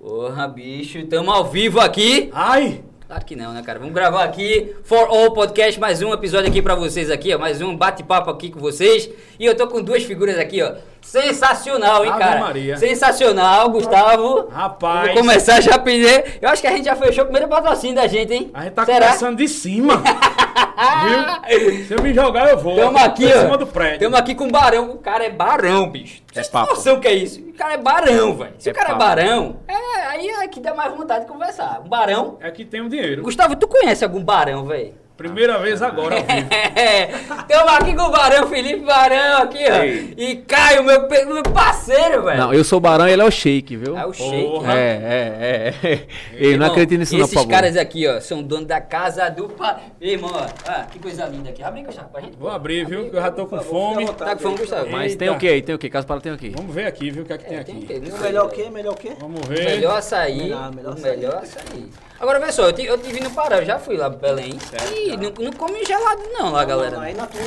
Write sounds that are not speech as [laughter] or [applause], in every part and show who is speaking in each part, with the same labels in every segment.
Speaker 1: Porra, bicho, estamos ao vivo aqui.
Speaker 2: Ai!
Speaker 1: Claro que não, né, cara? Vamos gravar aqui, For All Podcast, mais um episódio aqui pra vocês aqui, ó. Mais um bate-papo aqui com vocês. E eu tô com duas figuras aqui, ó. Sensacional, hein,
Speaker 2: Ave
Speaker 1: cara?
Speaker 2: Maria.
Speaker 1: Sensacional, Gustavo.
Speaker 2: Rapaz.
Speaker 1: Vou começar já a pedir. Eu acho que a gente já fechou o primeiro patrocínio da gente, hein?
Speaker 2: A gente tá
Speaker 1: Será?
Speaker 2: começando
Speaker 1: [laughs]
Speaker 2: de cima. Viu? Se eu me jogar, eu vou.
Speaker 1: Tamo aqui,
Speaker 2: Em
Speaker 1: ó.
Speaker 2: cima do prédio.
Speaker 1: Tamo aqui com o Barão. O cara é barão, bicho. Vocês têm
Speaker 3: papo.
Speaker 1: noção que é isso? O cara é barão, velho. Se
Speaker 3: É
Speaker 1: o cara
Speaker 3: papo.
Speaker 1: é barão, é, aí é que dá mais vontade de conversar. Um barão.
Speaker 2: É que tem o dinheiro.
Speaker 1: Gustavo, tu conhece algum barão, [laughs] velho?
Speaker 2: Primeira vez agora, ao
Speaker 1: [laughs]
Speaker 2: vivo.
Speaker 1: É, tamo aqui com o Barão, Felipe Barão aqui, ó.
Speaker 2: Ei.
Speaker 1: E Caio, meu, pe- meu parceiro, velho.
Speaker 3: Não, eu sou o Barão e ele é o Shake, viu?
Speaker 1: É o
Speaker 2: Porra.
Speaker 1: Shake.
Speaker 3: É, é,
Speaker 1: [laughs]
Speaker 3: é. é. Ei, não
Speaker 1: Irmão,
Speaker 3: acredito nisso não, por
Speaker 1: Esses
Speaker 3: favor.
Speaker 1: caras aqui, ó, são dono da casa do... Pa... Irmão, ó, ah, que coisa linda aqui. Abre aí, Gustavo, pra gente.
Speaker 2: Vou abrir, viu? Que eu já tô com fome.
Speaker 1: Tá com fome, Gustavo?
Speaker 3: Mas tem o que aí? Tem o que? Caso para tem o que?
Speaker 2: Vamos ver aqui, viu? O que é que tem
Speaker 1: É, tem que
Speaker 2: aqui.
Speaker 1: ter, né?
Speaker 4: Melhor o quê? Melhor o quê?
Speaker 2: Vamos
Speaker 1: O
Speaker 2: ver.
Speaker 1: Melhor açaí,
Speaker 4: Melhor, melhor
Speaker 1: o melhor açaí. Agora, vê só, eu, ti- eu tive no Pará, eu já fui lá pro Belém. e não, não come gelado não lá, galera.
Speaker 4: Não, aí na tua.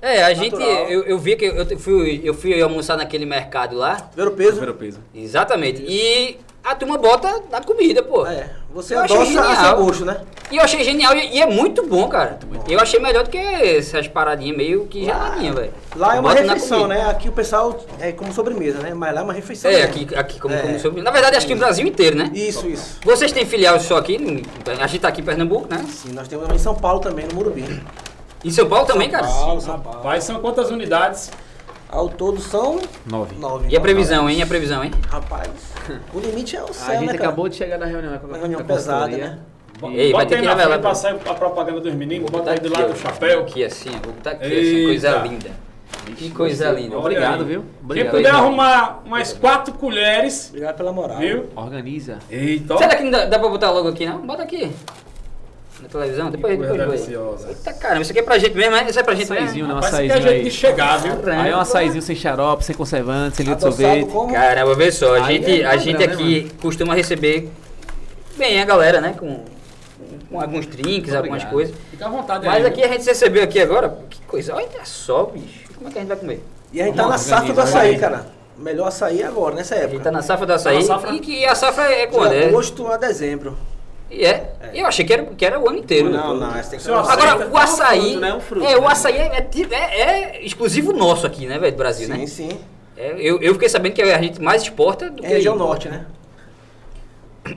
Speaker 1: É, a gente,
Speaker 4: Natural.
Speaker 1: eu, eu vi que eu, eu fui, eu fui almoçar naquele mercado lá.
Speaker 4: Ver o peso?
Speaker 3: peso.
Speaker 1: Exatamente. E a turma bota na comida, pô.
Speaker 4: É, você
Speaker 1: Eu achei
Speaker 4: adoça a
Speaker 1: genial.
Speaker 4: seu gosto, né?
Speaker 1: E eu achei genial e, e é muito bom, cara. Eu achei melhor do que essas paradinhas meio que geladinha, velho.
Speaker 4: Lá é uma
Speaker 1: Bota na
Speaker 4: refeição,
Speaker 1: comida.
Speaker 4: né? Aqui o pessoal é como sobremesa, né? Mas lá é uma refeição.
Speaker 1: É,
Speaker 4: mesmo.
Speaker 1: aqui, aqui como,
Speaker 4: É.
Speaker 1: como sobre- Na verdade, acho que no Brasil inteiro, né?
Speaker 4: Isso, isso.
Speaker 1: Vocês têm filial só aqui? em- A gente tá aqui em Pernambuco, né?
Speaker 4: Sim, nós temos em São Paulo também, no Murubi.
Speaker 1: Em São Paulo também, cara?
Speaker 4: São Paulo.
Speaker 2: Rapaz, são quantas unidades?
Speaker 4: Ao todo são
Speaker 3: Nove.
Speaker 4: nove.
Speaker 1: E a previsão, hein? E a previsão, hein?
Speaker 4: Rapaz, o limite é o céu,
Speaker 3: A gente
Speaker 4: né, cara?
Speaker 3: acabou de chegar na reunião. né, com a-
Speaker 4: Uma reunião
Speaker 3: com a consultoria.
Speaker 4: pesada, né?
Speaker 2: Bo-
Speaker 1: Ei, vai ter
Speaker 2: aí
Speaker 1: que
Speaker 2: na
Speaker 1: revelar,
Speaker 2: frente pra sair a propaganda dos meninos. Bota aí do lado do
Speaker 1: ó,
Speaker 2: chapéu.
Speaker 1: Aqui assim, ó, vou botar aqui assim, coisa
Speaker 2: Eita.
Speaker 1: linda. Que coisa linda.
Speaker 2: Olha
Speaker 3: Obrigado,
Speaker 2: aí.
Speaker 3: viu?
Speaker 2: Quem
Speaker 3: Obrigado.
Speaker 2: puder arrumar umas quatro colheres,
Speaker 4: Obrigado pela moral.
Speaker 2: viu?
Speaker 3: Organiza.
Speaker 2: Eita, ó.
Speaker 1: Será que não dá, dá pra botar logo aqui, não? Bota aqui. Na televisão, depois,
Speaker 2: coisa
Speaker 1: depois, depois.
Speaker 2: deliciosa.
Speaker 1: Eita caramba, isso aqui é pra gente mesmo, né? Isso é pra gente
Speaker 3: Açaizinho,
Speaker 1: mesmo.
Speaker 3: né? Um
Speaker 2: Parece que é
Speaker 3: açaizinho
Speaker 2: jeito de
Speaker 3: aí.
Speaker 2: chegar, viu?
Speaker 3: Aí é um açaizinho sem xarope, sem conservante, sem litro de
Speaker 4: Adoçado
Speaker 3: sorvete.
Speaker 4: como?
Speaker 1: Caramba, vê só, a
Speaker 3: Aí
Speaker 1: gente,
Speaker 3: é
Speaker 1: a gente
Speaker 3: padrão, né,
Speaker 1: aqui costuma receber bem a galera, né? Com, com alguns drinks, algumas
Speaker 3: Obrigado.
Speaker 1: coisas.
Speaker 2: Fica à vontade aí.
Speaker 1: Mas aqui
Speaker 2: viu?
Speaker 1: a gente recebeu aqui agora, que coisa, olha só, bicho. Como é que a gente vai comer?
Speaker 4: E a gente tá na
Speaker 3: Vamos,
Speaker 4: safra do
Speaker 3: organiza,
Speaker 4: açaí,
Speaker 3: organiza.
Speaker 4: cara. Melhor açaí agora, nessa
Speaker 1: A gente
Speaker 4: época.
Speaker 1: tá na safra da
Speaker 2: na
Speaker 1: açaí
Speaker 2: safra?
Speaker 1: e que a safra é
Speaker 4: De
Speaker 1: quando? É,
Speaker 4: agosto a dezembro.
Speaker 1: e é, Eu achei que era, que era o ano inteiro.
Speaker 4: Não, não, essa tem que
Speaker 2: Seu açaí-
Speaker 1: Agora, o
Speaker 3: É um fruto,
Speaker 1: açaí.
Speaker 3: né? É um fruto,
Speaker 1: é, o
Speaker 3: né?
Speaker 1: açaí é, é- é- é exclusivo nosso aqui, né, velho, do Brasil,
Speaker 4: Sim,
Speaker 1: né?
Speaker 4: sim.
Speaker 1: É, eu, eu fiquei sabendo que a gente mais exporta do
Speaker 4: É
Speaker 1: que.
Speaker 4: região norte, né?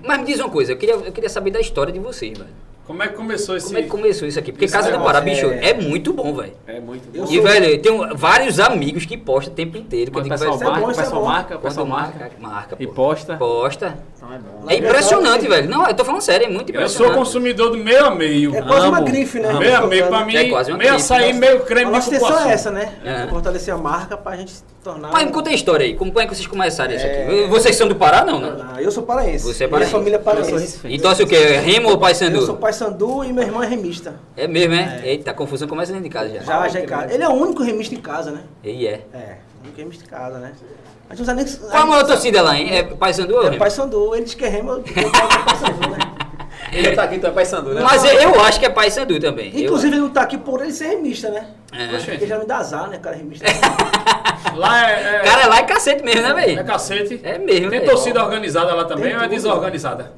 Speaker 1: Mas me diz uma coisa, eu queria, eu queria saber da história de vocês, velho.
Speaker 2: Como é que começou esse...
Speaker 1: Como é que começou isso aqui? Porque
Speaker 2: Esse
Speaker 1: Casa da
Speaker 2: negócio
Speaker 1: Pará, bicho,
Speaker 4: é-
Speaker 1: é... muito bom, velho.
Speaker 3: É muito
Speaker 4: Eu
Speaker 1: E,
Speaker 4: sou-
Speaker 1: velho, eu tenho vários amigos que postam o tempo inteiro.
Speaker 3: Mas
Speaker 1: Quando
Speaker 3: o
Speaker 1: eu
Speaker 3: pessoal
Speaker 4: isso é bom,
Speaker 3: marca, o
Speaker 4: isso é
Speaker 3: pessoal
Speaker 4: bom.
Speaker 3: marca, o pessoal
Speaker 1: Quando
Speaker 3: marca.
Speaker 1: marca, marca,
Speaker 3: E
Speaker 1: pô.
Speaker 3: posta.
Speaker 1: Posta.
Speaker 3: Então é bom.
Speaker 1: É impressionante, velho. Não, eu tô falando sério, é muito
Speaker 2: Eu
Speaker 1: impressionante.
Speaker 2: sou consumidor do meio a meio.
Speaker 4: É quase uma
Speaker 3: Amo.
Speaker 4: grife, né?
Speaker 2: Meio a meio, pra mim,
Speaker 1: É quase uma
Speaker 2: meio
Speaker 1: gripe,
Speaker 2: açaí,
Speaker 1: nossa.
Speaker 2: meio
Speaker 4: A
Speaker 2: creme, meio
Speaker 4: nossa intenção né? é essa, né?
Speaker 1: É.
Speaker 4: Fortalecer a marca pra gente se tornar.
Speaker 1: Pai, me conta a história aí. Como é que vocês começaram isso aqui? Vocês são do Pará, não, né?
Speaker 4: Ah, eu sou paraense.
Speaker 1: Você é paraense.
Speaker 4: Minha família é paraense.
Speaker 3: Eu sou recifense.
Speaker 1: Então, assim, o quê? É Remo ou
Speaker 4: Eu
Speaker 1: Paysandu?
Speaker 4: sou pai sandu e meu irmão é remista.
Speaker 1: É mesmo, é? Eita, a confusão começa dentro de casa já.
Speaker 4: Já, já em casa. Ele é o único remista em casa, né?
Speaker 1: E é.
Speaker 4: É, o único remista em casa, né? A gente não sabe nem. que-
Speaker 1: Qual a maior torcida lá, hein? É Paysandu ou
Speaker 4: É
Speaker 1: Remo?
Speaker 4: pai sandu, ele diz que é remo, eu digo que é pai sandu, né?
Speaker 3: Ele tá aqui, tu é paissandu, né?
Speaker 1: Mas eu eu acho que é Paysandu também. Eu-
Speaker 4: Inclusive, ele não tá aqui por ele ser remista, né?
Speaker 1: É.
Speaker 4: Ele já me dá azar, né, cara, remista.
Speaker 2: Lá é... é-
Speaker 1: Cara, lá é cacete mesmo, né,
Speaker 2: É
Speaker 1: velho?
Speaker 2: cacete.
Speaker 1: É mesmo,
Speaker 2: Tem
Speaker 1: né?
Speaker 2: torcida organizada lá também
Speaker 4: Tem
Speaker 2: ou é
Speaker 4: tudo.
Speaker 2: desorganizada?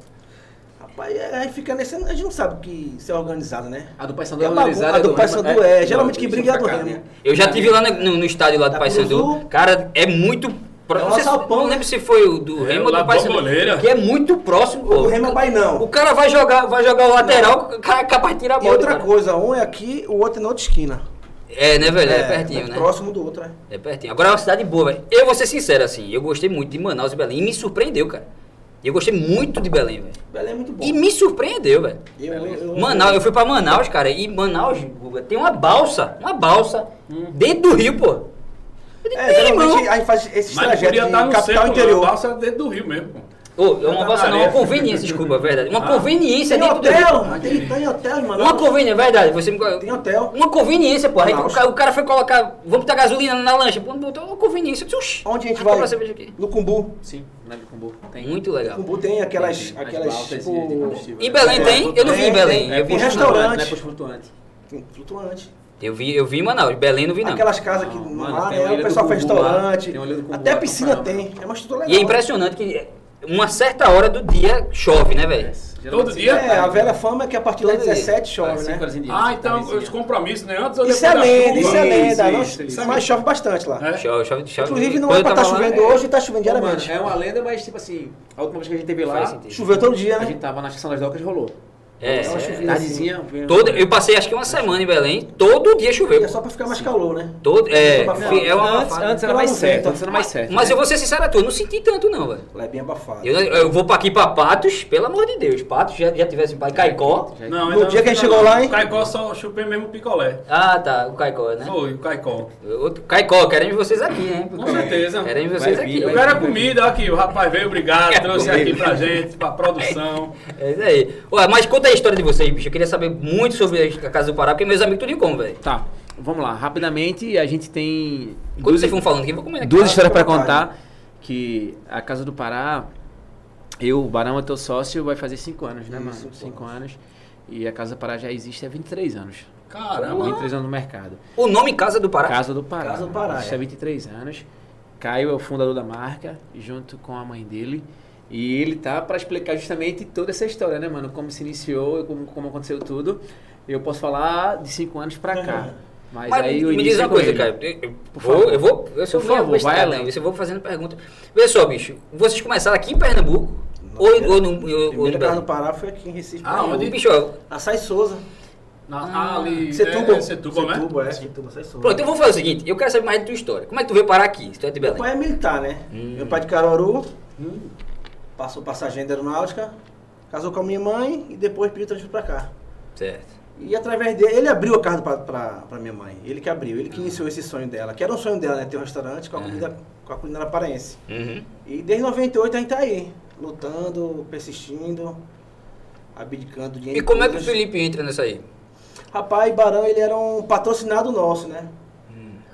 Speaker 4: Rapaz, é, a gente fica nesse. A gente não sabe o que ser organizado, né?
Speaker 3: A do
Speaker 4: É
Speaker 3: paissandu
Speaker 4: a bagunça, a do Paysandu é. Geralmente que briga é a do Remo.
Speaker 1: Eu já tive lá no, no- no estádio lá do
Speaker 4: Da
Speaker 1: Paysandu.
Speaker 4: Cruzul.
Speaker 1: Cara, é muito
Speaker 4: Tá É um
Speaker 1: próximo. não,
Speaker 4: alçapão, né?
Speaker 1: lembro se foi o do Remo ou
Speaker 2: lá
Speaker 1: do Paysandu.
Speaker 2: Bomboleira.
Speaker 1: Que é muito próximo, pô.
Speaker 4: O Remo é bainão.
Speaker 1: O cara vai jogar, vai jogar o lateral, o cara é capaz de tirar a
Speaker 4: E
Speaker 1: bola.
Speaker 4: outra
Speaker 1: cara.
Speaker 4: coisa, um é aqui, o outro é na outra esquina.
Speaker 1: É, né, velho? É, pertinho, né?
Speaker 4: Próximo do outro, é.
Speaker 1: É pertinho. Agora é uma cidade boa, velho. Eu vou ser sincero, assim, eu gostei muito de Manaus e Belém. E me surpreendeu, cara. Eu gostei muito de Belém, velho.
Speaker 4: Belém é muito bom.
Speaker 1: E me surpreendeu, velho.
Speaker 4: Eu, eu, eu-
Speaker 1: Manaus, eu fui pra Manaus, cara, e Manaus, Guga, tem uma balsa, uma balsa,
Speaker 4: Hum.
Speaker 1: dentro do rio, pô. Eu digo,
Speaker 4: É,
Speaker 1: "Ei,
Speaker 4: geralmente
Speaker 1: irmão."
Speaker 4: aí faz esses
Speaker 2: Mas não
Speaker 4: trajetos
Speaker 2: podia um
Speaker 4: de
Speaker 2: estar no
Speaker 4: capital
Speaker 2: centro,
Speaker 4: interior.
Speaker 2: não. Passa dentro do Rio mesmo. pô.
Speaker 1: Ô, é uma
Speaker 2: Tá
Speaker 1: balsa
Speaker 2: na
Speaker 1: não, é uma
Speaker 2: areia.
Speaker 1: conveniência, desculpa, é verdade. Uma
Speaker 2: Ah.
Speaker 1: conveniência
Speaker 4: Tem
Speaker 1: dentro do rio.
Speaker 4: hotel, tem, tem hotel, mano.
Speaker 1: Uma conveniência, é verdade, você me...
Speaker 4: Tem hotel.
Speaker 1: Uma conveniência, pô. Aí o,
Speaker 4: Manaus.
Speaker 1: ca- o cara foi colocar, vamos botar gasolina na lancha, pô, não botou uma conveniência. Eu disse, "Oxi,
Speaker 4: Onde a gente
Speaker 1: vou
Speaker 4: vai?
Speaker 1: comprar cerveja aqui." É
Speaker 4: No Cumbu.
Speaker 3: Sim, na Vicumbu.
Speaker 1: Muito legal.
Speaker 4: Cumbu tem aquelas.
Speaker 3: Tem as
Speaker 4: aquelas
Speaker 3: balsas de- de
Speaker 4: tipo.
Speaker 3: combustível. né? é
Speaker 1: E Belém
Speaker 4: É,
Speaker 1: tem? Eu não vi em
Speaker 4: tem,
Speaker 1: Belém.
Speaker 4: tem.
Speaker 1: Eu vi,
Speaker 4: Tem restaurante.
Speaker 3: flutuante.
Speaker 4: tem Flutuante.
Speaker 1: eu vi, eu vi em Manaus, Belém não vi não.
Speaker 4: Aquelas casas
Speaker 3: Não,
Speaker 4: que no
Speaker 3: mano,
Speaker 4: mar,
Speaker 3: tem a
Speaker 4: é,
Speaker 3: Ilha
Speaker 4: o
Speaker 3: do
Speaker 4: pessoal faz
Speaker 3: Cumbu lá,
Speaker 4: restaurante.
Speaker 3: tem a Ilha do Cumbu
Speaker 4: Até
Speaker 3: lá,
Speaker 4: a piscina
Speaker 3: pra
Speaker 4: tem. É uma estrutura
Speaker 1: E é
Speaker 4: legal.
Speaker 1: impressionante que uma certa hora do dia chove, né,
Speaker 3: É,
Speaker 1: velho?
Speaker 2: Todo dia?
Speaker 4: É, a velha fama é que a partir das
Speaker 1: Todo dia.
Speaker 4: 17 chove,
Speaker 3: Cinco
Speaker 4: né?
Speaker 3: horas em diante,
Speaker 2: Ah, então
Speaker 3: talvez,
Speaker 2: os
Speaker 3: sim.
Speaker 2: compromissos, né? Antes ou
Speaker 3: assim.
Speaker 4: Isso é
Speaker 2: depois da
Speaker 4: lenda,
Speaker 2: chuva.
Speaker 4: isso é lenda.
Speaker 3: isso,
Speaker 4: Nós-
Speaker 3: isso,
Speaker 2: isso é
Speaker 4: Mas
Speaker 2: lenda.
Speaker 4: chove bastante lá.
Speaker 2: É?
Speaker 1: Chove, chove, chove.
Speaker 4: Inclusive, não
Speaker 1: Quando
Speaker 4: é
Speaker 1: eu
Speaker 4: pra estar
Speaker 1: tava lá-
Speaker 4: chovendo hoje e tá chovendo
Speaker 3: Pô, mano,
Speaker 4: diariamente.
Speaker 3: é uma lenda, mas tipo assim, a última vez que a gente teve lá,
Speaker 1: Faz sentido.
Speaker 4: Choveu todo dia,
Speaker 3: a
Speaker 4: né?
Speaker 3: gente tava na estação das docas rolou.
Speaker 1: É,
Speaker 4: Dá uma
Speaker 1: é.
Speaker 4: chovida.
Speaker 3: Tardezinha, vendo-
Speaker 1: Todo, eu passei acho que uma semana em Belém, todo dia
Speaker 4: E
Speaker 1: choveu.
Speaker 4: é só pra ficar mais calor, né?
Speaker 1: Todo, é,
Speaker 4: Não,
Speaker 1: fi- é uma
Speaker 3: antes,
Speaker 1: abafada.
Speaker 3: antes era mais
Speaker 4: Ela não
Speaker 3: certo,
Speaker 4: venta.
Speaker 3: antes era mais certo.
Speaker 1: Mas
Speaker 3: né?
Speaker 1: eu vou ser sincero a tu, eu não senti tanto não, velho.
Speaker 4: Ela é bem abafada.
Speaker 1: Eu, eu vou pra aqui pra Patos, pelo amor de Deus. Patos já, já tivesse em Patos. Caicó.
Speaker 3: Já-
Speaker 2: Não,
Speaker 4: No
Speaker 2: ainda
Speaker 4: dia que a gente
Speaker 2: não.
Speaker 4: chegou lá, hein? É?
Speaker 2: O Caicó só chupei mesmo o picolé.
Speaker 1: Ah, tá, o Caicó, né?
Speaker 2: Foi, o Caicó.
Speaker 1: Outro, Caicó, queremos vocês aqui, hein?
Speaker 2: Com certeza.
Speaker 1: Queremos vocês
Speaker 3: Vai
Speaker 1: aqui.
Speaker 3: vir,
Speaker 2: Eu
Speaker 3: vai
Speaker 2: quero a comida, ó, aqui, o rapaz veio,
Speaker 4: É
Speaker 2: obrigado, trouxe aqui pra gente, pra produção.
Speaker 1: É isso aí. Ué, mas conta a história de vocês, bicho. Eu queria saber muito sobre a Casa do Pará, porque meus amigos tudo em como, velho.
Speaker 3: Tá, vamos lá. Rapidamente, a gente tem
Speaker 1: Quando
Speaker 3: duas,
Speaker 1: vocês foram falando, quem vai comer aqui?
Speaker 3: duas histórias pra
Speaker 4: vontade.
Speaker 3: contar. Que a Casa do Pará, eu, o Barão é teu sócio, vai fazer cinco anos, né, mano?
Speaker 4: Isso,
Speaker 3: Cinco anos. E a Casa do Pará já existe há 23 anos.
Speaker 2: Caramba.
Speaker 3: 23 anos no mercado.
Speaker 1: O nome Casa do Pará?
Speaker 3: Casa do Pará.
Speaker 4: Casa do Pará,
Speaker 3: Isso é
Speaker 4: é.
Speaker 3: 23 anos. Caio é o fundador da marca, junto com a mãe dele. E ele tá para explicar justamente toda essa história, né, mano? Como se iniciou, como, como aconteceu tudo. Eu posso falar de 5 anos para cá. Mas,
Speaker 1: Mas
Speaker 3: aí o
Speaker 1: me
Speaker 3: início
Speaker 1: diz
Speaker 3: é
Speaker 1: uma
Speaker 3: com
Speaker 1: coisa,
Speaker 3: ele.
Speaker 1: cara. Eu, eu
Speaker 3: Por
Speaker 1: vou,
Speaker 3: favor.
Speaker 1: eu vou. Eu sou
Speaker 3: Por
Speaker 1: meio
Speaker 3: favor,
Speaker 1: besteira,
Speaker 3: vai
Speaker 1: né?
Speaker 3: além.
Speaker 1: Isso Eu vou fazendo pergunta. Vê só, bicho. Vocês começaram aqui em Pernambuco? Ou, em- ou no, ou, ou no
Speaker 4: Primeiro carro
Speaker 1: Belém?
Speaker 4: no Pará foi aqui em Recife.
Speaker 2: Ah, onde?
Speaker 1: O bicho, ó,
Speaker 4: Açaí Souza.
Speaker 2: Na,
Speaker 4: Ah.
Speaker 2: ali,
Speaker 4: Setúbal.
Speaker 2: É, Setúbal, né?
Speaker 4: Setúbal, é. Setúbal, Açaí Souza.
Speaker 1: Pronto, eu vou fazer o seguinte. Eu quero saber mais da tua história. Como é que tu veio parar aqui, se tu é de
Speaker 4: Meu
Speaker 1: Belém?
Speaker 4: pai é militar, né? Meu pai de Caruaru,
Speaker 2: Hum.
Speaker 4: passou passagem da aeronáutica, casou com a minha mãe e depois pediu transfer pra cá.
Speaker 1: Certo.
Speaker 4: E através dele, ele abriu a casa pra, pra, pra minha mãe. Ele que abriu,
Speaker 1: Ah.
Speaker 4: ele que iniciou esse sonho dela. Que era um sonho dela, né? Ter um restaurante com
Speaker 1: É.
Speaker 4: a, comida, com a culinária paraense.
Speaker 1: Uhum.
Speaker 4: E desde 98 a gente tá aí, lutando, persistindo, abdicando de
Speaker 1: E como é que o
Speaker 4: coisas.
Speaker 1: Felipe entra nessa aí?
Speaker 4: Rapaz, Barão, ele era um patrocinado nosso, né?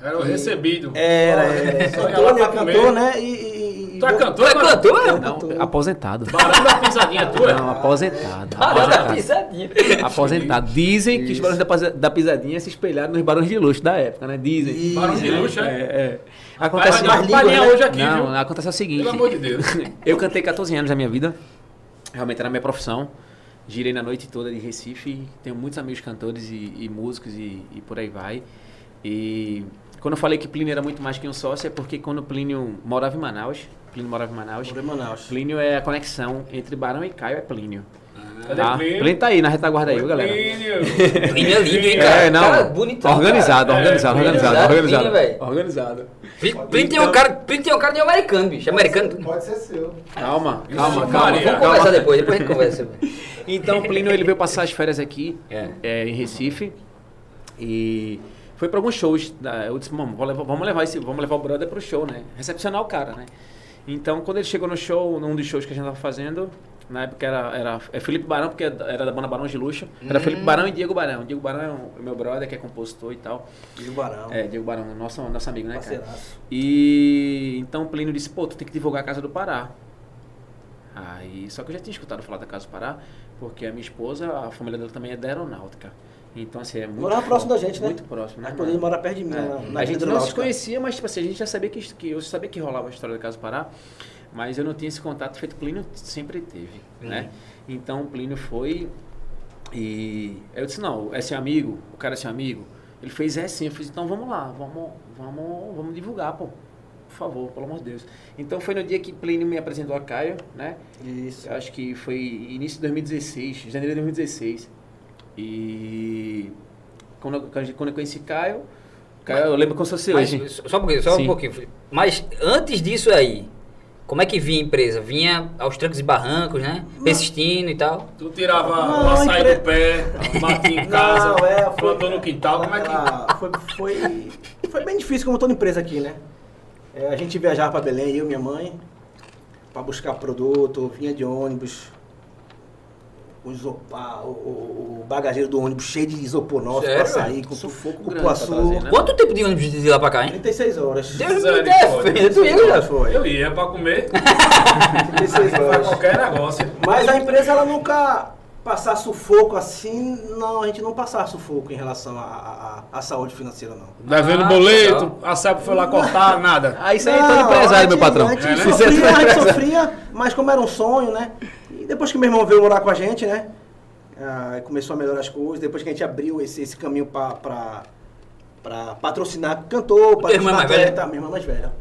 Speaker 2: Era o recebido.
Speaker 4: Era, era.
Speaker 2: Só ia lá
Speaker 4: Cantor, né?
Speaker 2: pra
Speaker 4: Cantor,
Speaker 2: comer.
Speaker 4: né? E, e, e-
Speaker 2: Tu é
Speaker 1: Tu
Speaker 2: cantor?
Speaker 1: é
Speaker 2: mano?
Speaker 1: cantor? é?
Speaker 3: Não,
Speaker 4: Cantor.
Speaker 3: aposentado.
Speaker 2: Barão da pisadinha tua?
Speaker 3: Não, aposentado.
Speaker 1: Parou da
Speaker 3: aposentado.
Speaker 1: Ah, pisadinha.
Speaker 3: Aposentado. Dizem que os barões da pisa- da pisadinha se espelharam nos barões de luxo da época, né? Dizem.
Speaker 4: Isso.
Speaker 2: Barão de luxo,
Speaker 3: É,
Speaker 2: é?
Speaker 3: é.
Speaker 2: Vai
Speaker 3: Acontece.
Speaker 2: dar uma
Speaker 4: Língua,
Speaker 2: palhinha
Speaker 4: né?
Speaker 2: hoje aqui,
Speaker 3: não,
Speaker 2: viu?
Speaker 3: acontece o seguinte.
Speaker 2: Pelo amor de Deus.
Speaker 3: Eu cantei 14 anos da minha vida. Realmente era a minha profissão. Girei na noite toda de Recife. Tenho muitos amigos cantores e, e músicos e, e por aí vai. E quando eu falei que Plínio era muito mais que um sócio, é porque quando Plínio morava em Manaus, Plínio morava em Manaus,
Speaker 4: Morou em Manaus.
Speaker 3: Plínio é a conexão entre Barão e Caio, é Plínio.
Speaker 2: Cadê
Speaker 4: Ah,
Speaker 3: Tá?
Speaker 2: Plínio?
Speaker 3: Plínio tá aí na retaguarda aí,
Speaker 2: Oi,
Speaker 3: viu, galera.
Speaker 4: [laughs]
Speaker 2: Plínio.
Speaker 1: Plínio é lindo, hein, cara?
Speaker 3: É, não.
Speaker 1: Cara bonitão,
Speaker 3: organizado,
Speaker 2: cara.
Speaker 3: organizado,
Speaker 2: É,
Speaker 3: organizado,
Speaker 1: organizado,
Speaker 3: organizado.
Speaker 1: Plínio, velho.
Speaker 3: Organizado.
Speaker 1: Plínio Plínio tem um cara, Plínio tem um cara de americano, bicho. Americano.
Speaker 5: Pode ser seu.
Speaker 3: Calma, calma,
Speaker 2: é Maria.
Speaker 3: calma.
Speaker 1: Vamos
Speaker 3: calma.
Speaker 1: conversar depois, depois a gente conversa. velho.
Speaker 3: Então, o Plínio ele veio passar as férias aqui
Speaker 1: É.
Speaker 3: é, em Recife e foi para alguns shows. da- Eu disse, mano, vou levar- vamos levar esse, vamos levar o brother pro show, né? Recepcionar o cara, né? Então, quando ele chegou no show, num dos shows que a gente tava fazendo, na época era, era é Felipe Barão, porque era da banda Barão de Luxo. Era Felipe Barão e Diego Barão. Diego Barão é o meu brother, que é compositor e tal.
Speaker 4: E o Barão.
Speaker 3: É, Diego Barão, nosso, nosso amigo, né, cara?
Speaker 4: Parceiraço.
Speaker 3: E então o Plínio disse, pô, tu tem que divulgar a Casa do Pará. Aí, só que eu já tinha escutado falar da Casa do Pará, porque a minha esposa, a família dela também é da aeronáutica. Então, assim, é muito.
Speaker 4: Morava
Speaker 3: fo-
Speaker 4: próximo da gente, né?
Speaker 3: Muito próximo, né?
Speaker 4: Mas quando ele
Speaker 3: mano?
Speaker 4: mora perto de mim,
Speaker 3: É.
Speaker 4: na, na
Speaker 3: a gente
Speaker 4: Avenida
Speaker 3: não se
Speaker 4: Náutica.
Speaker 3: conhecia, mas tipo assim, a gente já sabia que, que eu sabia que rolava a história da Casa do Pará, mas eu não tinha esse contato feito. Plínio sempre teve, né? Então o Plínio foi e eu disse não, é seu amigo, o cara é seu amigo. Ele fez é sim, eu fiz então vamos lá, vamos, vamos, vamos divulgar, pô. Por favor, pelo amor de Deus. Então foi no dia que Plínio me apresentou a Caio, né?
Speaker 4: Isso.
Speaker 3: Eu acho que foi início de 2016, janeiro de 2016. E quando eu, quando eu conheci Caio, Caio, eu lembro como se fosse
Speaker 1: Mas,
Speaker 3: hoje.
Speaker 1: só- só um pouquinho, só um
Speaker 3: Sim.
Speaker 1: pouquinho. Mas antes disso aí, como é que vinha a empresa? Vinha aos trancos e barrancos, né? Persistindo e tal.
Speaker 2: Tu tirava o
Speaker 4: Não,
Speaker 2: açaí
Speaker 4: empre-
Speaker 2: do pé, batia em casa,
Speaker 4: Não, é, foi-
Speaker 2: plantou no quintal, como é que...
Speaker 4: Ah, foi, foi, foi bem difícil, como toda empresa aqui, né? É, a gente viajava para Belém, eu e minha mãe, para buscar produto, vinha de ônibus, o isopar, o, o- o bagageiro do ônibus cheio de isopor nosso para
Speaker 1: Sério?
Speaker 4: sair, com
Speaker 3: Sufoco
Speaker 4: com
Speaker 3: grande
Speaker 4: cupuaçu.
Speaker 3: pra trazer, né?
Speaker 1: Quanto tempo de ônibus de lá pra cá, hein?
Speaker 4: 36 horas.
Speaker 1: Deus me
Speaker 2: Misericórdia.
Speaker 1: defenda, tu ia, já foi.
Speaker 4: Foi,
Speaker 2: Eu ia pra comer,
Speaker 4: 36
Speaker 2: pra
Speaker 4: horas.
Speaker 2: qualquer negócio.
Speaker 4: Mas a empresa ela nunca passar sufoco assim, não, a gente não passava sufoco em relação à- à à- à saúde financeira, não.
Speaker 2: Devendo
Speaker 1: Ah,
Speaker 2: boleto,
Speaker 1: legal.
Speaker 2: a SEP foi lá cortar, nada.
Speaker 5: Ah, isso aí é todo
Speaker 4: Não, a
Speaker 5: empresário,
Speaker 4: gente-
Speaker 5: meu patrão.
Speaker 4: A gente,
Speaker 2: É, né?
Speaker 5: Isso é todo
Speaker 4: sofria, a gente
Speaker 5: empresário.
Speaker 4: sofria, mas como era um sonho, né? E depois que meu irmão veio morar com a gente, né? ah, começou a melhorar as coisas. Depois que a gente abriu esse, esse caminho pra, pra, pra patrocinar cantor,
Speaker 1: Tua irmã é
Speaker 4: patrocinar
Speaker 1: mais velha?
Speaker 4: atleta. Minha irmã é mais velha.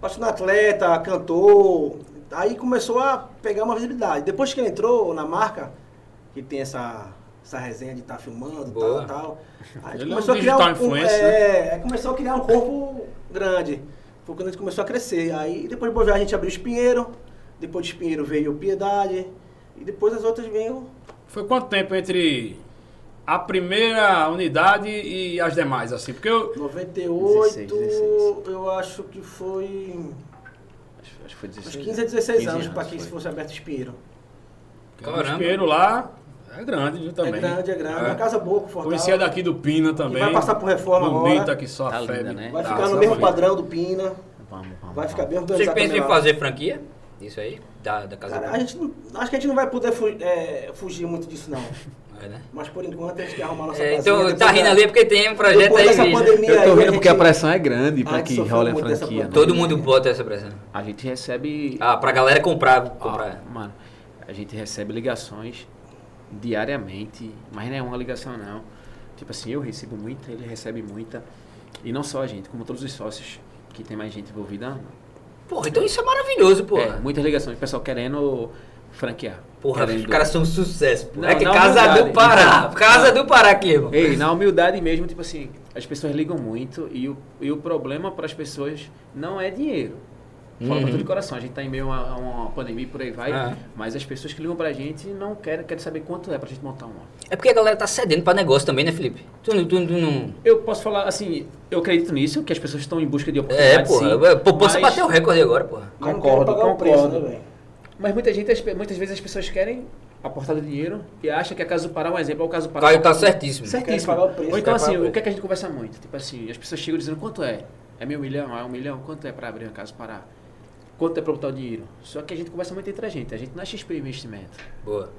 Speaker 4: Patrocinar atleta, cantor. Aí começou a pegar uma visibilidade. Depois que ele entrou na marca, que tem essa, essa resenha de estar filmando e
Speaker 1: Boa.
Speaker 4: tal, tal. Aí a gente
Speaker 2: Ele é um
Speaker 4: começou a criar
Speaker 2: digital
Speaker 4: um- um,
Speaker 2: influencer, né?
Speaker 4: é, aí começou a criar um corpo grande. Foi quando a gente começou a crescer. Aí depois de Bojá a gente abriu o Espinheiro, depois de Espinheiro veio Piedade, e depois as outras veio.
Speaker 2: Foi quanto tempo entre a primeira unidade e as demais, assim? Porque eu...
Speaker 3: 16,
Speaker 4: 98,
Speaker 3: 16.
Speaker 4: eu acho que foi
Speaker 3: Acho, acho que foi 16.
Speaker 4: uns 15 a 16 anos, para que
Speaker 3: foi.
Speaker 4: se fosse aberto Espinheiro.
Speaker 2: O
Speaker 1: Caramba.
Speaker 2: espelho Um lá é grande, viu, também.
Speaker 4: É grande, é grande.
Speaker 2: É.
Speaker 4: Uma casa boa,
Speaker 2: Conhecia
Speaker 4: confortável.
Speaker 2: daqui do Pina
Speaker 4: que
Speaker 2: também.
Speaker 4: vai passar por reforma
Speaker 2: Bonita
Speaker 4: agora.
Speaker 2: que só a
Speaker 3: Tá linda,
Speaker 2: febre.
Speaker 3: né?
Speaker 4: Vai
Speaker 2: Tá,
Speaker 4: ficar no
Speaker 2: só
Speaker 4: mesmo
Speaker 2: bonita.
Speaker 4: padrão do Pina.
Speaker 3: Vamos, vamos.
Speaker 4: Vai ficar
Speaker 3: vamos.
Speaker 4: bem
Speaker 1: Vocês
Speaker 4: organizado.
Speaker 1: pensam em
Speaker 4: também lá.
Speaker 1: fazer franquia? Isso aí? Da, da casa
Speaker 4: Cara,
Speaker 1: Branca?
Speaker 4: a gente não- acho que a gente não vai poder fu- é, fugir muito disso, não.
Speaker 1: É, né?
Speaker 4: Mas por enquanto a gente quer arrumar nossa
Speaker 1: É,
Speaker 4: casinha.
Speaker 1: então
Speaker 4: Depois
Speaker 1: tá
Speaker 4: da-
Speaker 1: rindo ali porque tem um projeto
Speaker 4: Depois
Speaker 1: aí. em
Speaker 4: dessa
Speaker 1: vista.
Speaker 4: pandemia
Speaker 5: Eu tô
Speaker 4: aí,
Speaker 5: rindo porque a
Speaker 4: gente-
Speaker 5: pressão é grande
Speaker 4: a
Speaker 5: pra
Speaker 4: gente
Speaker 5: que
Speaker 4: sofreu
Speaker 5: role a
Speaker 4: muito dessa
Speaker 5: franquia. né?
Speaker 1: Todo mundo bota essa pressão.
Speaker 3: A gente recebe.
Speaker 1: Ah, pra galera comprar. comprar.
Speaker 3: Ah, mano, a gente recebe ligações diariamente, mas não é uma ligação não. Tipo assim, eu recebo muita, ele recebe muita. E não só a gente, como todos os sócios, que tem mais gente envolvida.
Speaker 1: Porra, então isso é maravilhoso, pô.
Speaker 3: Ah. É, muitas ligações, o pessoal querendo franquear.
Speaker 1: Porra,
Speaker 3: querendo-
Speaker 1: os caras são um sucesso, pô.
Speaker 3: Não,
Speaker 1: é que
Speaker 3: na
Speaker 1: Casa do
Speaker 3: humildade.
Speaker 1: Pará.
Speaker 3: Não.
Speaker 1: Casa
Speaker 3: Não.
Speaker 1: do Pará aqui, irmão.
Speaker 3: Ei, na humildade mesmo, tipo assim, as pessoas ligam muito e o, e o problema para as pessoas não é dinheiro. Fala
Speaker 1: Uhum.
Speaker 3: com todo o coração, a gente tá em meio a, a uma pandemia e por aí vai,
Speaker 1: É.
Speaker 3: mas as pessoas que ligam pra gente não querem, querem saber quanto é pra gente montar uma.
Speaker 1: É porque a galera tá cedendo pra negócio também, né, Felipe? Tu, não- tu, tu não.
Speaker 3: Eu posso falar assim, eu acredito nisso, que as pessoas estão em busca de
Speaker 1: É,
Speaker 3: oportunidades.
Speaker 1: porra.
Speaker 3: sim,
Speaker 1: Pô, você
Speaker 3: mas-
Speaker 1: bateu o recorde agora, porra.
Speaker 4: Mas não
Speaker 3: Concordo,
Speaker 4: quero pagar o preço,
Speaker 3: concordo.
Speaker 4: né, velho?
Speaker 3: Mas muita gente, as pe- muitas vezes as pessoas querem aportar do dinheiro e acham que a Casa do Pará é um exemplo, é o Caso do Pará.
Speaker 1: Caio tá certíssimo.
Speaker 3: Certíssimo.
Speaker 4: Querem pagar o preço,
Speaker 3: Ou então
Speaker 4: querem
Speaker 3: assim,
Speaker 4: pagar o
Speaker 3: o que é que a gente conversa muito? Tipo assim, as pessoas chegam dizendo quanto é? É meio milhão? É um milhão? Quanto é pra abrir uma casa do Pará? Quanto é pra botar o dinheiro? Só que a gente conversa muito entre a gente, a gente não é XP investimento.
Speaker 1: Boa.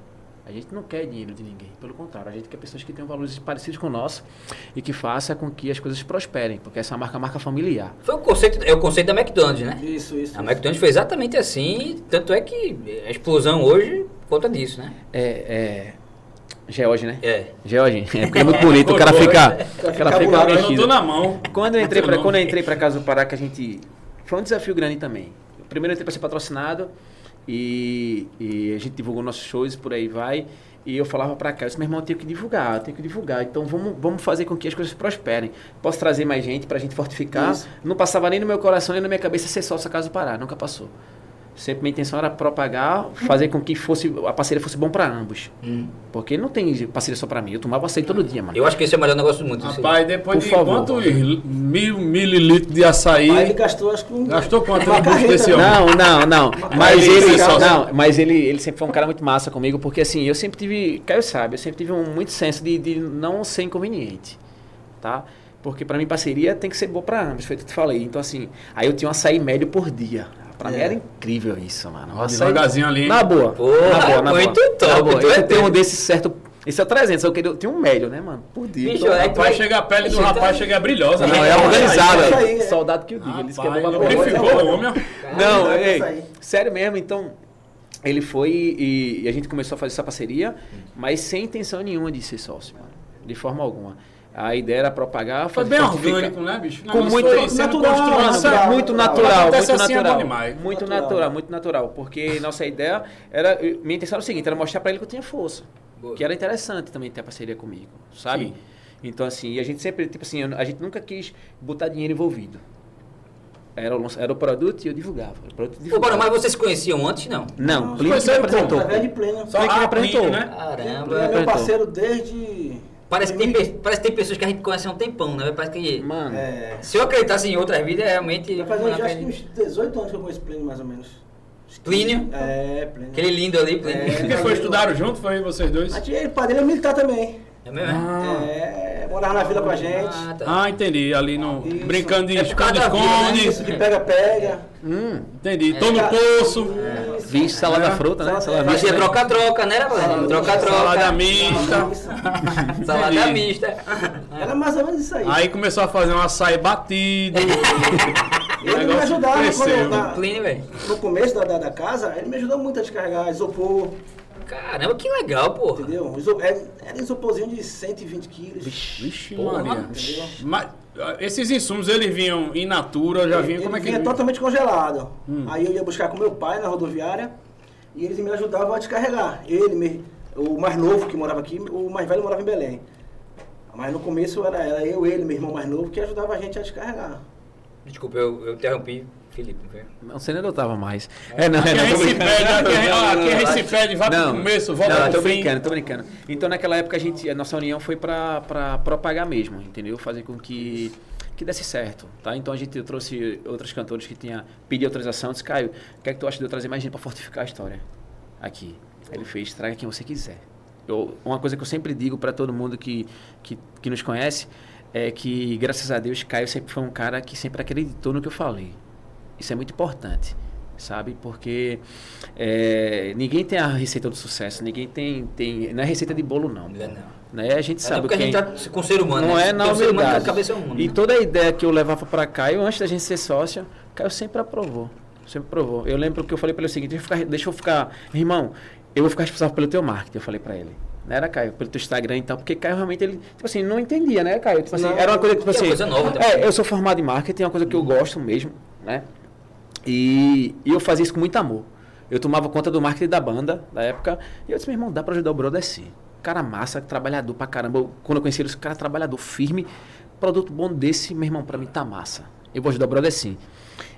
Speaker 3: A gente não quer dinheiro de ninguém, pelo contrário, a gente quer pessoas que tenham valores parecidos com o nosso e que façam com que as coisas prosperem, porque essa marca é uma marca familiar.
Speaker 1: Foi o conceito, é o conceito da McDonald's, né?
Speaker 4: Isso, isso.
Speaker 1: A McDonald's foi exatamente assim, tanto é que a explosão hoje por conta disso, né?
Speaker 3: É, é. George, né?
Speaker 1: É.
Speaker 3: George, é porque é muito bonito, o cara fica. O cara fica né?
Speaker 4: Cabulado,
Speaker 2: Eu não tô
Speaker 3: mexido.
Speaker 2: na mão.
Speaker 3: Quando eu entrei
Speaker 2: Não
Speaker 3: pra,
Speaker 2: tô
Speaker 3: quando eu
Speaker 2: não.
Speaker 3: entrei pra Casa do Pará, que a gente. Foi um desafio grande também. Primeiro eu entrei pra ser patrocinado e, e a gente divulgou nossos shows e por aí vai. E eu falava pra cá, eu disse, meu irmão, eu tenho que divulgar, eu tenho que divulgar. Então vamos, vamos fazer com que as coisas prosperem. Posso trazer mais gente pra gente fortificar.
Speaker 4: Isso.
Speaker 3: Não passava nem no meu coração, nem na minha cabeça ser sócio da Casa do Pará, nunca passou. Sempre minha intenção era propagar, fazer com que fosse a parceria fosse bom pra ambos. Porque não tem parceria só pra mim, eu tomava açaí todo dia, mano.
Speaker 1: Eu acho que esse é o melhor negócio do mundo. isso aí.
Speaker 2: Rapaz, depois
Speaker 3: Por
Speaker 2: de
Speaker 3: favor.
Speaker 2: quantos mil mililitros de
Speaker 4: Aí ele
Speaker 2: açaí,
Speaker 4: gastou, acho que um.
Speaker 2: é gastou quanto
Speaker 4: Uma
Speaker 2: no custo desse
Speaker 4: carreta.
Speaker 2: homem?
Speaker 3: Não, não, não. Mas
Speaker 2: Ele
Speaker 3: ele,
Speaker 2: é sócio.
Speaker 3: não, mas ele, ele sempre foi um cara muito massa comigo, porque assim, eu sempre tive, Caio sabe, eu sempre tive um muito senso de, de não ser inconveniente, tá? Porque pra mim parceria tem que ser boa pra ambos, foi o que eu te falei. Então assim, aí eu tinha um açaí médio por dia. Pra mim
Speaker 4: É.
Speaker 3: era incrível isso, mano. Um açaí-
Speaker 2: Devagarzinho ali.
Speaker 3: Na boa.
Speaker 1: Porra,
Speaker 3: na boa, na
Speaker 1: muito
Speaker 3: boa.
Speaker 1: top,
Speaker 3: Na
Speaker 1: tu
Speaker 3: boa.
Speaker 1: é
Speaker 3: Eu tenho
Speaker 1: doido.
Speaker 3: um desse certo, esse é o 300, eu queria, eu tenho um médio, né, mano? Por dia.
Speaker 1: Bicho,
Speaker 3: Então,
Speaker 1: é
Speaker 2: Rapaz, chega a pele do
Speaker 1: Então-
Speaker 2: rapaz, chega brilhosa.
Speaker 3: tá- não,
Speaker 2: né?
Speaker 3: é organizado.
Speaker 4: Isso
Speaker 1: né?
Speaker 4: aí, é.
Speaker 3: Soldado que o diga, ele disse que é bom pra
Speaker 2: Rapaz,
Speaker 3: porra.
Speaker 2: lubrificou o homem.
Speaker 3: Não,
Speaker 4: Exato,
Speaker 3: ei,
Speaker 4: isso aí.
Speaker 3: sério mesmo, então ele foi e, e a gente começou a fazer essa parceria, mas sem intenção nenhuma de ser sócio, mano, de forma alguma. A ideia era propagar,
Speaker 2: Foi bem
Speaker 3: fazer fortificar-
Speaker 2: orgânico, né, bicho?
Speaker 3: com muito né?
Speaker 4: natural,
Speaker 2: natural,
Speaker 4: natural.
Speaker 2: natural.
Speaker 3: muito
Speaker 2: Quando
Speaker 3: natural,
Speaker 2: acontece
Speaker 3: muito
Speaker 2: assim, é bom
Speaker 3: natural,
Speaker 2: demais.
Speaker 3: muito
Speaker 4: Natural.
Speaker 3: natural, muito natural, porque nossa ideia era, minha intenção era o seguinte, era mostrar pra ele que eu tinha força,
Speaker 1: Boa.
Speaker 3: que era interessante também ter a parceria comigo, sabe?
Speaker 2: Sim.
Speaker 3: Então assim, e a gente sempre, tipo assim, eu- a gente nunca quis botar dinheiro envolvido. Era o, lança- era o produto e eu divulgava. O produto
Speaker 1: Pô, Bora,
Speaker 3: divulgava.
Speaker 1: mas vocês se conheciam antes, não?
Speaker 3: Não,
Speaker 4: Não,
Speaker 3: o Plínio que
Speaker 2: foi
Speaker 3: me
Speaker 2: sério, pô.
Speaker 3: apresentou.
Speaker 4: Através de plena.
Speaker 2: Só
Speaker 3: Como é que
Speaker 2: que
Speaker 3: ele
Speaker 2: apresentou,
Speaker 3: apresentou?
Speaker 2: né?
Speaker 4: Plena
Speaker 1: Caramba.
Speaker 4: é
Speaker 3: apresentou.
Speaker 4: meu parceiro desde.
Speaker 1: Parece que, tem, pe- parece que tem pessoas que a gente conhece há um tempão, né? Parece que.
Speaker 3: Mano,
Speaker 4: É.
Speaker 1: Se eu acreditasse em outras vidas, é realmente.
Speaker 4: Vai fazer um já acho que uns 18 anos que eu conheço Plínio, mais ou menos.
Speaker 1: Plínio?
Speaker 4: É, Plínio.
Speaker 1: Aquele lindo ali, Plínio.
Speaker 4: É.
Speaker 2: Porque foi, estudaram junto, foi vocês dois?
Speaker 4: A tia- O pai dele é militar também.
Speaker 1: É mesmo? é?
Speaker 4: É, morava na vila com a gente.
Speaker 1: Ah, tá.
Speaker 2: Ah, entendi. Ali no.
Speaker 4: Isso.
Speaker 2: Brincando de
Speaker 1: É por causa da vida, né?
Speaker 2: esconde-esconde.
Speaker 4: Isso, de pega-pega.
Speaker 3: Hum.
Speaker 2: Entendi. Tô no poço.
Speaker 3: Vixe, salada
Speaker 2: É.
Speaker 3: fruta, né? Salada
Speaker 1: Mas
Speaker 3: mista.
Speaker 1: é troca-troca, né, Valendo?
Speaker 2: Salada
Speaker 1: Troca-troca.
Speaker 2: mista.
Speaker 1: Salada
Speaker 2: Entendi.
Speaker 1: mista.
Speaker 4: Era mais ou menos isso aí.
Speaker 2: Aí começou a fazer um açaí batido. o
Speaker 4: ele me
Speaker 2: negócio
Speaker 4: ajudava
Speaker 2: cresceu.
Speaker 4: quando eu-
Speaker 1: Clean, velho.
Speaker 4: No começo da, da, da casa, ele me ajudou muito a descarregar isopor,
Speaker 1: Caramba, que legal, porra.
Speaker 4: entendeu? Iso- é- era isoporzinho de 120 quilos.
Speaker 2: Vixe,
Speaker 1: Porra.
Speaker 2: Maria.
Speaker 4: entendeu?
Speaker 2: Mas ah, esses insumos, eles vinham in natura, já vinham
Speaker 4: ele
Speaker 2: como é Hum. que...
Speaker 4: vinha totalmente congelado. Aí eu ia buscar com meu pai na rodoviária e eles me ajudavam a descarregar. Ele, me- o mais novo que morava aqui, o mais velho morava em Belém. Mas no começo era, era eu, ele, meu irmão mais novo, que ajudava a gente a descarregar.
Speaker 1: Desculpa, eu, eu interrompi Felipe. não foi?
Speaker 3: Não sei nem onde eu tava mais. É, não, é,
Speaker 2: Aqui a
Speaker 3: não,
Speaker 2: gente
Speaker 3: tô
Speaker 2: se
Speaker 3: brincando.
Speaker 2: perde, aqui a gente-
Speaker 3: Não,
Speaker 2: ah,
Speaker 3: não,
Speaker 2: aqui a gente
Speaker 3: não,
Speaker 2: se
Speaker 3: relaxa.
Speaker 2: perde, vai pro
Speaker 3: Não,
Speaker 2: começo, volta
Speaker 3: não,
Speaker 2: pro
Speaker 3: tô
Speaker 2: fim.
Speaker 3: brincando, tô brincando. Então naquela época a gente, a nossa união foi pra, pra propagar mesmo, entendeu? Fazer com que que desse certo, tá? Então a gente trouxe outros cantores que tinha pedido autorização, disse, Caio, o que é que tu acha de eu trazer mais gente pra fortificar a história aqui? Aí ele fez, traga quem você quiser. Eu- uma coisa que eu sempre digo pra todo mundo que, que, que nos conhece é que, graças a Deus, Caio sempre foi um cara que sempre acreditou no que eu falei. Isso é muito importante, sabe? Porque é, ninguém tem a receita do sucesso, ninguém tem, tem não é receita de bolo não.
Speaker 1: Não é não.
Speaker 3: Né? A gente
Speaker 1: É
Speaker 3: sabe
Speaker 1: porque a
Speaker 3: quem-
Speaker 1: gente tá com o ser humano.
Speaker 3: não
Speaker 1: né?
Speaker 3: é na
Speaker 1: Porque o ser humano
Speaker 3: humildade.
Speaker 1: com a cabeça é um mundo.
Speaker 3: E toda a ideia que eu levava para Caio antes da gente ser sócio, Caio sempre aprovou, sempre aprovou. Eu lembro que eu falei para ele o seguinte, deixa eu ficar, deixa eu ficar irmão, eu vou ficar responsável pelo teu marketing, eu falei para ele. Não era Caio, pelo teu Instagram e tal, porque Caio realmente ele, tipo assim, não entendia, né, Caio? Tipo assim,
Speaker 4: Não.
Speaker 3: era uma coisa que tipo
Speaker 1: E é
Speaker 3: assim,
Speaker 1: coisa nova também.
Speaker 3: é, eu sou formado em marketing, é uma coisa que eu
Speaker 4: Uhum.
Speaker 3: gosto mesmo, né? E, e eu fazia isso com muito amor. Eu tomava conta do marketing da banda, da época, e eu disse, meu irmão, dá pra ajudar o brother sim. Cara massa, trabalhador pra caramba. Eu- quando eu conheci ele, esse cara trabalhador firme, produto bom desse, meu irmão, pra mim tá massa. Eu vou ajudar o brother sim.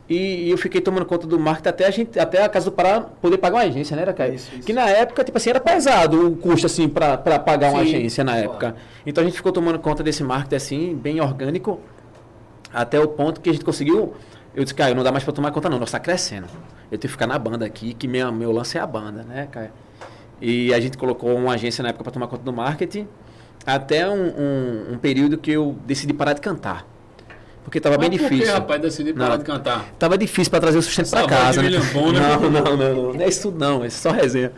Speaker 3: E, e eu fiquei tomando conta do marketing até a, gente, até a Casa do Pará poder pagar uma agência, né, era, Caio?
Speaker 4: Isso, isso.
Speaker 3: Que na época, tipo assim, era pesado o custo, assim, pra, pra pagar uma
Speaker 2: Sim,
Speaker 3: agência na época. Então a gente ficou tomando conta desse marketing, assim, bem orgânico, até o ponto que a gente conseguiu. Eu disse, Caio, não dá mais pra tomar conta, não. Nós tá crescendo. Eu tenho que ficar na banda aqui, que minha, meu lance é a banda, né, Caio? E a gente colocou uma agência na época pra tomar conta do marketing, até um, um- um período que eu decidi parar de cantar. Porque tava tá bem
Speaker 2: Mas por
Speaker 3: difícil.
Speaker 2: que, rapaz, decidi parar
Speaker 3: Não.
Speaker 2: de cantar?
Speaker 3: Tava difícil pra trazer o sustento
Speaker 2: Essa
Speaker 3: pra
Speaker 2: voz
Speaker 3: casa.
Speaker 2: de
Speaker 3: Né?
Speaker 2: William Bonner.
Speaker 3: Não, não, não, não. É isso não, é só resenha.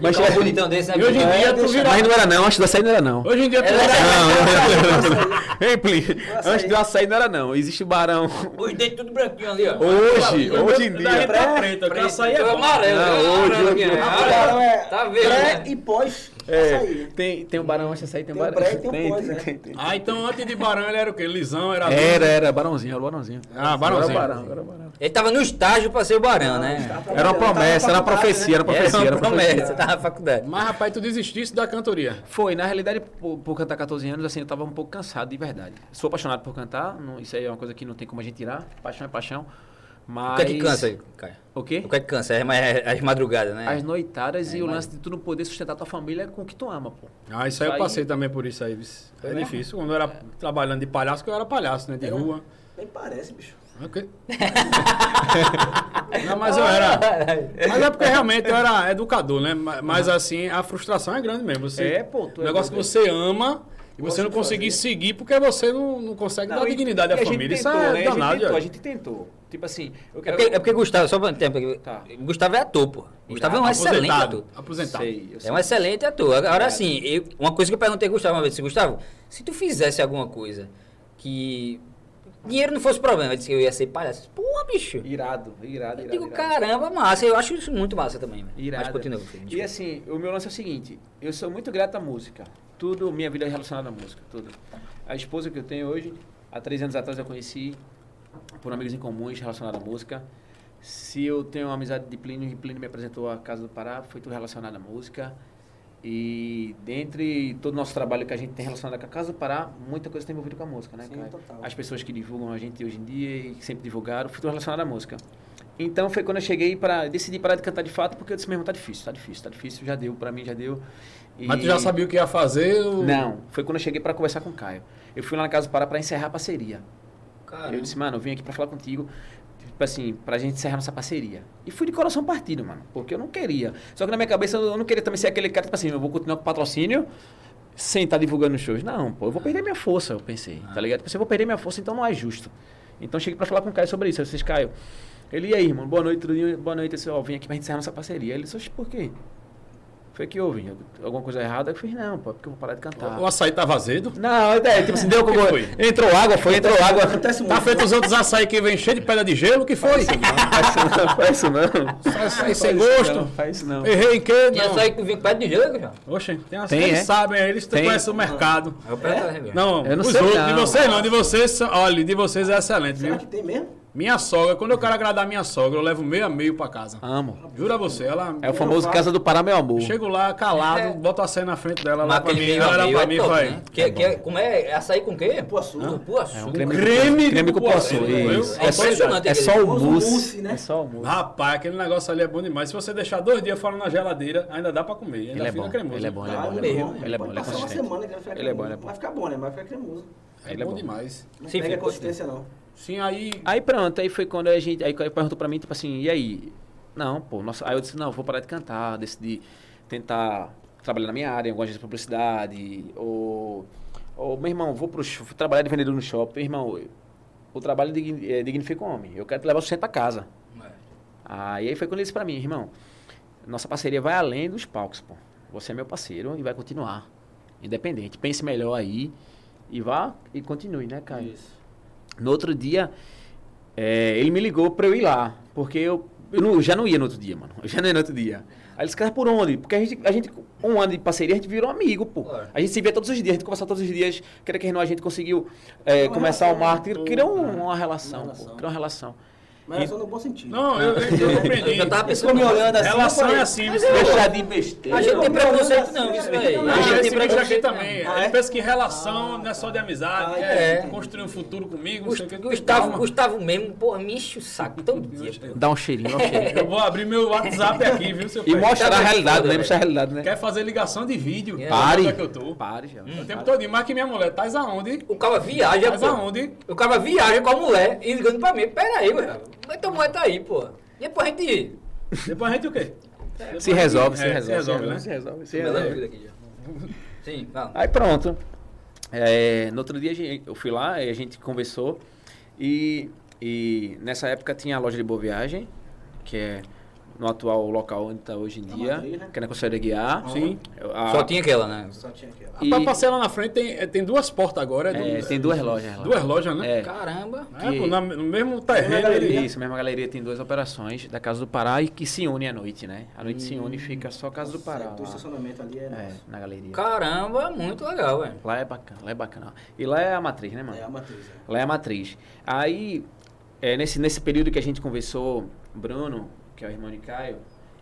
Speaker 3: Mas, é-
Speaker 1: Cara bonitão desse, né?
Speaker 2: E hoje em
Speaker 1: bicho?
Speaker 2: dia tu
Speaker 3: mas
Speaker 2: virou...
Speaker 3: não era não, antes do açaí não era não.
Speaker 2: Hoje em dia tu
Speaker 3: é
Speaker 1: Ela-
Speaker 2: virou-
Speaker 3: Não, não, não. Ei, Pli, antes do açaí não era não. Existe o barão.
Speaker 1: Os dentes tudo branquinho ali, ó. é
Speaker 3: Hoje, hoje em
Speaker 2: Da gente
Speaker 3: dia.
Speaker 2: tá preta, que
Speaker 1: Preto.
Speaker 2: açaí é
Speaker 1: Eu
Speaker 2: bom.
Speaker 1: amarelo.
Speaker 3: Não,
Speaker 1: eu
Speaker 3: hoje
Speaker 1: amarelo
Speaker 3: eu-
Speaker 1: aqui,
Speaker 3: eu-
Speaker 1: né?
Speaker 3: eu-
Speaker 1: Amarelo.
Speaker 4: Cara, é
Speaker 1: Tá vendo,
Speaker 4: pré
Speaker 1: né?
Speaker 4: e pós
Speaker 3: É,
Speaker 4: açaí.
Speaker 3: tem, um tem o barão antes do açaí, tem um né? o
Speaker 4: Tem o
Speaker 3: barão.
Speaker 4: pré e tem o pós, é.
Speaker 3: tem.
Speaker 2: Ah, então antes de Barão ele era o quê? Lisão, era...
Speaker 3: Era, era, barãozinho, era o barãozinho.
Speaker 2: Ah, barãozinho.
Speaker 3: Era o barão, era o barão.
Speaker 1: Ele tava no estágio pra ser o barão, né?
Speaker 3: Era uma promessa, era uma profecia, era uma profecia.
Speaker 1: Era
Speaker 3: Era
Speaker 1: uma
Speaker 3: uma profecia.
Speaker 1: promessa, tava na faculdade.
Speaker 2: Mas, rapaz, tu desistisse da cantoria.
Speaker 3: Foi, na realidade, por, por cantar 14 anos, assim, eu tava um pouco cansado, de verdade. Sou apaixonado por cantar, não- isso aí é uma coisa que não tem como a gente tirar. Paixão é paixão. Mas.
Speaker 1: O que é que cansa aí, Caio?
Speaker 3: O quê?
Speaker 1: O que é que cansa? É as- as madrugadas, né?
Speaker 3: As noitadas e o
Speaker 1: imagina.
Speaker 3: lance de tu não poder sustentar tua família com o que tu ama, pô.
Speaker 2: Ah, isso aí eu passei também por isso aí. bicho. É
Speaker 3: né?
Speaker 2: difícil. Quando eu era trabalhando de palhaço, que eu era palhaço,
Speaker 3: É.
Speaker 2: né? De rua.
Speaker 4: Nem parece, bicho.
Speaker 2: Ok. [laughs] Não, mas eu era. Mas é porque realmente eu era educador, né? Ma- Mas assim, a frustração é grande mesmo. Você, um
Speaker 3: É, pô, tu é
Speaker 2: negócio que
Speaker 3: doido.
Speaker 2: você ama e você não conseguir seguir porque você não, não consegue dar dignidade à família. Isso é danado.
Speaker 3: né? A
Speaker 2: olha.
Speaker 3: gente tentou. Tipo assim, eu
Speaker 1: [laughs] É
Speaker 3: quero.
Speaker 1: porque, é porque Gustavo, só pra um tempo aqui.
Speaker 3: Tá.
Speaker 1: Gustavo é ator, pô. Gustavo é um excelente ator.
Speaker 2: Aposentado. Aposentado.
Speaker 3: Sei, eu sei.
Speaker 1: É um excelente ator. Agora, assim, eu- uma coisa que eu perguntei ao Gustavo uma vez, disse, Gustavo, se tu fizesse alguma coisa que dinheiro não fosse problema, eu disse que eu ia ser palhaço. Eu disse, Porra, bicho.
Speaker 3: Irado, irado, irado.
Speaker 1: Eu digo,
Speaker 3: irado.
Speaker 1: caramba, massa. Eu acho isso muito massa também, velho.
Speaker 3: Irado.
Speaker 1: né? Mas continua. Felipe,
Speaker 3: E
Speaker 1: desculpa.
Speaker 3: assim, o meu lance é o seguinte: eu sou muito grato à música. Tudo, minha vida é relacionada à música, tudo. A esposa que eu tenho hoje, há três anos atrás eu conheci por amigos em comuns relacionados à música. Se eu tenho uma amizade de Plínio, e Plínio me apresentou a Casa do Pará, foi tudo relacionado à música. E dentre todo o nosso trabalho que a gente tem relacionado com a Casa do Pará, muita coisa tem envolvido com a música, né,
Speaker 4: Sim,
Speaker 3: Caio?
Speaker 4: total.
Speaker 3: As pessoas que divulgam a gente hoje em dia e que sempre divulgaram, foi tudo relacionado à música. Então foi quando eu cheguei para decidi parar de cantar de fato, porque eu disse mesmo, tá difícil, tá difícil, tá difícil, já deu, pra mim já deu. E-
Speaker 2: Mas tu já sabia o que ia fazer? ou-
Speaker 3: Não, foi quando eu cheguei para conversar com o Caio. Eu fui lá na Casa do Pará para encerrar a parceria.
Speaker 1: Caramba.
Speaker 3: Eu disse, mano, eu vim aqui pra falar contigo, tipo assim, pra gente encerrar nossa parceria. E fui de coração partido, mano, porque eu não queria. Só que na minha cabeça eu não queria também ser aquele cara, tipo assim, eu vou continuar com o patrocínio sem estar divulgando os shows. Não, pô, eu vou perder minha força,
Speaker 2: Ah.
Speaker 3: eu pensei, tá ligado? Tipo assim, eu vou perder minha força, então não é justo. Então cheguei pra falar com o Caio sobre isso. Eu disse, Caio, Ele, e aí, irmão, boa noite, tudo bem? boa noite, seu, ó, vim aqui pra gente encerrar nossa parceria. Ele, "Oxe, por quê? Foi que houve, alguma coisa errada? Eu falei, não, pô, é porque eu vou parar de cantar.
Speaker 2: O açaí tá vazio.
Speaker 3: Não, é, tipo
Speaker 2: [laughs]
Speaker 3: assim, deu como...
Speaker 2: Que foi?
Speaker 3: Entrou água, foi, entrou água.
Speaker 4: Acontece muito.
Speaker 2: Tá feito os outros açaí que vem cheio de pedra de gelo, o que foi?
Speaker 3: Faz isso não, faz isso não.
Speaker 2: Açaí sem
Speaker 3: Faz isso
Speaker 2: gosto.
Speaker 3: não, Faz isso não.
Speaker 2: Errei em quê?
Speaker 1: E essa
Speaker 2: Não.
Speaker 1: aí que vem com pé de jogo, João?
Speaker 2: Oxe, tem açaí.
Speaker 3: Tem,
Speaker 2: eles
Speaker 3: é?
Speaker 2: sabem, eles
Speaker 3: Tem.
Speaker 2: conhecem o mercado.
Speaker 1: É o pé da regra.
Speaker 2: Não,
Speaker 3: Eu não
Speaker 2: os
Speaker 3: sei
Speaker 2: outros, de
Speaker 3: não.
Speaker 2: vocês não, de vocês são. Olha, de vocês é excelente,
Speaker 4: Será
Speaker 2: viu?
Speaker 4: que tem mesmo?
Speaker 2: Minha sogra, quando eu quero agradar minha sogra, eu levo meio a meio pra casa.
Speaker 3: Amo.
Speaker 2: Jura você, ela.
Speaker 3: Ah. É o famoso Casa do Pará, meu amor.
Speaker 2: Chego lá calado,
Speaker 1: É.
Speaker 2: boto a senha na frente dela
Speaker 1: Mas
Speaker 2: lá pra
Speaker 1: aquele
Speaker 2: mim,
Speaker 1: meio a
Speaker 2: ela
Speaker 1: meio
Speaker 2: pra
Speaker 1: é
Speaker 2: mim e
Speaker 1: top,
Speaker 2: vai.
Speaker 1: né? Que, que é- como é? é Açaí com quê?
Speaker 4: Cupuaçu.
Speaker 1: Com
Speaker 3: É
Speaker 1: Puaçu.
Speaker 3: um creme,
Speaker 2: Creme
Speaker 3: creme,
Speaker 2: de
Speaker 3: creme com
Speaker 2: cupuaçu,
Speaker 3: poço.
Speaker 2: viu?
Speaker 3: Isso.
Speaker 1: É
Speaker 3: É só,
Speaker 1: impressionante
Speaker 3: é
Speaker 1: aquele
Speaker 3: só o
Speaker 4: famoso
Speaker 3: mousse.
Speaker 4: mousse, né?
Speaker 3: É só o mousse.
Speaker 2: Rapaz, aquele negócio ali é bom demais. Se você deixar dois dias fora na geladeira, ainda dá pra comer. Ainda
Speaker 3: Ele é
Speaker 2: fica
Speaker 3: bom,
Speaker 2: cremoso.
Speaker 3: ele é bom, ele é
Speaker 4: Ah,
Speaker 3: bom.
Speaker 1: ele é bom,
Speaker 3: ele é bom,
Speaker 4: Pode
Speaker 3: ele é
Speaker 4: passar uma
Speaker 3: consistente.
Speaker 4: semana que vai ficar
Speaker 3: Ele é bom,
Speaker 4: cremoso.
Speaker 3: ele é bom.
Speaker 4: Vai ficar bom, né? Vai ficar cremoso.
Speaker 2: É
Speaker 3: Ele é
Speaker 2: bom,
Speaker 3: bom.
Speaker 2: demais.
Speaker 4: Não
Speaker 1: Sim,
Speaker 4: pega
Speaker 1: fica
Speaker 4: a consistência, não.
Speaker 2: Sim, aí.
Speaker 3: Aí pronto, aí foi quando a gente. Aí quando ele perguntou pra mim, tipo assim, e aí? Não, pô, nossa. Aí eu disse, não, vou parar de cantar, decidi tentar trabalhar na minha área, em alguma agência de publicidade, ou. Ou, meu irmão, vou pro sh- vou trabalhar de vendedor no shopping, meu irmão, eu- o trabalho digni- eh, dignifica o homem. Eu quero te levar o centro pra casa. Aí aí foi quando ele disse pra mim, irmão, nossa parceria vai além dos palcos, pô. Você é meu parceiro e vai continuar. Independente. Pense melhor aí e vá e continue, né, Caio? Isso. No outro dia, é, ele me ligou pra eu ir lá, porque eu, eu não- eu já não ia no outro dia, mano. Eu já não ia no outro dia. Aí ele disse, cara, por onde? Porque a gente, a gente, com um ano de parceria, a gente virou amigo, pô.
Speaker 1: Claro.
Speaker 3: A gente se via todos os dias, a gente conversava todos os dias. Queria que não, a gente conseguiu é,
Speaker 4: Uma
Speaker 3: começar o
Speaker 4: relação,
Speaker 3: marketing.
Speaker 4: tudo,
Speaker 3: Criou
Speaker 4: né?
Speaker 3: um- uma relação,
Speaker 4: Uma
Speaker 3: pô.
Speaker 4: relação.
Speaker 3: Criou uma relação.
Speaker 4: Mas é só no bom sentido.
Speaker 2: Não, eu, eu,
Speaker 3: [laughs]
Speaker 2: eu compreendi.
Speaker 1: Eu tava pensando
Speaker 3: Ficou me olhando assim.
Speaker 2: Relação
Speaker 3: eu falei,
Speaker 2: é assim,
Speaker 3: mas
Speaker 2: bicho.
Speaker 3: eu- Deixar de besteira.
Speaker 1: A gente tem
Speaker 4: não,
Speaker 1: preconceito
Speaker 4: não,
Speaker 1: não,
Speaker 4: não,
Speaker 1: isso
Speaker 4: não,
Speaker 1: aí.
Speaker 4: não,
Speaker 2: Ah,
Speaker 1: A gente
Speaker 2: esse
Speaker 1: tem
Speaker 2: bicho aqui
Speaker 1: preconceito
Speaker 2: também.
Speaker 4: Ah,
Speaker 2: Ele
Speaker 4: é?
Speaker 2: pensa que relação não é só de amizade,
Speaker 4: Ah,
Speaker 2: é,
Speaker 1: entendi.
Speaker 2: construir um futuro comigo, não sei o que.
Speaker 1: Gust- Gustavo,
Speaker 2: Calma.
Speaker 1: Gustavo mesmo, porra, me enche o saco todo dia. pô.
Speaker 3: Dá um cheirinho, dá um cheirinho.
Speaker 2: Eu vou abrir meu WhatsApp aqui, viu, seu
Speaker 3: E
Speaker 2: pai?
Speaker 3: mostrar
Speaker 1: Tá bem foda,
Speaker 3: a realidade, né?
Speaker 1: velho.
Speaker 3: Mostrar a realidade, né?
Speaker 2: Quer fazer ligação de vídeo.
Speaker 1: É.
Speaker 3: Pare.
Speaker 2: Onde é que eu tô?
Speaker 3: Pare, já.
Speaker 2: O tempo todo. Mas que minha mulher, tá aonde?
Speaker 1: O cara viaja,
Speaker 2: Mas
Speaker 1: pô.
Speaker 2: aonde?
Speaker 1: O cara viaja com a mulher e ligando pra mim. Pera aí, meu. Mas tua mulher tá aí, pô. Depois a gente...
Speaker 2: Depois a gente o quê?
Speaker 3: Se resolve, se
Speaker 2: É,
Speaker 3: resolve.
Speaker 2: né?
Speaker 3: Se resolve, se
Speaker 1: Bela
Speaker 2: é.
Speaker 3: resolve.
Speaker 1: vida aqui já. Sim, fala.
Speaker 3: Aí pronto. É, no outro dia a gente- eu fui lá, aí a gente conversou. E, e nessa época tinha a loja de Boa Viagem, que é no atual local onde está hoje em
Speaker 4: Na
Speaker 3: dia,
Speaker 4: Madrid, né?
Speaker 3: que é na Conselheira Guiar.
Speaker 2: Sim.
Speaker 3: A-
Speaker 1: Só tinha aquela, né?
Speaker 4: Só tinha aqui, ó.
Speaker 3: E-
Speaker 2: Pra passar lá na frente tem, é, tem duas portas agora.
Speaker 3: é,
Speaker 2: do-
Speaker 3: tem duas lojas lá.
Speaker 2: Duas lojas, né?
Speaker 3: É.
Speaker 1: Caramba.
Speaker 2: É,
Speaker 3: Que-
Speaker 2: pô, na- no mesmo terreno
Speaker 4: galeria.
Speaker 2: ele...
Speaker 3: Isso, mesma galeria tem duas operações da Casa do Pará e que se une à noite, né? À noite se une e fica só Casa do Pará.
Speaker 4: Certo, O
Speaker 3: lá.
Speaker 4: estacionamento ali é,
Speaker 3: É,
Speaker 4: nosso.
Speaker 3: na galeria.
Speaker 1: Caramba, muito legal, velho.
Speaker 3: Lá é bacana, lá é bacana. E lá é a matriz, né, mano?
Speaker 4: É a matriz. é.
Speaker 3: Lá é a matriz. Aí, é, nesse, nesse período que a gente conversou, Bruno, que é o irmão de Caio,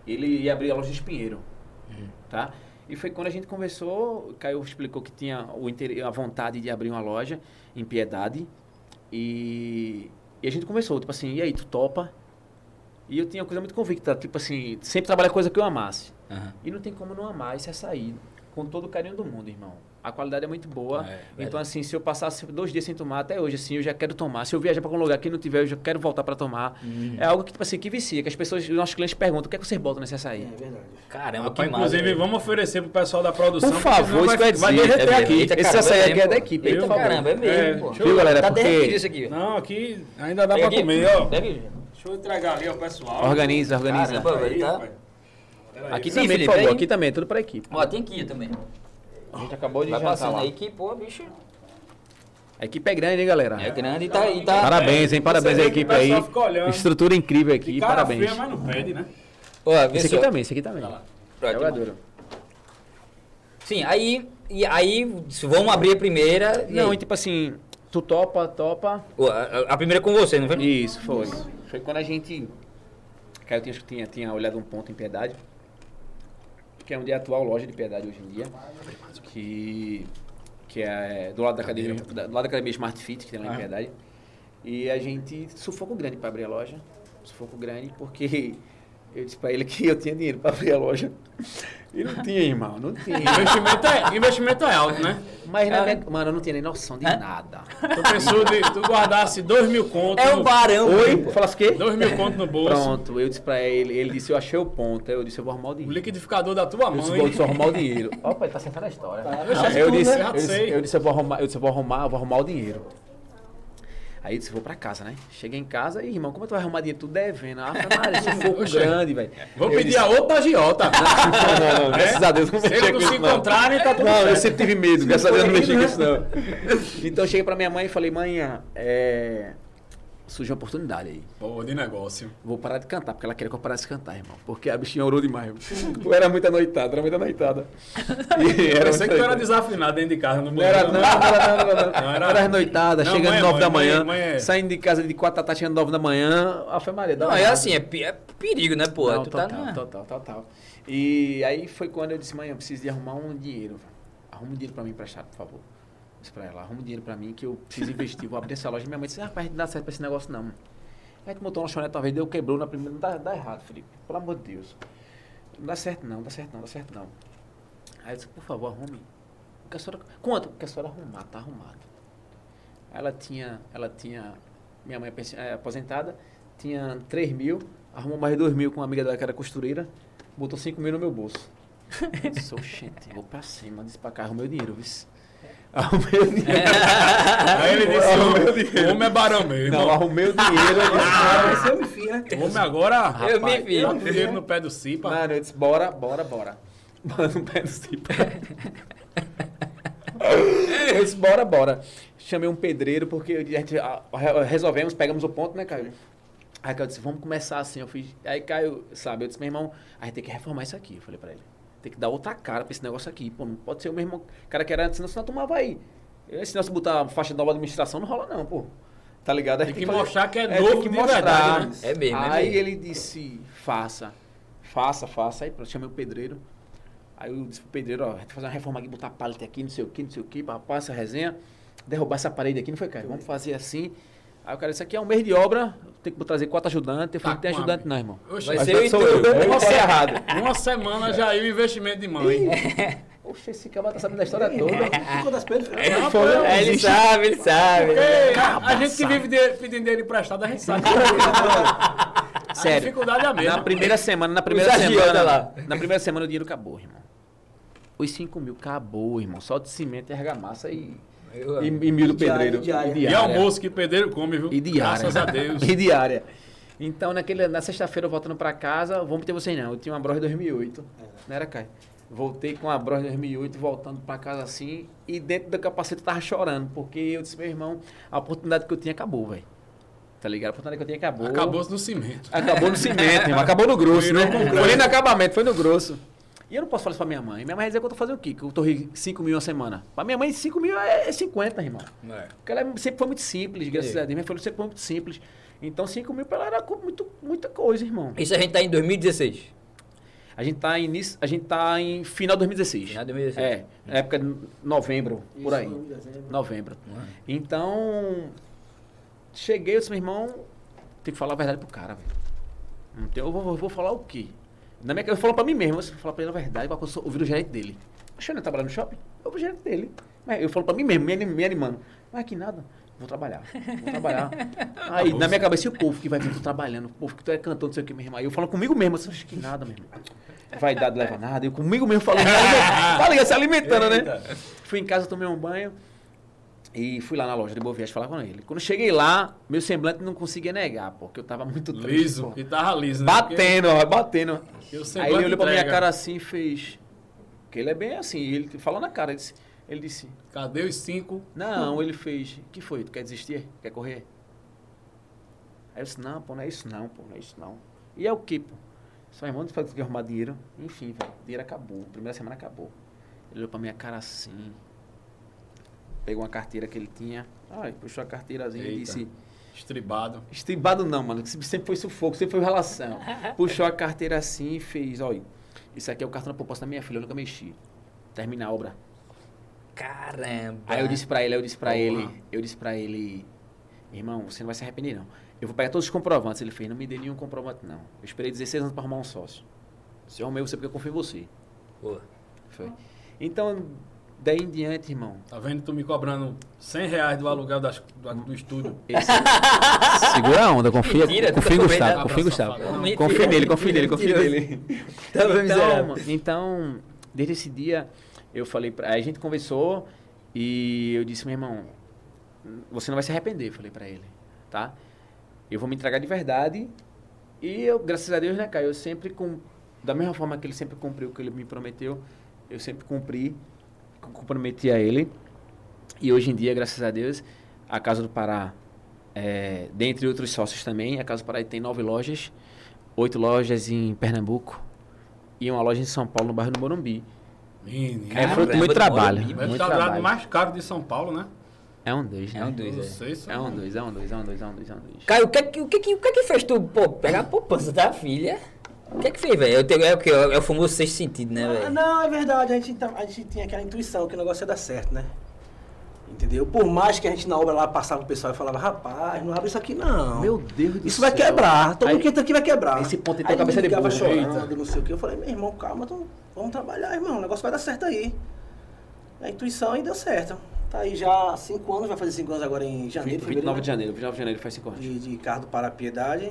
Speaker 3: ele ia abrir a loja de Espinheiro, tá? E foi quando a gente conversou, Caio explicou que tinha o intere- a vontade de abrir uma loja em Piedade. E, e a gente conversou, tipo assim, e aí, tu topa? E eu tinha uma coisa muito convicta, tipo assim, sempre trabalhar coisa que eu amasse.
Speaker 1: Aham.
Speaker 3: E não tem como não amar esse açaí, com todo o carinho do mundo, irmão. A qualidade é muito boa.
Speaker 1: É,
Speaker 3: então, assim, se eu passasse dois dias sem tomar, até hoje, assim, eu já quero tomar. Se eu viajar para algum lugar que não tiver, eu já quero voltar para tomar. É algo que, tipo assim, que vicia, que as pessoas, os nossos clientes perguntam, o que é que vocês botam nesse açaí?
Speaker 4: É verdade.
Speaker 1: Caramba,
Speaker 2: Rapaz,
Speaker 1: que massa.
Speaker 2: inclusive,
Speaker 1: velho.
Speaker 2: vamos oferecer pro pessoal da produção.
Speaker 3: né? Por
Speaker 2: porque senão
Speaker 3: favor, isso
Speaker 2: vai-
Speaker 3: quer
Speaker 2: vai
Speaker 3: dizer,
Speaker 2: derreter
Speaker 3: é
Speaker 2: aqui.
Speaker 3: aqui. Esse
Speaker 1: caramba,
Speaker 3: açaí aqui
Speaker 1: hein,
Speaker 3: é
Speaker 1: pô.
Speaker 3: da equipe,
Speaker 1: Eita,
Speaker 3: por favor.
Speaker 1: caramba, é
Speaker 2: É,
Speaker 1: mesmo, pô.
Speaker 2: deixa eu-
Speaker 3: galera,
Speaker 1: Tá
Speaker 3: porque-
Speaker 1: derretido isso aqui, velho.
Speaker 2: Não, aqui ainda dá
Speaker 1: Pega
Speaker 2: pra
Speaker 1: aqui.
Speaker 2: comer, ó.
Speaker 1: Pega aqui.
Speaker 2: Deixa eu entregar ali ao pessoal.
Speaker 3: Organiza, organiza.
Speaker 1: Caramba, velho, tá?
Speaker 2: rapaz. Peraí.
Speaker 3: Aqui
Speaker 1: Sim,
Speaker 3: também,
Speaker 1: Felipe,
Speaker 3: por favor,
Speaker 1: aí.
Speaker 3: aqui também, é tudo para equipe.
Speaker 1: Ó, tem aqui também.
Speaker 3: A gente acabou de
Speaker 1: Vai
Speaker 3: jantar
Speaker 1: passando
Speaker 3: lá.
Speaker 1: aí que, pô, bicho.
Speaker 3: A equipe é grande, hein, galera?
Speaker 1: É grande e tá. E tá...
Speaker 3: Parabéns, hein? Parabéns à
Speaker 2: Você vê que
Speaker 3: equipe
Speaker 2: o pessoal
Speaker 3: aí.
Speaker 2: fica olhando.
Speaker 3: Estrutura incrível aqui,
Speaker 2: Que cara
Speaker 3: parabéns.
Speaker 2: feia, mas não pede, né?
Speaker 1: Ó, vê
Speaker 3: Esse aqui
Speaker 1: só.
Speaker 3: também, esse aqui também.
Speaker 1: Pronto,
Speaker 3: Jogadora.
Speaker 1: Sim, aí, e aí se vamos abrir a primeira. e
Speaker 3: Não,
Speaker 1: aí?
Speaker 3: e tipo assim, tu topa, topa.
Speaker 1: Pô, a, a- a primeira é com você, não foi?
Speaker 3: Isso, foi. Foi quando a gente. Caio tinha, tinha, tinha olhado um ponto em Piedade, que é onde é a atual loja de Piedade hoje em dia, que, que é do lado da academia, da- do lado da academia Smart Fit, que tem lá em Piedade. E a gente sufoco grande para abrir a loja. Sufoco grande, porque [laughs] eu disse para ele que eu tinha dinheiro para abrir a loja. E não tinha, irmão, não tinha.
Speaker 2: Investimento é, investimento é alto, né?
Speaker 3: Mas, na minha, mano, eu não tinha nem noção de nada.
Speaker 2: Tu pensou de tu guardasse dois mil contos.
Speaker 1: É o
Speaker 2: no-
Speaker 1: barão.
Speaker 3: Oi?
Speaker 1: pô.
Speaker 3: Falasse o quê?
Speaker 2: Dois mil contos no bolso.
Speaker 3: um Pronto, eu disse pra ele, ele disse, eu achei o ponto. Aí eu disse, eu vou arrumar o
Speaker 2: O
Speaker 3: dinheiro.
Speaker 2: Um liquidificador da tua
Speaker 3: Eu disse,
Speaker 2: mãe.
Speaker 3: vou, eu disse, eu vou arrumar o dinheiro. [laughs] Opa, ele tá sentando a história.
Speaker 2: já
Speaker 3: eu,
Speaker 2: sei, né?
Speaker 3: disse,
Speaker 2: já
Speaker 3: eu, disse,
Speaker 2: sei.
Speaker 3: eu disse, eu vou arrumar, eu disse, eu vou arrumar, eu vou arrumar o dinheiro. Aí eu disse, vou pra casa, né? Cheguei em casa e, irmão, como é eu tô arrumando dinheiro tudo devendo? Ah, Maria, esse fogo grande, velho.
Speaker 2: Vou
Speaker 3: Eu
Speaker 2: pedir
Speaker 3: disse,
Speaker 2: a outra agiota.
Speaker 3: não, não, graças a Deus não
Speaker 2: né? Se
Speaker 3: mexia
Speaker 2: eles não
Speaker 3: com
Speaker 2: se
Speaker 3: isso, não.
Speaker 2: encontrarem, tá tudo
Speaker 3: Não, eu
Speaker 2: certo.
Speaker 3: sempre tive medo, graças a Deus não mexi
Speaker 4: foi
Speaker 3: com
Speaker 2: [laughs]
Speaker 3: isso não. Então eu cheguei pra minha mãe e falei, mãe, é... surgiu uma oportunidade aí.
Speaker 2: Pô, de negócio.
Speaker 3: Vou parar de cantar, porque ela queria que eu parasse de cantar, irmão. Porque a bichinha orou demais. Eu era muito anoitada, era
Speaker 1: [laughs]
Speaker 3: muito anoitada. E
Speaker 2: Eu pensei que tu era
Speaker 3: anoitada.
Speaker 2: desafinado dentro de casa, não
Speaker 3: Não era, não, não, [laughs] era, não, não, não.
Speaker 2: Não,
Speaker 3: não
Speaker 2: era-
Speaker 3: era, noitada,
Speaker 2: Não,
Speaker 3: chegando
Speaker 2: mãe é
Speaker 3: 9 da
Speaker 2: mãe,
Speaker 3: manhã,
Speaker 2: mãe é-
Speaker 3: saindo de casa de 4 da tarde, chegando 9 da manhã, a Fé Maria. dá
Speaker 1: Não,
Speaker 3: uma
Speaker 1: é
Speaker 3: olhada.
Speaker 1: assim, é, pe- é perigo, né, pô?
Speaker 3: Não,
Speaker 1: tu
Speaker 3: total,
Speaker 1: tá numa-
Speaker 3: total, total. E aí foi quando eu disse, mãe, eu preciso de arrumar um dinheiro. Arruma um dinheiro pra mim emprestado, por favor. Disse pra ela, arruma um dinheiro pra mim que eu preciso investir, vou abrir essa loja. Minha mãe disse, rapaz, não dá certo pra esse negócio não. Aí a gente montou uma lanchonete, talvez deu, quebrou na primeira. Não dá, dá errado, Felipe. Pelo amor de Deus. Não dá certo não, dá certo não, dá certo não. Aí eu disse, por favor, arrume. O que a senhora... Quanto? O que a senhora arrumar, tá arrumado. Aí Ela tinha, ela tinha, minha mãe é pensi- é aposentada, tinha 3 mil, arrumou mais 2 mil com uma amiga dela que era costureira, botou 5 mil no meu bolso. Eu disse, gente, vou pra cima, disse pra cá, arrumei o dinheiro, viu? [laughs] Arrumei o dinheiro.
Speaker 2: Aí ele disse,
Speaker 3: Arrumei o
Speaker 2: o
Speaker 3: dinheiro.
Speaker 2: homem é barão mesmo.
Speaker 3: [laughs] Não, arrumei o dinheiro. eu disse,
Speaker 4: Ah, eu me fio, né?
Speaker 2: O homem agora...
Speaker 1: Eu me
Speaker 3: Rapaz,
Speaker 1: vi.
Speaker 2: Bota o dinheiro no pé do Cipa.
Speaker 3: Mano, eu disse, bora, bora, bora. Bora no pé do Cipa. eu disse, É bora, bora. Chamei um pedreiro, porque a gente ah, re- resolvemos, pegamos o ponto, né, Caio? Aí Caio disse, vamos começar assim. Eu fiz. Aí Caio, sabe, eu disse, meu irmão, a gente tem que reformar isso aqui. Eu falei pra ele. Tem que dar outra cara pra esse negócio aqui. Pô, não pode ser o mesmo cara que era antes, senão você não tomava aí. Eh, Se nós botar faixa de nova administração, não rola não, pô. Tá ligado? A
Speaker 2: Tem
Speaker 3: gente
Speaker 2: que
Speaker 3: fazer-
Speaker 2: mostrar que é
Speaker 3: tem
Speaker 2: novo
Speaker 3: que
Speaker 2: de
Speaker 3: mostrar.
Speaker 2: verdade, né?
Speaker 1: É mesmo, é
Speaker 3: Aí
Speaker 1: mesmo.
Speaker 3: ele disse, faça, faça, faça. Aí pronto, chamei o pedreiro. Aí eu disse pro pedreiro, ó, a gente fazer uma reforma aqui, botar pallet aqui, não sei o que, não sei o que, papá, essa resenha, derrubar essa parede aqui, não foi, cara? Vamos fazer assim. Aí o cara disse, aqui é um mês de obra, tem que trazer quatro ajudantes. Eu falei, não tem
Speaker 2: Tá com a-
Speaker 3: ajudante não, irmão.
Speaker 2: Oxe,
Speaker 1: Vai
Speaker 2: mas
Speaker 1: ser eu e
Speaker 3: sou
Speaker 1: tu.
Speaker 3: eu. Eu
Speaker 2: Você-
Speaker 3: falei errado.
Speaker 2: Uma semana já aí o investimento de mãe.
Speaker 3: Oxe, esse cabra tá sabendo da
Speaker 2: É.
Speaker 3: história toda.
Speaker 4: né? Ficou das pedras.
Speaker 2: Não,
Speaker 4: Não,
Speaker 2: pô,
Speaker 3: foi-
Speaker 1: É, ele sabe, ele sabe. né?
Speaker 2: Ei, a- a gente que vive de- pedindo dinheiro emprestado, a gente sabe.
Speaker 3: Sério.
Speaker 2: A dificuldade é a mesma.
Speaker 3: Na primeira semana, na primeira
Speaker 1: agiota
Speaker 3: semana.
Speaker 1: lá.
Speaker 3: Na primeira semana o dinheiro acabou, irmão. Os 5 mil acabou, irmão. Só de cimento e argamassa e.
Speaker 1: Eu-
Speaker 3: E, e milho
Speaker 4: Diária,
Speaker 3: pedreiro.
Speaker 4: diária.
Speaker 3: E
Speaker 2: E
Speaker 3: É. diária.
Speaker 2: almoço que pedreiro come, viu?
Speaker 3: E diária. né?
Speaker 2: Graças a Deus.
Speaker 3: [laughs] E diária. Então, naquele, na sexta-feira, eu voltando pra casa, vamos ter vocês não. Eu tinha uma Bros 2008. Não era, Caio? né, Voltei com a Bros 2008, voltando pra casa assim. E dentro do capacete eu tava chorando, porque eu disse, meu irmão, a oportunidade que eu tinha acabou, velho. Tá ligado? A oportunidade que eu tinha acabou.
Speaker 2: Acabou-se no cimento.
Speaker 3: Acabou no cimento, irmão. Acabou no grosso,
Speaker 2: Virou
Speaker 3: né?
Speaker 2: com
Speaker 3: Foi nem no acabamento, foi no grosso. E eu não posso falar isso pra minha mãe. Minha mãe vai dizer que eu tô fazendo o quê? Que eu tô rindo 5 mil a semana. Pra minha mãe, 5 mil é 50, irmão. Porque ela é- sempre foi muito simples, graças
Speaker 1: É.
Speaker 3: a Deus. Minha filha sempre foi muito simples. Então, 5 mil pra ela era co- muito, muita coisa, irmão.
Speaker 1: Isso a gente tá em 2016.
Speaker 3: A gente tá em, início- a gente tá em final de 2016.
Speaker 1: Final de 2016.
Speaker 3: É, na época de novembro, por aí. Novembro. Então, cheguei, eu disse, meu irmão, tem que falar a verdade pro cara, velho. Então, eu vou, vou- vou falar o quê? Na minha cabeça, eu falo pra mim mesmo, eu disse, vou falar pra ele a verdade, porque eu sou- ouvi o gerente dele. Achei eu não trabalhar no shopping? Eu ouvi o gerente dele. Mas eu falo pra mim mesmo, me, anim- me animando. Mas que nada, vou trabalhar, vou trabalhar. Aí, na minha cabeça, e o povo que vai vir tu trabalhando, o povo que tu é cantor, não sei o que, meu irmão. Aí eu falo comigo mesmo, eu disse, acho que nada, meu irmão. Vaidade leva nada. Eu comigo mesmo [laughs] falo, tá ligado, se alimentando, né? Fui em casa, tomei um banho. E fui lá na loja de Bovias falar com ele. Quando cheguei lá, meu semblante não conseguia negar, porque eu tava muito triste.
Speaker 2: Liso.
Speaker 3: pô.
Speaker 2: E tava liso, né?
Speaker 3: Batendo, ó, batendo.
Speaker 2: Porque o
Speaker 3: Aí
Speaker 2: semblante
Speaker 3: ele olhou pra minha
Speaker 2: entrega.
Speaker 3: cara assim e fez. Que ele é bem assim. e Ele falou na cara. Ele disse, ele disse:
Speaker 2: Cadê os cinco?
Speaker 3: Não, ele fez. Que foi? Tu quer desistir? Quer correr? Aí eu disse: Não, pô, não é isso não, pô, não é isso não. E é o que, pô? Só irmão disse pra tu arrumar dinheiro. Enfim, velho. Dinheiro acabou. Primeira semana acabou. Ele olhou pra minha cara assim. Pegou uma carteira que ele tinha. Ai, puxou a carteirazinha
Speaker 2: Eita.
Speaker 3: e disse.
Speaker 2: Estribado.
Speaker 3: Estribado não, mano. que Sempre foi sufoco, sempre foi relação. Puxou a carteira assim e fez, olha, isso aqui é o cartão da proposta da minha filha, eu nunca mexi. Termina a obra.
Speaker 1: Caramba.
Speaker 3: Aí eu disse pra ele, eu disse pra
Speaker 2: Porra.
Speaker 3: ele, eu disse pra ele, irmão, você não vai se arrepender não. Eu vou pegar todos os comprovantes. Ele fez, não me dê nenhum comprovante não. Eu esperei 16 anos pra arrumar um sócio. Se eu arrumei você porque eu confio em você.
Speaker 1: Pô,
Speaker 3: Foi. Então, daí em diante, irmão,
Speaker 2: Tá vendo tu me cobrando 100 reais do aluguel das- do, do estúdio?
Speaker 3: Esse- [laughs] Segura a onda, confia,
Speaker 1: Mentira,
Speaker 3: confia em
Speaker 1: nunca
Speaker 3: Gustavo,
Speaker 1: soube,
Speaker 3: confia em
Speaker 2: né?
Speaker 3: Gustavo.
Speaker 2: Abraço,
Speaker 1: safado.
Speaker 3: Confia nele, confia
Speaker 1: Mentira,
Speaker 3: nele, confia
Speaker 1: mentira.
Speaker 3: nele.
Speaker 1: Tava miserável.
Speaker 3: Então, mano, então, desde esse dia, eu falei pra... A gente conversou e eu disse, meu irmão, você não vai se arrepender, eu falei pra ele, tá? Eu vou me entregar de verdade e eu, graças a Deus, né, Caio, eu sempre com da mesma forma que ele sempre cumpriu o que ele me prometeu, eu sempre cumpri, com- comprometi a ele. E hoje em dia, graças a Deus, a Casa do Pará, é, dentre outros sócios também, a Casa do Pará tem nove lojas, oito lojas em Pernambuco e uma loja em São Paulo, no bairro do Morumbi.
Speaker 2: Menino.
Speaker 3: é fruto do muito trabalho.
Speaker 1: Morumbi,
Speaker 2: Mas
Speaker 3: muito
Speaker 2: tá do lado
Speaker 3: trabalho.
Speaker 2: mais caro de São Paulo, né?
Speaker 3: É um dois, né?
Speaker 1: É um dois. Pois
Speaker 2: Não
Speaker 1: é.
Speaker 2: sei se
Speaker 3: É um dois, é um dois, é um dois, é um dois, é um dois.
Speaker 1: Caio, o que, é que- o que, que- o que é que fez tu pô, pegar a poupança da filha? O que é que fez, velho? Eu tenho- É o que? É o famoso sexto sentido, né,
Speaker 4: Ah,
Speaker 1: velho?
Speaker 4: não, é verdade. A gente, tá- a gente tinha aquela intuição que o negócio ia dar certo, né? Entendeu? Por mais que a gente na obra lá passava pro pessoal e falava, rapaz, não abre isso aqui não.
Speaker 3: Meu Deus do céu.
Speaker 4: isso vai quebrar. Todo
Speaker 3: Aí-
Speaker 4: mundo que tá aqui vai quebrar.
Speaker 3: esse ponto aí tem
Speaker 4: aí
Speaker 3: a cabeça de
Speaker 4: ligava
Speaker 3: burro,
Speaker 4: chorando,
Speaker 3: eita.
Speaker 4: não sei o que. Eu falei, meu irmão, calma, então vamos trabalhar, irmão. O negócio vai dar certo aí. A intuição aí deu certo. Tá aí já há cinco anos, vai fazer cinco anos agora em janeiro.
Speaker 3: 29 de
Speaker 4: fevereiro,
Speaker 3: janeiro, 29 de janeiro faz cinco anos.
Speaker 4: né? De, de carro do Parapiedade.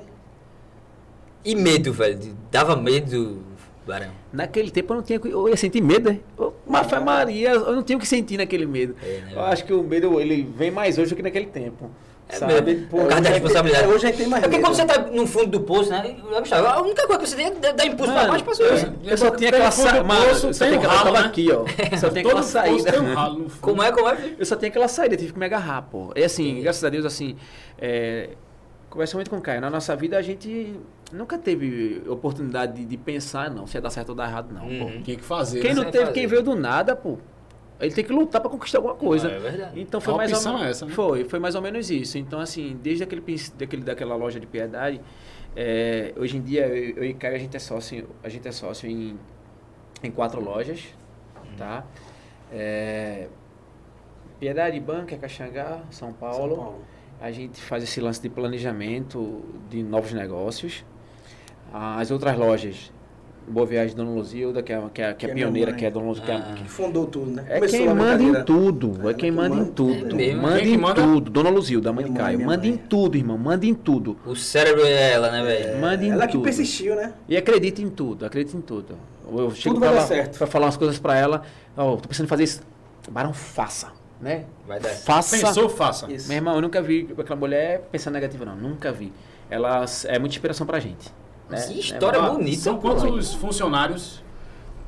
Speaker 1: E medo, velho. de- Dava medo, Barão.
Speaker 3: Naquele tempo eu não tinha. que- Eu ia sentir medo, né? Eu- Mas foi Maria, eu não tinha o que sentir naquele medo.
Speaker 1: É, né?
Speaker 3: Eu acho que o medo ele vem mais hoje do que naquele tempo.
Speaker 1: É
Speaker 3: sabe?
Speaker 1: mesmo.
Speaker 3: Pô,
Speaker 1: Por causa da
Speaker 4: hoje
Speaker 1: responsabilidade.
Speaker 4: é- hoje aí tem mais
Speaker 1: É porque
Speaker 4: medo.
Speaker 1: quando você tá no fundo do poço, né? A única coisa que você tem é dar impulso pra
Speaker 3: mano, é.
Speaker 1: baixo pra
Speaker 3: eu,
Speaker 1: cima.
Speaker 3: eu só tinha aquela
Speaker 2: Pelo fundo
Speaker 3: saída.
Speaker 2: do
Speaker 3: Mano,
Speaker 2: poço
Speaker 3: eu só
Speaker 2: tem
Speaker 3: tinha
Speaker 2: um
Speaker 3: aquela
Speaker 2: ralo,
Speaker 3: tava
Speaker 2: né? [laughs]
Speaker 3: aqui, ó. Só tinha
Speaker 2: Todo
Speaker 3: aquela
Speaker 2: posto tem
Speaker 3: saída.
Speaker 2: um ralo no fundo.
Speaker 1: Como é, como é, filho?
Speaker 3: Eu só tinha aquela saída, tive que me agarrar, pô. E assim, graças a Deus, assim, é, conversa muito com o Caio. Na nossa vida, a gente nunca teve oportunidade de, de pensar, não, se ia dar certo ou dar errado, não, pô.
Speaker 1: Uhum.
Speaker 2: Tinha que fazer.
Speaker 3: Quem
Speaker 2: né?
Speaker 3: não
Speaker 1: Sem
Speaker 3: teve,
Speaker 1: fazer.
Speaker 3: quem veio do nada, pô. Ele tem que lutar pra conquistar alguma coisa.
Speaker 1: Ah, é verdade.
Speaker 3: Então foi
Speaker 2: A
Speaker 3: mais
Speaker 2: opção
Speaker 3: ou men-
Speaker 2: é essa, né?
Speaker 3: Foi, foi mais ou menos isso. Então, assim, desde aquele, princ- daquele, daquela loja de piedade, é, hoje em dia eu, eu e Caio, a gente é sócio, a gente é sócio em, em quatro lojas,
Speaker 2: Hum.
Speaker 3: tá? É, piedade Banca, Caxangá, São Paulo.
Speaker 4: São Paulo.
Speaker 3: A gente faz esse lance de planejamento de novos negócios. As outras lojas, Boa Viagem, Dona Luzilda, que é, que é, que é
Speaker 4: Que é
Speaker 3: pioneira,
Speaker 4: minha mãe.
Speaker 3: que é Dona Luzilda, que é
Speaker 2: Ah.
Speaker 3: a-
Speaker 4: Que fundou tudo, né?
Speaker 3: é
Speaker 4: Começou
Speaker 3: quem
Speaker 4: a
Speaker 3: manda
Speaker 4: brincadeira.
Speaker 3: em tudo.
Speaker 4: É,
Speaker 3: É quem
Speaker 4: quem
Speaker 3: manda em
Speaker 4: manda-
Speaker 3: tudo.
Speaker 1: é mesmo.
Speaker 3: Manda
Speaker 2: Quem
Speaker 3: em
Speaker 2: manda-
Speaker 3: tudo. Dona Luzilda, mãe de
Speaker 4: Minha mãe,
Speaker 3: Caio.
Speaker 4: minha
Speaker 3: Manda
Speaker 4: mãe.
Speaker 3: em tudo, irmão. Manda em tudo.
Speaker 1: O cérebro é ela, né, velho?
Speaker 3: Manda em
Speaker 4: Ela que
Speaker 3: tudo.
Speaker 4: persistiu, né?
Speaker 3: E acredita em tudo, acredita em tudo. Eu chego
Speaker 4: Tudo vai
Speaker 3: pra, ela,
Speaker 4: dar certo.
Speaker 3: pra falar umas coisas pra ela. Ó, tô pensando em fazer isso. Barão, faça. Né?
Speaker 1: Vai dar certo.
Speaker 3: Faça.
Speaker 2: Pensou, faça.
Speaker 4: Isso.
Speaker 3: Meu irmão, eu nunca vi aquela mulher pensar negativo, não. Nunca vi. Ela s- é muita inspiração pra gente. né?
Speaker 1: Que história é
Speaker 2: Ah,
Speaker 1: bonita.
Speaker 2: São quantos os funcionários?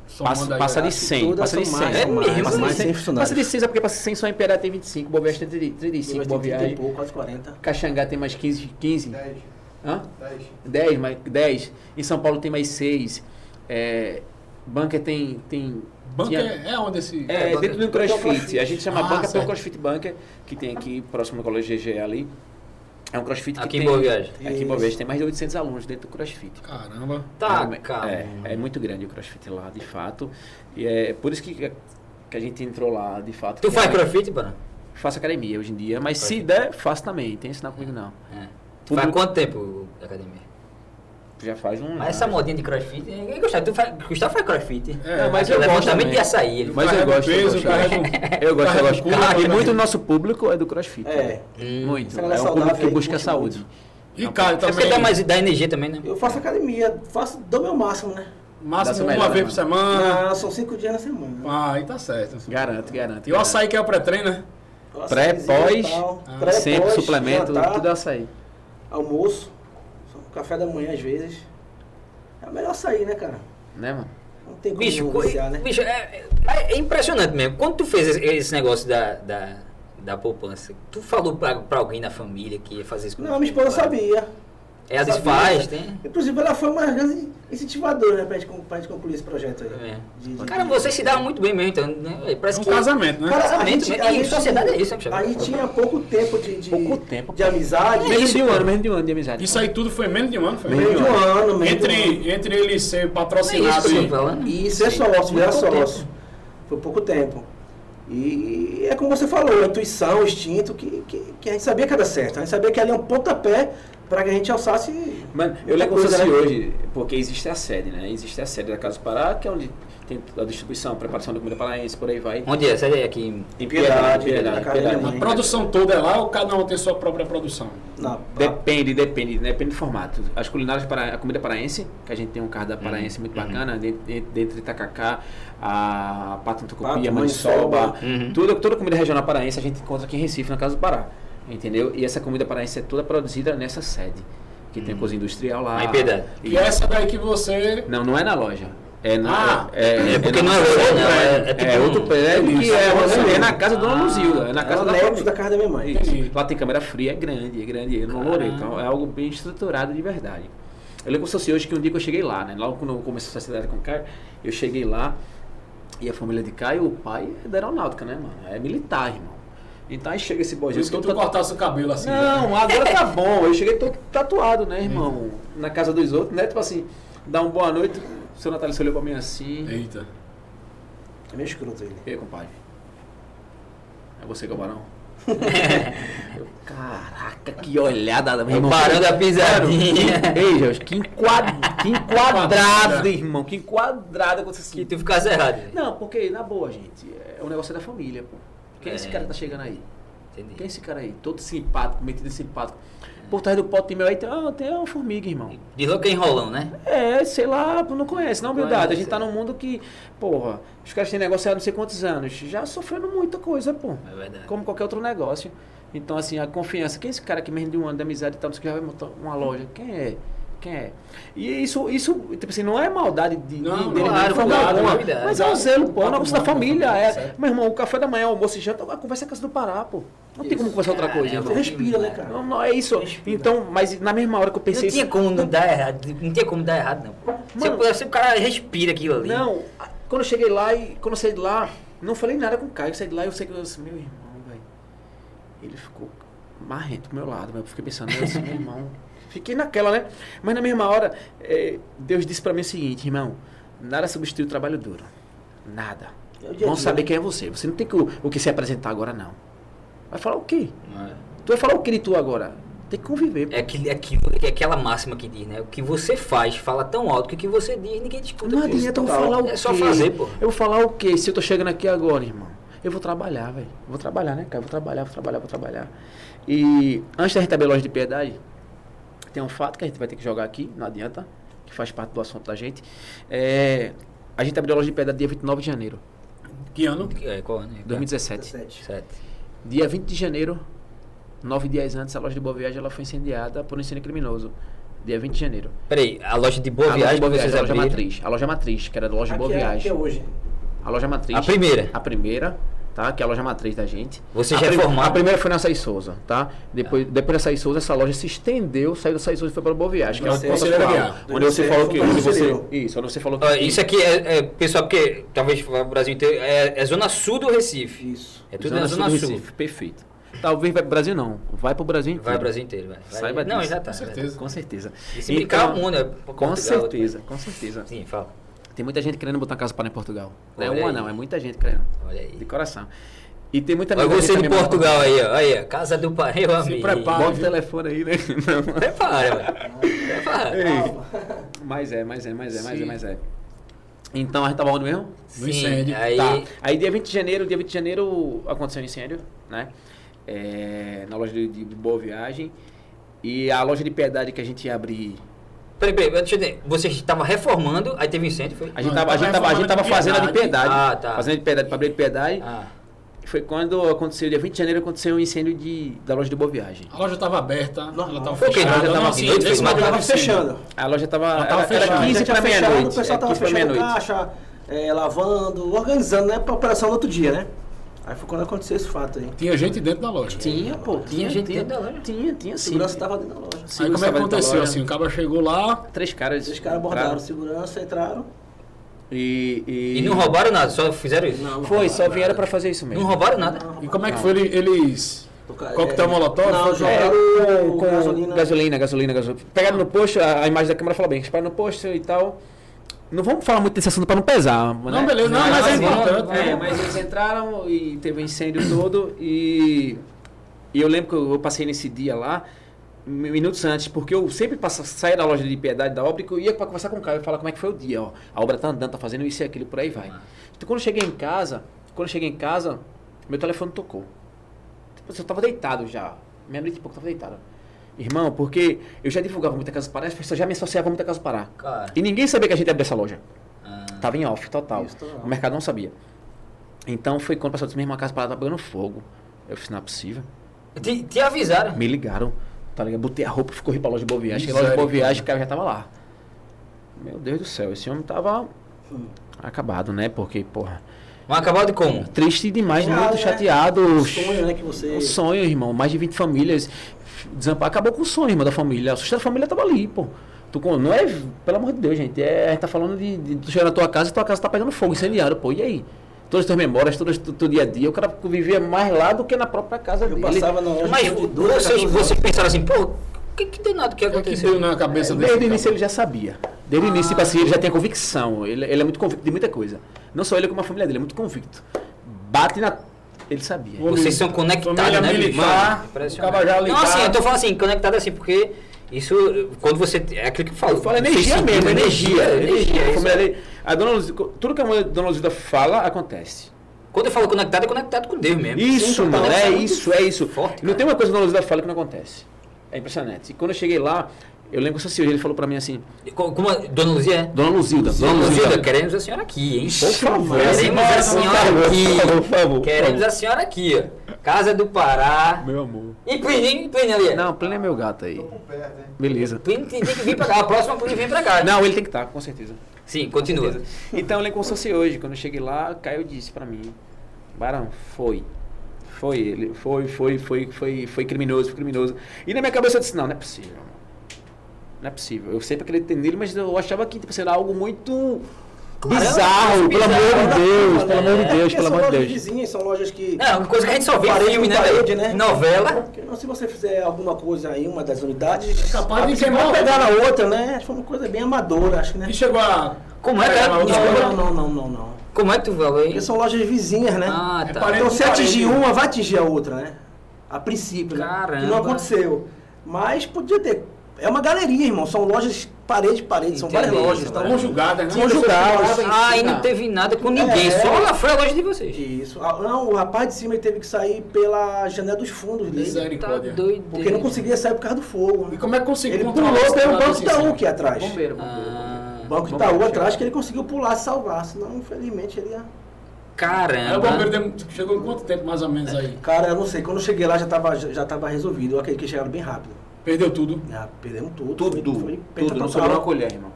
Speaker 2: Somando
Speaker 3: Passa,
Speaker 2: aí, né?
Speaker 3: passa
Speaker 2: ó.
Speaker 3: de 100,
Speaker 4: todas
Speaker 3: passa de
Speaker 4: são
Speaker 3: 100.
Speaker 4: é mais,
Speaker 1: são mais,
Speaker 3: passa
Speaker 1: mais
Speaker 3: de 100,
Speaker 4: cem funcionários.
Speaker 3: Passa de 100, sabe porque passa de 100 só em Perá tem 25, Boa Viagem tem 30, 35, Boa
Speaker 4: tem
Speaker 3: Viagem.
Speaker 4: pouco, quase 40.
Speaker 3: Caxangá tem mais 15, 15.
Speaker 5: 10,
Speaker 3: Hã?
Speaker 5: 10.
Speaker 3: 10, mais 10. Em São Paulo tem mais 6. É, Bunker tem. tem
Speaker 2: Banca
Speaker 3: tinha-
Speaker 2: é, é onde esse.
Speaker 3: é,
Speaker 1: Bunker-
Speaker 3: dentro do crossfit. A gente chama
Speaker 2: Ah,
Speaker 3: Bunker pelo
Speaker 2: certo.
Speaker 3: crossfit Bunker, que tem aqui próximo do colégio GG ali. É um crossfit que
Speaker 1: Aqui
Speaker 3: tem.
Speaker 1: em Boa Viagem.
Speaker 3: Aqui em Boa Viagem tem mais de 800 alunos dentro do crossfit.
Speaker 2: Caramba.
Speaker 1: Tá,
Speaker 3: Realmente,
Speaker 1: calma.
Speaker 3: É, é muito grande o crossfit lá, de fato. E é por isso que, que a gente entrou lá, de fato.
Speaker 1: Tu
Speaker 3: que
Speaker 1: faz
Speaker 3: é-
Speaker 1: crossfit, mano?
Speaker 3: Faço academia hoje em dia, mas se
Speaker 1: Crossfit.
Speaker 3: der, faço também. Tem ensinar comigo não.
Speaker 1: É. Tu
Speaker 3: Tudo-
Speaker 1: faz quanto tempo da academia?
Speaker 3: Já faz um.
Speaker 1: Mas essa modinha de crossfit, ninguém gostava. Tu faz, Gustavo faz crossfit.
Speaker 2: É,
Speaker 3: Não, mas eu
Speaker 1: Levantamento
Speaker 3: gosto também. é
Speaker 1: de açaí. Ele
Speaker 3: Mas eu
Speaker 2: Carrega
Speaker 3: gosto, eu
Speaker 2: peso,
Speaker 3: gosto.
Speaker 2: carrega um-
Speaker 3: Eu gosto, eu
Speaker 2: carrega
Speaker 3: gosto.
Speaker 2: um cubo,
Speaker 3: e
Speaker 2: carrega
Speaker 3: muito
Speaker 2: um-
Speaker 3: do nosso público é do crossfit.
Speaker 4: É.
Speaker 3: Muito.
Speaker 4: Essa
Speaker 3: É
Speaker 4: galera
Speaker 3: um público que
Speaker 4: saudável aí,
Speaker 3: busca
Speaker 4: curte
Speaker 3: saúde.
Speaker 2: E Caio
Speaker 1: É porque
Speaker 2: também.
Speaker 1: dá mais dá energia também, né?
Speaker 4: Eu faço academia, faço, dou meu máximo, né?
Speaker 3: Dá-se
Speaker 2: Máximo uma
Speaker 3: melhor,
Speaker 2: vez por semana.
Speaker 4: Ah, são cinco dias na semana.
Speaker 2: Ah, aí tá certo.
Speaker 3: Garanto, garanto.
Speaker 2: E o
Speaker 3: garanto.
Speaker 2: açaí que é o pré-treino, né?
Speaker 4: Faço
Speaker 3: Pré,
Speaker 4: camisinha
Speaker 3: pós,
Speaker 4: e tal.
Speaker 2: ah,
Speaker 4: Pré,
Speaker 3: Sempre
Speaker 4: pós,
Speaker 3: suplemento,
Speaker 4: É. jantar,
Speaker 3: tudo é açaí.
Speaker 4: Almoço, só café da manhã às vezes. É melhor sair, né, cara?
Speaker 3: Né, mano?
Speaker 4: Não tem como
Speaker 1: Bicho,
Speaker 4: não
Speaker 1: co-
Speaker 4: viciar, né?
Speaker 1: bicho é, é- é impressionante mesmo. Quando tu fez esse- esse negócio da, da, da poupança, tu falou pra, pra alguém da família que ia fazer isso com É,
Speaker 4: Não, minha esposa sabia.
Speaker 1: Ela disse,
Speaker 4: Sabia. É.
Speaker 1: faz, tem.
Speaker 4: Inclusive, ela foi uma grande incentivadora né, pra, gente, con- pra gente concluir esse projeto aí.
Speaker 1: É.
Speaker 4: De- de-
Speaker 1: Cara, vocês se davam muito bem mesmo, então. Né?
Speaker 2: É
Speaker 1: Parece
Speaker 2: um
Speaker 1: que.
Speaker 2: casamento, né?
Speaker 4: Cara, a
Speaker 1: Casamento,
Speaker 4: gente,
Speaker 1: né?
Speaker 4: a
Speaker 1: E
Speaker 4: gente,
Speaker 1: sociedade é isso, né, bicho? É
Speaker 4: A gente tinha pouco tempo de, de,
Speaker 3: Pouco tempo,
Speaker 4: de amizade.
Speaker 3: Menos de um ano, menos de um ano de amizade.
Speaker 2: Isso aí tudo foi menos de um ano, foi?
Speaker 4: Meio de um ano, meio de um ano.
Speaker 2: Entre, entre ele ser
Speaker 1: Não é isso
Speaker 2: patrocinado
Speaker 1: que eu tô
Speaker 2: e.
Speaker 1: falando.
Speaker 4: E ser sócio, virar sócio. Foi pouco tempo. E é como você falou, a intuição, o instinto, que, que, que a gente sabia que ia dar certo. A gente sabia que ali é um pontapé para que a gente alçasse.
Speaker 3: Mano, eu lembro como se fosse hoje, porque existe a sede, né? Existe a sede da Casa do Pará, que é onde tem a distribuição, a preparação da comida paraense, por aí vai.
Speaker 1: Onde é? Sai daí aqui.
Speaker 3: Em
Speaker 4: Piedade, na casa da
Speaker 3: Piedade.
Speaker 4: minha
Speaker 2: A
Speaker 4: mãe.
Speaker 2: produção toda é lá ou cada um tem sua própria produção?
Speaker 4: Na,
Speaker 3: Depende, depende, né? depende do formato. As culinárias para a comida paraense, que a gente tem um cardápio
Speaker 1: Uhum,
Speaker 3: paraense muito bacana, dentro, dentro, dentro de Itacacá, a pata em tucupi,
Speaker 4: Pato,
Speaker 3: a maniçoba,
Speaker 4: maniçoba.
Speaker 1: Uhum.
Speaker 3: tudo, toda comida regional paraense a gente encontra aqui em Recife, na Casa do Pará. Entendeu? E essa comida paraense é toda produzida nessa sede. Que
Speaker 1: Uhum.
Speaker 3: tem cozinha industrial lá.
Speaker 1: Aí, Pedro.
Speaker 2: E essa daí que você.
Speaker 3: Não, não é na loja. É na.
Speaker 2: Ah,
Speaker 1: é porque não é loja, não, é- é tipo
Speaker 3: É
Speaker 1: um-
Speaker 3: outro prédio
Speaker 2: Isso,
Speaker 3: que é,
Speaker 2: é uma
Speaker 3: você- é
Speaker 2: sede.
Speaker 3: na casa da Dona Luzilda. É na
Speaker 4: Era
Speaker 3: casa da
Speaker 4: Legos
Speaker 3: família.
Speaker 4: da casa da minha mãe.
Speaker 2: Entendi.
Speaker 3: Lá tem câmera fria, é grande, é grande, eu não morei, então é algo bem estruturado de verdade. Eu lembro como se fosse hoje que um dia que eu cheguei lá, né? Logo quando eu comecei a sociedade com o Caio, eu cheguei lá e a família de Caio, o pai é da aeronáutica, né, mano? É militar, irmão. Então aí chega esse
Speaker 2: Por
Speaker 3: boyzinho
Speaker 2: isso que
Speaker 3: todo
Speaker 2: tu
Speaker 3: tatu-
Speaker 2: cortasse o cabelo assim. né?
Speaker 3: Não, agora
Speaker 2: [laughs]
Speaker 3: tá bom. Eu cheguei todo tatuado, né, irmão? Na casa dos outros, né? Tipo assim, dá um boa noite, o seu Natalício olhou pra mim assim.
Speaker 2: Eita.
Speaker 4: É meio escroto ele.
Speaker 3: E aí, compadre? É você que é o barão? [laughs] Eu, Caraca, que olhada, meu irmão.
Speaker 1: Barão da pisadinha.
Speaker 3: Mano, que- [laughs] Ei, Jorge, que, enquad- [laughs] que enquadrado, irmão. Que enquadrado aconteceu
Speaker 1: Que
Speaker 3: assim.
Speaker 1: tu ficasse errado. né?
Speaker 3: Não, porque, na boa, gente, é o negócio é da família, pô. Quem é esse
Speaker 1: É.
Speaker 3: cara que tá chegando aí?
Speaker 1: Entendi.
Speaker 3: Quem é esse cara aí? Todo simpático, metido em simpático. Por trás do pote de mel aí tem, ah, tem uma formiga, irmão.
Speaker 1: De louco é enrolão, né?
Speaker 3: É, sei lá, pô, não conhece, não, humildade.
Speaker 1: conhece,
Speaker 3: a gente tá
Speaker 1: é.
Speaker 3: num mundo que, porra, os caras têm negócio há não sei quantos anos. Já sofrendo muita coisa, pô.
Speaker 1: É verdade.
Speaker 3: Como qualquer outro negócio. Então, assim, a confiança. Quem é esse cara que mesmo de um ano de amizade e tal, não sei o que já vai montar uma loja? Quem é? Quem é? E isso, isso tipo assim, não é maldade de,
Speaker 2: Não,
Speaker 3: de,
Speaker 2: não,
Speaker 3: dele,
Speaker 1: claro,
Speaker 3: de forma
Speaker 1: claro,
Speaker 3: alguma.
Speaker 1: cuidado.
Speaker 3: Mas é um zelo, pô, é um negócio da
Speaker 2: Patrimônio da
Speaker 3: família.
Speaker 2: família,
Speaker 3: É,
Speaker 2: certo.
Speaker 3: meu irmão, o café da manhã, o almoço e janta, a conversa é a casa do Pará, pô. Não tem como conversar é outra coisa,
Speaker 1: Caramba.
Speaker 4: Você
Speaker 3: irmão.
Speaker 4: respira, né, cara?
Speaker 3: Não, não, é isso. Então, mas na mesma hora que eu pensei
Speaker 1: Não tinha como não dar errado. Não tinha como dar errado, não. Se,
Speaker 3: Mano.
Speaker 1: eu pudesse, o cara respira aquilo ali.
Speaker 3: Não, a- quando eu cheguei lá e quando eu saí de lá, não falei nada com o Caio. Eu saí de lá e eu sei que eu disse, meu irmão, velho. Ele ficou marrento pro meu lado, velho. Eu fiquei pensando, eu disse, meu
Speaker 4: [laughs]
Speaker 3: irmão. Fiquei naquela, né? Mas na mesma hora, eh, Deus disse pra mim o seguinte, irmão: nada substitui o trabalho duro. Nada.
Speaker 4: É o dia a
Speaker 3: Vão
Speaker 4: dia,
Speaker 3: saber
Speaker 4: né?
Speaker 3: quem é você. Você não tem que, o, o que se apresentar agora, não. Vai falar o quê?
Speaker 1: É.
Speaker 3: Tu vai falar o que de tu agora? Tem que conviver. pô.
Speaker 1: É, aquele, aquilo, é aquela máxima que diz, né? O que você faz fala tão alto que o que você diz ninguém te escuta.
Speaker 3: Não
Speaker 1: pô.
Speaker 3: adianta eu então falar o quê?
Speaker 1: É só fazer, pô.
Speaker 3: Eu vou falar o quê? Se eu tô chegando aqui agora, irmão. Eu vou trabalhar, velho. Vou trabalhar, né, cara? Vou trabalhar, vou trabalhar, vou trabalhar. E antes da gente abrir a loja de piedade, tem um fato que a gente vai ter que jogar aqui, não adianta, que faz parte do assunto da gente. É, a gente abriu a loja de piedade dia 29 de janeiro
Speaker 2: Que ano?
Speaker 1: É, qual ano? é?
Speaker 3: de 2017.
Speaker 4: 17.
Speaker 1: Sete.
Speaker 3: Dia 20 de janeiro, nove dias antes, a loja de Boa Viagem ela foi incendiada por um incêndio criminoso. Dia 20 de janeiro.
Speaker 1: Peraí, a loja de Boa
Speaker 3: a loja de
Speaker 1: Viagem é
Speaker 3: Boa
Speaker 1: que
Speaker 3: Viagem,
Speaker 1: vocês
Speaker 3: a loja
Speaker 1: abriram.
Speaker 3: matriz. A loja matriz, que era a loja de Boa
Speaker 4: Aqui é- aqui
Speaker 3: Viagem.
Speaker 4: é hoje.
Speaker 3: A loja matriz.
Speaker 1: A primeira.
Speaker 3: A primeira, tá? Que é a loja matriz da gente.
Speaker 1: Você
Speaker 3: a
Speaker 1: já é
Speaker 3: prim-
Speaker 1: formado?
Speaker 3: A primeira foi na Saí Souza, tá? Depois, depois da Saí Souza, essa loja se estendeu, saiu da Saí Souza e foi para o Boa Viagem, que é o
Speaker 4: Conselheiro
Speaker 3: conselheiro
Speaker 2: Aguiar.
Speaker 3: Aguiar. Onde você é falou que... Onde você,
Speaker 4: Conselheiro.
Speaker 3: isso, onde você falou que...
Speaker 1: Ó, Isso aqui é, é, pessoal, porque talvez o Brasil inteiro é, é zona sul do Recife.
Speaker 4: Isso.
Speaker 1: É tudo na
Speaker 3: Sul
Speaker 1: zona
Speaker 3: do
Speaker 1: sul.
Speaker 3: Recife, Perfeito. Talvez vai pro Brasil não. Vai pro Brasil inteiro.
Speaker 1: Vai o Brasil inteiro, vai. vai.
Speaker 3: Saiba
Speaker 1: Não,
Speaker 3: disso.
Speaker 1: já tá.
Speaker 2: Com
Speaker 1: já tá.
Speaker 2: certeza.
Speaker 3: Com certeza.
Speaker 1: E se brincar
Speaker 3: Então,
Speaker 1: o mundo, é
Speaker 3: Com
Speaker 1: Portugal,
Speaker 3: certeza, com certeza.
Speaker 1: Sim, fala.
Speaker 3: Tem muita gente querendo botar casa para em Portugal. Não é
Speaker 1: Olha
Speaker 3: uma
Speaker 1: aí.
Speaker 3: não, é muita gente querendo.
Speaker 1: Olha
Speaker 3: De
Speaker 1: aí.
Speaker 3: coração. E tem muita
Speaker 1: Olha
Speaker 3: amiga
Speaker 1: você
Speaker 3: minha
Speaker 1: de
Speaker 3: também, mano.
Speaker 1: Portugal aí, ó. Aí, ó. Casa do Pai, meu amigo.
Speaker 2: prepara.
Speaker 3: Bota o telefone aí, né? [laughs] Não.
Speaker 1: Prepara, mano. Prepara.
Speaker 3: Mas é, mas é, mas é, mas é,
Speaker 2: Sim.
Speaker 3: mas é. Então a gente tava onde mesmo?
Speaker 2: No incêndio.
Speaker 1: aí...
Speaker 3: Tá. Aí dia 20 de janeiro, dia 20 de janeiro aconteceu um incêndio, né? É, na loja de, de Boa Viagem. E a loja de piedade que a gente ia abrir.
Speaker 1: Peraí, peraí, deixa eu entender. Você estava reformando, aí teve incêndio, foi?
Speaker 3: A gente
Speaker 2: Não,
Speaker 3: tava, a
Speaker 2: tava
Speaker 3: gente tava, a gente
Speaker 2: reformando
Speaker 3: tava
Speaker 2: de
Speaker 3: fazendo a de
Speaker 2: piedade.
Speaker 1: Ah,
Speaker 3: piedade.
Speaker 1: tá.
Speaker 3: Fazendo de piedade, pra abrir de piedade.
Speaker 1: Ah,
Speaker 3: Foi quando aconteceu, dia 20 de janeiro, aconteceu um incêndio de, da loja de Boa Viagem.
Speaker 2: A loja tava aberta, ela tava
Speaker 1: Foi o quê?
Speaker 2: fechada.
Speaker 1: A loja tava de noite, fez
Speaker 2: nesse
Speaker 1: uma-
Speaker 2: momento
Speaker 4: Tava
Speaker 2: tava
Speaker 4: fechando.
Speaker 3: A loja tava,
Speaker 2: Ela tava
Speaker 3: era, era
Speaker 2: fechada.
Speaker 3: 15 para
Speaker 4: Já tinha fechado,
Speaker 3: meia-noite.
Speaker 4: O pessoal
Speaker 3: É,
Speaker 4: tava
Speaker 3: 15 pra
Speaker 4: fechando
Speaker 3: meia-noite.
Speaker 4: caixa, é, lavando, organizando, né? Pra operação no outro dia, né? Aí foi quando aconteceu esse fato aí.
Speaker 2: Tinha gente dentro da loja.
Speaker 3: Tinha, pô. Tinha,
Speaker 1: gente
Speaker 3: tinha,
Speaker 1: dentro da loja.
Speaker 3: tinha, tinha sim.
Speaker 4: Segurança tava dentro da loja.
Speaker 2: Aí como é que
Speaker 3: Segurança
Speaker 2: aconteceu
Speaker 3: tava
Speaker 2: assim?
Speaker 3: dentro
Speaker 2: O cara chegou lá,
Speaker 3: da loja. Três caras.
Speaker 4: Os caras abordaram
Speaker 3: entraram
Speaker 4: segurança, entraram.
Speaker 3: E, e...
Speaker 1: E não roubaram nada, só fizeram isso?
Speaker 4: Não,
Speaker 3: Foi, só vieram pra fazer isso mesmo.
Speaker 1: Não roubaram nada?
Speaker 2: e como é que foi ele- eles... é
Speaker 3: tá
Speaker 2: Coquetel molotov? Foi
Speaker 4: Não,
Speaker 2: o quê?
Speaker 3: É,
Speaker 4: jogaram
Speaker 3: com, com gasolina.
Speaker 4: gasolina.
Speaker 3: gasolina, gasolina, Pegaram no posto, a, a imagem da câmera fala bem, que pararam no posto e tal. Não vamos falar muito desse assunto pra não pesar. né? Não,
Speaker 2: beleza, não,
Speaker 1: mas é
Speaker 2: importante, né?
Speaker 3: É, mas eles entraram e teve um incêndio todo e, e eu lembro que eu, eu passei nesse dia lá, mi- minutos antes, porque eu sempre passa, saía da loja de piedade da obra e eu ia pra conversar com o cara e falar como é que foi o dia, ó. A obra tá andando, tá fazendo isso e aquilo, por aí vai. Então quando eu cheguei em casa, quando eu cheguei em casa, meu telefone tocou. Tipo assim, eu tava deitado já. Meia-noite e pouco, eu tava deitado. Irmão, porque eu já divulgava muita Casa Pará, as pessoas já me associavam muito a Casa Pará.
Speaker 1: Cara.
Speaker 3: E ninguém sabia que a gente abriu essa loja.
Speaker 1: Ah.
Speaker 3: Tava em off, total.
Speaker 4: Isso, total.
Speaker 3: O mercado não sabia. Então foi quando o pessoal disse, meu irmão, a Casa Pará tá pegando fogo. Eu fiz, não é possível.
Speaker 1: Te, te avisaram.
Speaker 3: Me ligaram, tá ligado? Botei a roupa, ficou pra loja de boa viagem. Cheguei na loja de boa
Speaker 2: Misericórdia.
Speaker 3: viagem, o cara já tava lá. Meu Deus do céu, esse homem tava acabado, né? Porque, porra,
Speaker 1: Mas acabado como?
Speaker 3: triste demais,
Speaker 4: Claro,
Speaker 3: muito
Speaker 4: né?
Speaker 3: chateado.
Speaker 4: O sonho, né, que você...
Speaker 3: Um sonho, irmão. Mais de 20 famílias. Desampar acabou com o sonho, irmão, da família. A sua família tava ali, pô. Tu, com- não é, pelo amor de Deus, gente. É, a gente tá falando de, de tu chegar na tua casa e tua casa tá pegando fogo, incendiário, pô. E aí? Todas as tuas memórias, todo o teu dia a dia, o cara vivia mais lá do que na própria casa
Speaker 4: Eu
Speaker 3: dele.
Speaker 4: passava na loja
Speaker 1: Mas
Speaker 4: de 12 a
Speaker 1: vocês,
Speaker 4: 14
Speaker 1: vocês pensaram assim, pô, que, que danado que
Speaker 2: O que é que
Speaker 1: aconteceu?
Speaker 2: deu na cabeça desse
Speaker 3: Desde o
Speaker 2: cara?
Speaker 3: início ele já sabia. Desde o início, tipo assim, ele já tem a convicção. Ele, ele é muito convicto de muita coisa. Não só ele, como a família dele, é muito convicto. Bate na. Ele sabia.
Speaker 2: Ô,
Speaker 1: Vocês são
Speaker 2: Família
Speaker 1: conectados, né, meu irmão?
Speaker 2: militar,
Speaker 1: Impressionante.
Speaker 2: o cara já
Speaker 1: Não,
Speaker 2: ligado.
Speaker 1: assim, eu tô falando assim, conectado assim, porque isso, quando você. É aquilo que eu falo.
Speaker 3: Eu falo energia
Speaker 1: Vocês
Speaker 3: mesmo,
Speaker 1: sentiram
Speaker 3: energia, energia.
Speaker 1: energia. é
Speaker 3: A
Speaker 1: isso.
Speaker 3: família dele- a dona Luzilda, tudo que a mulher- dona Luzilda fala, acontece.
Speaker 1: Quando eu falo conectado, é conectado com Deus mesmo.
Speaker 3: Isso,
Speaker 1: Sim,
Speaker 3: mano,
Speaker 1: conectado
Speaker 3: é
Speaker 1: com
Speaker 3: isso, é isso.
Speaker 1: forte,
Speaker 3: não
Speaker 1: cara.
Speaker 3: tem uma coisa que a dona Luzilda fala que não acontece. É impressionante. E quando eu cheguei lá, eu lembro que o seu senhor, ele falou pra mim assim,
Speaker 1: Deus. Co- Como a Dona Luzia é?
Speaker 3: dona Luzilda, dona
Speaker 1: Dona Luzia,
Speaker 3: Luzilda,
Speaker 1: queremos a senhora aqui, hein?
Speaker 3: por favor.
Speaker 1: Queremos
Speaker 3: por
Speaker 1: a
Speaker 3: favor,
Speaker 1: senhora
Speaker 3: por favor, por
Speaker 1: aqui.
Speaker 3: favor.
Speaker 1: Queremos a senhora aqui, ó. Casa do Pará.
Speaker 3: Meu amor.
Speaker 1: E Plínio, e Plínio ali.
Speaker 3: Não, Plínio é meu gato aí.
Speaker 5: perto, hein?
Speaker 3: Beleza.
Speaker 1: Plínio tem, tem que vir pra cá. A próxima Plínio vem pra cá.
Speaker 3: Não, ele tem que estar, com certeza.
Speaker 1: Sim, continua.
Speaker 3: certeza. Então, eu lembro como se fosse hoje. Quando eu cheguei lá, Caio disse pra mim: Barão, foi. Foi ele. Foi, foi, foi, foi, foi criminoso, foi criminoso. E na minha cabeça eu disse: Não, não é possível. mano. Não é possível. Eu sempre acreditei nele, mas eu achava que tipo, assim, era algo muito bizarro.
Speaker 1: é
Speaker 3: Pelo amor de
Speaker 1: bizarro.
Speaker 3: Deus, pelo amor de Deus,
Speaker 4: É,
Speaker 3: pelo
Speaker 4: são
Speaker 3: amor de
Speaker 4: lojas
Speaker 3: Deus.
Speaker 4: vizinhas, são lojas que...
Speaker 1: Não, é coisa que a gente só vê em
Speaker 4: Parede
Speaker 1: filme,
Speaker 4: com
Speaker 1: né,
Speaker 4: parede,
Speaker 1: velho?
Speaker 4: né?
Speaker 1: Novela.
Speaker 4: Porque, não, se você fizer alguma coisa em uma das unidades,
Speaker 2: capaz de
Speaker 4: você
Speaker 2: queimar
Speaker 4: vai
Speaker 2: outra.
Speaker 4: pegar na outra, né? Foi uma coisa bem amadora, acho que, né?
Speaker 2: E chegou a.
Speaker 1: Como é,
Speaker 2: Pegar
Speaker 1: cara?
Speaker 2: a outra
Speaker 1: Desculpa.
Speaker 2: loja?
Speaker 4: Não, não, não, não, não.
Speaker 1: Como é que tu falou, hein?
Speaker 4: Porque são lojas vizinhas, né?
Speaker 1: Ah,
Speaker 2: É
Speaker 1: tá.
Speaker 2: parente
Speaker 4: Então se
Speaker 2: com parente.
Speaker 4: atingir uma, vai atingir a outra, né? A princípio, né?
Speaker 1: Caramba.
Speaker 4: Que não aconteceu. Mas podia ter. É uma galeria, irmão. São lojas parede parede, são
Speaker 1: Entendi,
Speaker 4: várias lojas.
Speaker 1: isso,
Speaker 4: Tá?
Speaker 1: né?
Speaker 2: Conjugada, né?
Speaker 4: Conjugadas.
Speaker 1: Ah, e não teve nada com ninguém.
Speaker 4: É.
Speaker 1: Só lá foi a loja de
Speaker 2: Tá
Speaker 1: vocês.
Speaker 4: Isso. Ah, Não, o rapaz de cima ele teve que sair pela janela dos fundos dele.
Speaker 1: Tá
Speaker 2: Misericórdia.
Speaker 1: doido.
Speaker 4: Porque não conseguia sair por causa do fogo.
Speaker 2: E
Speaker 4: né?
Speaker 2: como é que conseguiu
Speaker 4: Ele
Speaker 2: controlar
Speaker 4: pulou
Speaker 2: esse
Speaker 4: pelo
Speaker 2: cara
Speaker 4: Banco
Speaker 2: desse
Speaker 4: Itaú é-
Speaker 2: jeito?
Speaker 4: aqui atrás.
Speaker 3: Bombeiro, bombeiro.
Speaker 1: Ah,
Speaker 4: O Banco
Speaker 3: Bombeiro,
Speaker 4: Itaú
Speaker 3: chega.
Speaker 4: atrás que ele conseguiu pular e salvar. Senão, infelizmente, ele ia.
Speaker 2: Aí É, o
Speaker 1: caramba.
Speaker 2: bombeiro dem- chegou em quanto tempo mais ou menos aí?
Speaker 4: Cara, eu não sei. Quando eu cheguei lá já tava, já já tava resolvido. Eu acredito que chegaram bem rápido.
Speaker 2: Perdeu tudo.
Speaker 4: Já Ah, perdemos tudo.
Speaker 3: Tudo,
Speaker 4: Foi- foi perda
Speaker 3: tudo. Não sobrou
Speaker 4: total.
Speaker 3: uma colher, irmão.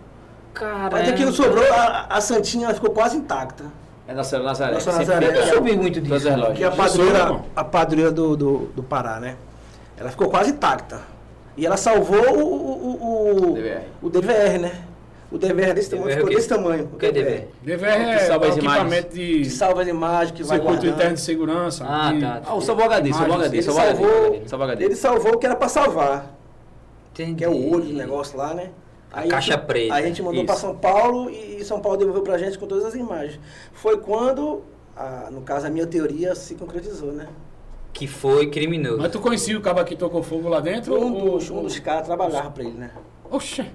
Speaker 1: Caramba.
Speaker 4: Mas aqui não sobrou, a, a Santinha ficou quase intacta.
Speaker 3: É da senhora Nazaré.
Speaker 4: Nossa
Speaker 3: que sempre
Speaker 4: Nazaré.
Speaker 3: fica-
Speaker 4: Eu soube
Speaker 1: muito
Speaker 3: Todas
Speaker 1: disso.
Speaker 3: as
Speaker 4: Que a
Speaker 3: lojas.
Speaker 4: padroeira,
Speaker 2: irmão.
Speaker 4: a padroeira do, do, do Pará, né? Ela ficou quase intacta. E ela salvou o, o, o, o,
Speaker 3: DVR.
Speaker 4: o DVR, né? O DVR desse tamanho
Speaker 1: DVR
Speaker 4: ficou
Speaker 1: o quê?
Speaker 4: desse tamanho.
Speaker 1: O que é DVR?
Speaker 2: DVR
Speaker 3: Que
Speaker 2: é
Speaker 3: salva
Speaker 2: o
Speaker 3: as
Speaker 2: equipamento de
Speaker 4: Que salva as imagens, que vai
Speaker 2: circuito
Speaker 4: guardando.
Speaker 2: interno de segurança.
Speaker 1: Ah,
Speaker 2: de-
Speaker 1: tá.
Speaker 3: Ah, o salvou HD, salvou
Speaker 2: Imagens.
Speaker 3: HD,
Speaker 4: Ele
Speaker 3: salvou HD.
Speaker 4: salvou-
Speaker 3: Salvou HD.
Speaker 4: Ele salvou o que era pra salvar,
Speaker 1: Entendi.
Speaker 4: que é o olho do negócio lá, né?
Speaker 1: A caixa
Speaker 4: gente,
Speaker 1: preta,
Speaker 4: Aí a gente mandou
Speaker 3: isso.
Speaker 4: pra São Paulo e e São Paulo devolveu pra gente com todas as imagens. Foi quando, a- no caso, a minha teoria se concretizou, né?
Speaker 1: Que foi criminoso.
Speaker 2: Mas tu conhecia o cara que tocou fogo lá dentro?
Speaker 4: Um
Speaker 2: ou-
Speaker 4: dos, um dos caras trabalhava pra ele, né?
Speaker 2: Oxe.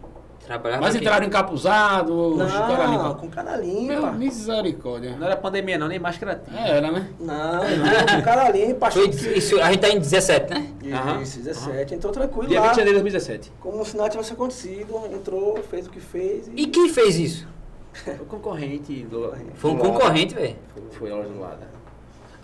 Speaker 1: Trabalhava
Speaker 2: Mas
Speaker 1: aqui.
Speaker 2: entraram encapuzado, os caras
Speaker 4: Não,
Speaker 2: limparam.
Speaker 4: com cara
Speaker 2: então. Meu,
Speaker 4: limpa.
Speaker 2: Misericórdia.
Speaker 3: Não era pandemia, não, nem máscara tinha.
Speaker 2: É, era, né?
Speaker 4: Não, não, com cara limpa.
Speaker 1: Foi,
Speaker 4: achou que-
Speaker 1: isso, a gente tá em 17, né?
Speaker 3: Aham.
Speaker 4: Isso, 17. Entrou tranquilo
Speaker 3: Dia 20 de
Speaker 4: lá,
Speaker 3: janeiro de 2017.
Speaker 4: como se nada tivesse acontecido. Entrou, fez o que fez
Speaker 1: E
Speaker 4: e...
Speaker 1: quem fez isso?
Speaker 3: O concorrente do
Speaker 1: Foi um
Speaker 3: do lado.
Speaker 1: concorrente, velho.
Speaker 3: Foi a loja do lado.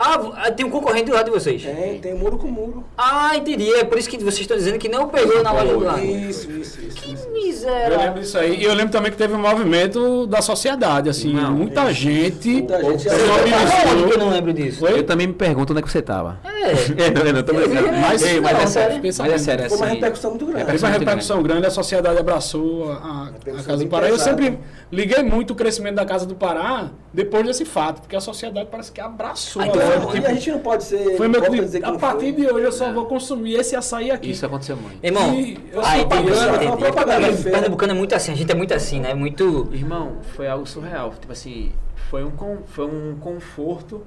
Speaker 1: Ah, vo- ah, tem um concorrente do lado de vocês.
Speaker 4: Tem, tem muro com muro.
Speaker 1: Ah, entendi. É por isso que vocês estão dizendo que não pegou na loja do
Speaker 3: Ah,
Speaker 1: lado.
Speaker 4: Isso, isso, isso. isso.
Speaker 2: Eu
Speaker 1: Miserável.
Speaker 2: lembro disso aí. E eu lembro também que teve um movimento da sociedade, assim.
Speaker 3: Não.
Speaker 2: muita gente.
Speaker 4: Muita gente-
Speaker 2: se
Speaker 1: é.
Speaker 4: Eu
Speaker 1: Aonde que eu
Speaker 2: mobilizou.
Speaker 1: não lembro disso?
Speaker 2: Foi?
Speaker 3: também me pergunto onde é que você tava.
Speaker 1: É.
Speaker 3: [laughs] É, não, não, não, tô brincando.
Speaker 2: Mas,
Speaker 1: Ei, mas
Speaker 2: não,
Speaker 1: é sério.
Speaker 2: fiquei
Speaker 3: Mas é
Speaker 2: sabendo.
Speaker 3: sério,
Speaker 4: Foi uma
Speaker 3: assim.
Speaker 4: repercussão muito grande.
Speaker 2: Teve
Speaker 3: Repercussão
Speaker 2: uma
Speaker 3: muito
Speaker 2: repercussão grande, a sociedade abraçou a, a- a Casa do Pará. Eu
Speaker 4: pesada.
Speaker 2: sempre liguei muito o crescimento da Casa do Pará depois desse fato, porque a sociedade parece que abraçou.
Speaker 1: Ah,
Speaker 2: a
Speaker 1: então
Speaker 2: loja,
Speaker 4: Não,
Speaker 1: foi-
Speaker 4: e tipo, a gente não pode ser.
Speaker 2: Foi meu
Speaker 4: hipócrita e
Speaker 2: que
Speaker 4: dizer que
Speaker 2: A
Speaker 4: não
Speaker 2: partir
Speaker 4: foi.
Speaker 2: de hoje eu só vou consumir esse açaí aqui.
Speaker 3: Isso é aconteceu muito.
Speaker 1: Irmão,
Speaker 2: E eu
Speaker 1: ah,
Speaker 2: sou
Speaker 1: entendi,
Speaker 2: propaganda,
Speaker 1: entendi.
Speaker 4: eu sou propaganda
Speaker 1: Mas
Speaker 4: feia.
Speaker 1: Pernambucano é muito assim, a gente é muito assim, né? Muito.
Speaker 3: Irmão, foi algo surreal. Tipo assim, foi um, con- foi um conforto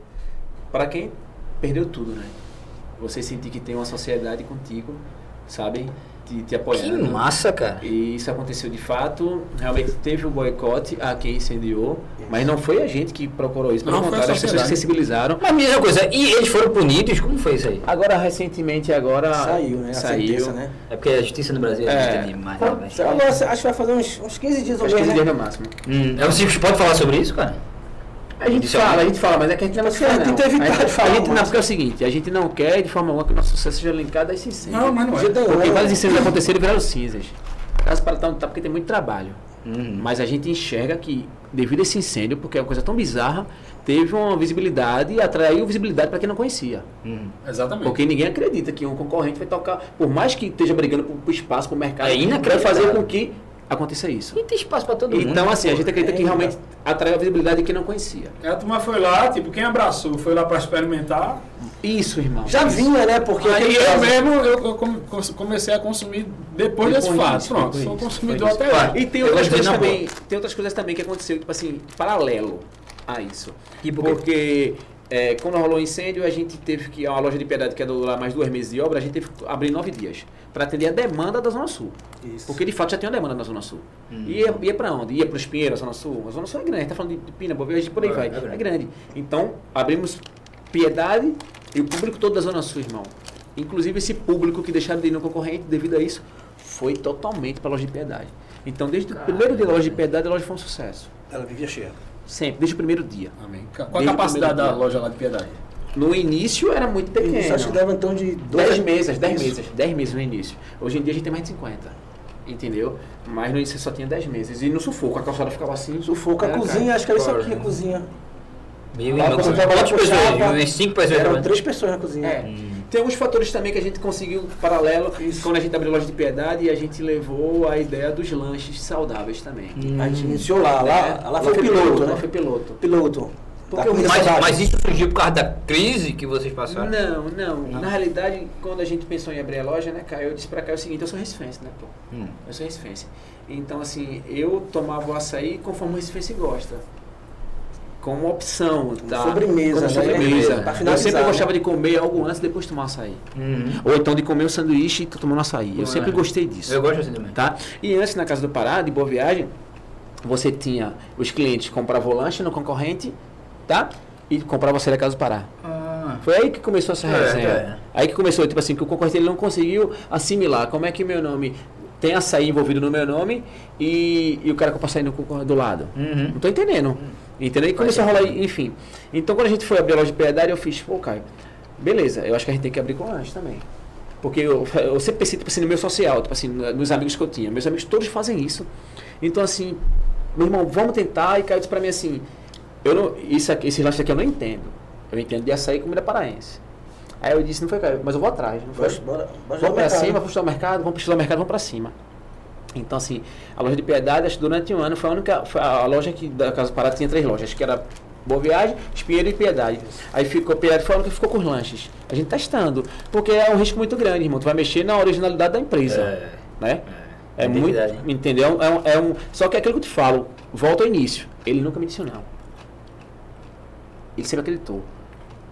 Speaker 3: pra quem perdeu tudo, né? Você sentir que tem uma sociedade contigo, sabe? Te, te
Speaker 1: Que
Speaker 3: apoiando.
Speaker 1: massa, cara.
Speaker 3: E isso aconteceu de fato. Realmente teve um boicote a quem incendiou, mas não foi a gente que procurou isso. Pelo
Speaker 2: Não, foi a
Speaker 3: contrário, as pessoas
Speaker 2: sociedade.
Speaker 3: se sensibilizaram.
Speaker 1: Mas me diz uma coisa, e eles foram punidos? Como foi isso aí?
Speaker 3: Agora, recentemente, agora...
Speaker 4: Saiu, né? A sentença,
Speaker 3: Saiu.
Speaker 4: né?
Speaker 1: É porque a justiça no Brasil é,
Speaker 3: É.
Speaker 1: justa demais, né, velho?
Speaker 4: Agora, acho que vai fazer uns, uns 15 dias ou
Speaker 3: Acho que é
Speaker 4: menos,
Speaker 3: ele
Speaker 4: né?
Speaker 1: um
Speaker 3: deu no máximo.
Speaker 1: Hum, é, você pode falar sobre isso, cara?
Speaker 3: A gente
Speaker 1: Isso
Speaker 3: fala,
Speaker 1: aí.
Speaker 3: a gente fala, mas é que a gente não
Speaker 4: Você
Speaker 3: quer,
Speaker 4: tenta evitar
Speaker 3: A gente,
Speaker 4: de falar
Speaker 3: a gente não,
Speaker 4: mais.
Speaker 3: porque é o seguinte, a gente não quer de forma alguma que o nosso sucesso seja linkado a esse incêndio.
Speaker 2: Não, mas não é.
Speaker 4: Jeito
Speaker 3: Porque
Speaker 4: nenhum.
Speaker 3: vários incêndios aconteceram e viraram cinzas. Caso para tal, tá porque tem muito trabalho. Mas a gente enxerga que, devido a esse incêndio, porque é uma coisa tão bizarra, teve uma visibilidade e atraiu visibilidade para quem não conhecia.
Speaker 1: Hum.
Speaker 2: Exatamente.
Speaker 3: Porque ninguém acredita que um concorrente vai tocar, por mais que esteja brigando por, por espaço, por mercado,
Speaker 1: É
Speaker 3: vai
Speaker 1: inacreditável.
Speaker 3: fazer com que aconteça isso.
Speaker 1: E tem espaço pra todo mundo.
Speaker 3: Então, assim, a gente acredita que
Speaker 4: É,
Speaker 3: realmente atraiu a visibilidade de quem não conhecia.
Speaker 2: É, A turma foi lá, tipo, quem abraçou foi lá pra experimentar.
Speaker 3: Isso, irmão.
Speaker 4: Já
Speaker 3: Isso.
Speaker 4: vinha, né? Porque
Speaker 2: Aí
Speaker 4: aquele
Speaker 2: eu
Speaker 4: caso-
Speaker 2: mesmo eu, eu come- come- comecei a consumir depois, desse
Speaker 3: Depois
Speaker 2: fato.
Speaker 3: disso,
Speaker 2: Pronto,
Speaker 3: depois
Speaker 2: sou
Speaker 3: disso,
Speaker 2: consumidor
Speaker 3: depois
Speaker 2: até lá.
Speaker 3: E tem
Speaker 1: Eu
Speaker 3: outras,
Speaker 1: vou dizer
Speaker 3: coisas
Speaker 1: na boa.
Speaker 3: também, tem outras coisas também que aconteceu, tipo assim, paralelo a isso.
Speaker 1: Tipo o quê?
Speaker 3: Porque é, quando rolou o incêndio, a gente teve que, a loja de piedade que ia durar mais dois meses de obra, a gente teve que abrir nove dias para atender a demanda da Zona Sul.
Speaker 4: Isso.
Speaker 3: Porque de fato já tem uma demanda na Zona Sul. E ia, ia para onde? Ia para os Pinheiros, a Zona Sul. A Zona Sul é grande, tá falando de, de Pina, Boa Vista, por aí
Speaker 1: É,
Speaker 3: vai.
Speaker 1: é grande.
Speaker 3: É grande. Então, abrimos piedade e o público todo da Zona Sul, irmão. Inclusive esse público que deixaram de ir no concorrente devido a isso foi totalmente para a loja de piedade. Então, desde o primeiro dia da loja de piedade, a loja foi um sucesso.
Speaker 4: Ela vivia cheia.
Speaker 3: Sempre, desde o primeiro dia.
Speaker 2: Amém. Qual a
Speaker 3: Desde o
Speaker 2: capacidade
Speaker 3: primeiro
Speaker 2: da
Speaker 3: dia.
Speaker 2: loja lá de Piedade?
Speaker 3: No início era muito pequeno.
Speaker 4: Isso, acho que dava então de
Speaker 3: 10
Speaker 4: 12
Speaker 3: meses, 10
Speaker 4: Isso.
Speaker 3: meses, 10 meses no início. Hoje em dia a gente tem mais de 50. Entendeu? Mas no início só tinha 10 meses. E no sufoco, a calçada ficava assim.
Speaker 4: Sufoco, a
Speaker 3: Era,
Speaker 4: cozinha,
Speaker 3: cara.
Speaker 4: acho que era isso
Speaker 1: Claro,
Speaker 4: aqui, a
Speaker 1: né?
Speaker 4: cozinha.
Speaker 1: Meu
Speaker 4: Lá
Speaker 1: irmão,
Speaker 4: você
Speaker 1: quantas
Speaker 4: trabalha,
Speaker 1: pessoas?
Speaker 4: puxava,
Speaker 1: Umas cinco pessoas.
Speaker 4: Eram
Speaker 1: trabalhando.
Speaker 4: três pessoas na cozinha.
Speaker 3: É. Tem alguns fatores também que a gente conseguiu paralelo. Quando a gente abriu a loja de piedade, a gente levou a ideia dos lanches saudáveis também.
Speaker 4: A gente iniciou lá, lá, lá foi piloto,
Speaker 3: Lá foi
Speaker 4: né?
Speaker 3: Hum. piloto.
Speaker 4: Piloto.
Speaker 3: Porque o-
Speaker 1: Mas, mas isso surgiu por causa da crise que vocês passaram?
Speaker 3: Não, Tá não, Na realidade, quando a gente pensou em abrir a loja, né, Caio, eu disse pra Caio o seguinte, eu sou recifense, né, pô?
Speaker 1: Hum.
Speaker 3: Eu sou recifense. Então, assim, eu tomava o açaí conforme o recifense gosta. Como opção, tá? Como
Speaker 4: sobremesa, né?
Speaker 3: sobremesa.
Speaker 4: Pra
Speaker 3: Eu
Speaker 4: finalizar,
Speaker 3: sempre
Speaker 4: né?
Speaker 3: gostava de comer algo antes e depois tomar açaí. é.
Speaker 1: Uhum.
Speaker 3: Ou então de comer um sanduíche e tô tomando açaí. Eu
Speaker 1: Ué.
Speaker 3: sempre gostei disso
Speaker 1: Eu gosto assim também.
Speaker 3: tá? E antes, na Casa do Pará, de Boa Viagem, você tinha os clientes compravam o lanche no concorrente, tá? E comprava você da Casa do Pará. Foi aí que começou essa
Speaker 1: É,
Speaker 3: resenha.
Speaker 1: é.
Speaker 3: Aí que começou, tipo assim, que o concorrente ele não conseguiu assimilar. Como é que meu nome tem açaí envolvido no meu nome e, e o cara compra açaí no concorrente do lado?
Speaker 1: Uhum.
Speaker 3: Não tô entendendo. Entendeu? E começou a rolar, enfim. Então quando a gente foi abrir a loja de piedade, eu fiz, pô, Caio, beleza, eu acho que a gente tem que abrir com lanche também. Porque eu, eu sempre pensei, tipo assim, no meu social, tipo assim, na- nos amigos que eu tinha. Meus amigos todos fazem isso. Então, assim, meu irmão, vamos tentar. E Caio disse pra mim assim, eu não, isso aqui, esse lanche aqui eu não entendo. Eu entendo de açaí e comida paraense. Aí eu disse, não foi, Caio, mas eu vou atrás, não foi?
Speaker 4: Bora, bora, bora
Speaker 3: Vamos pra
Speaker 4: mercado.
Speaker 3: cima, vamos estudar o mercado, vamos estudar o mercado, vamos pra cima. Então, assim, a loja de piedade, acho que durante um ano, foi a única foi a loja que da Casa Pará tinha três lojas, que era Boa Viagem, Espinheiro e Piedade. Aí ficou Piedade, foi a única que ficou com os lanches. A gente testando, porque é um risco muito grande, irmão. Tu vai mexer na originalidade da empresa,
Speaker 1: É.
Speaker 3: né? É,
Speaker 1: É
Speaker 3: muito,
Speaker 1: verdade, hein?
Speaker 3: entendeu? É um, é um- só que é aquilo que eu te falo, volta ao início. Ele nunca me disse não. Ele sempre acreditou,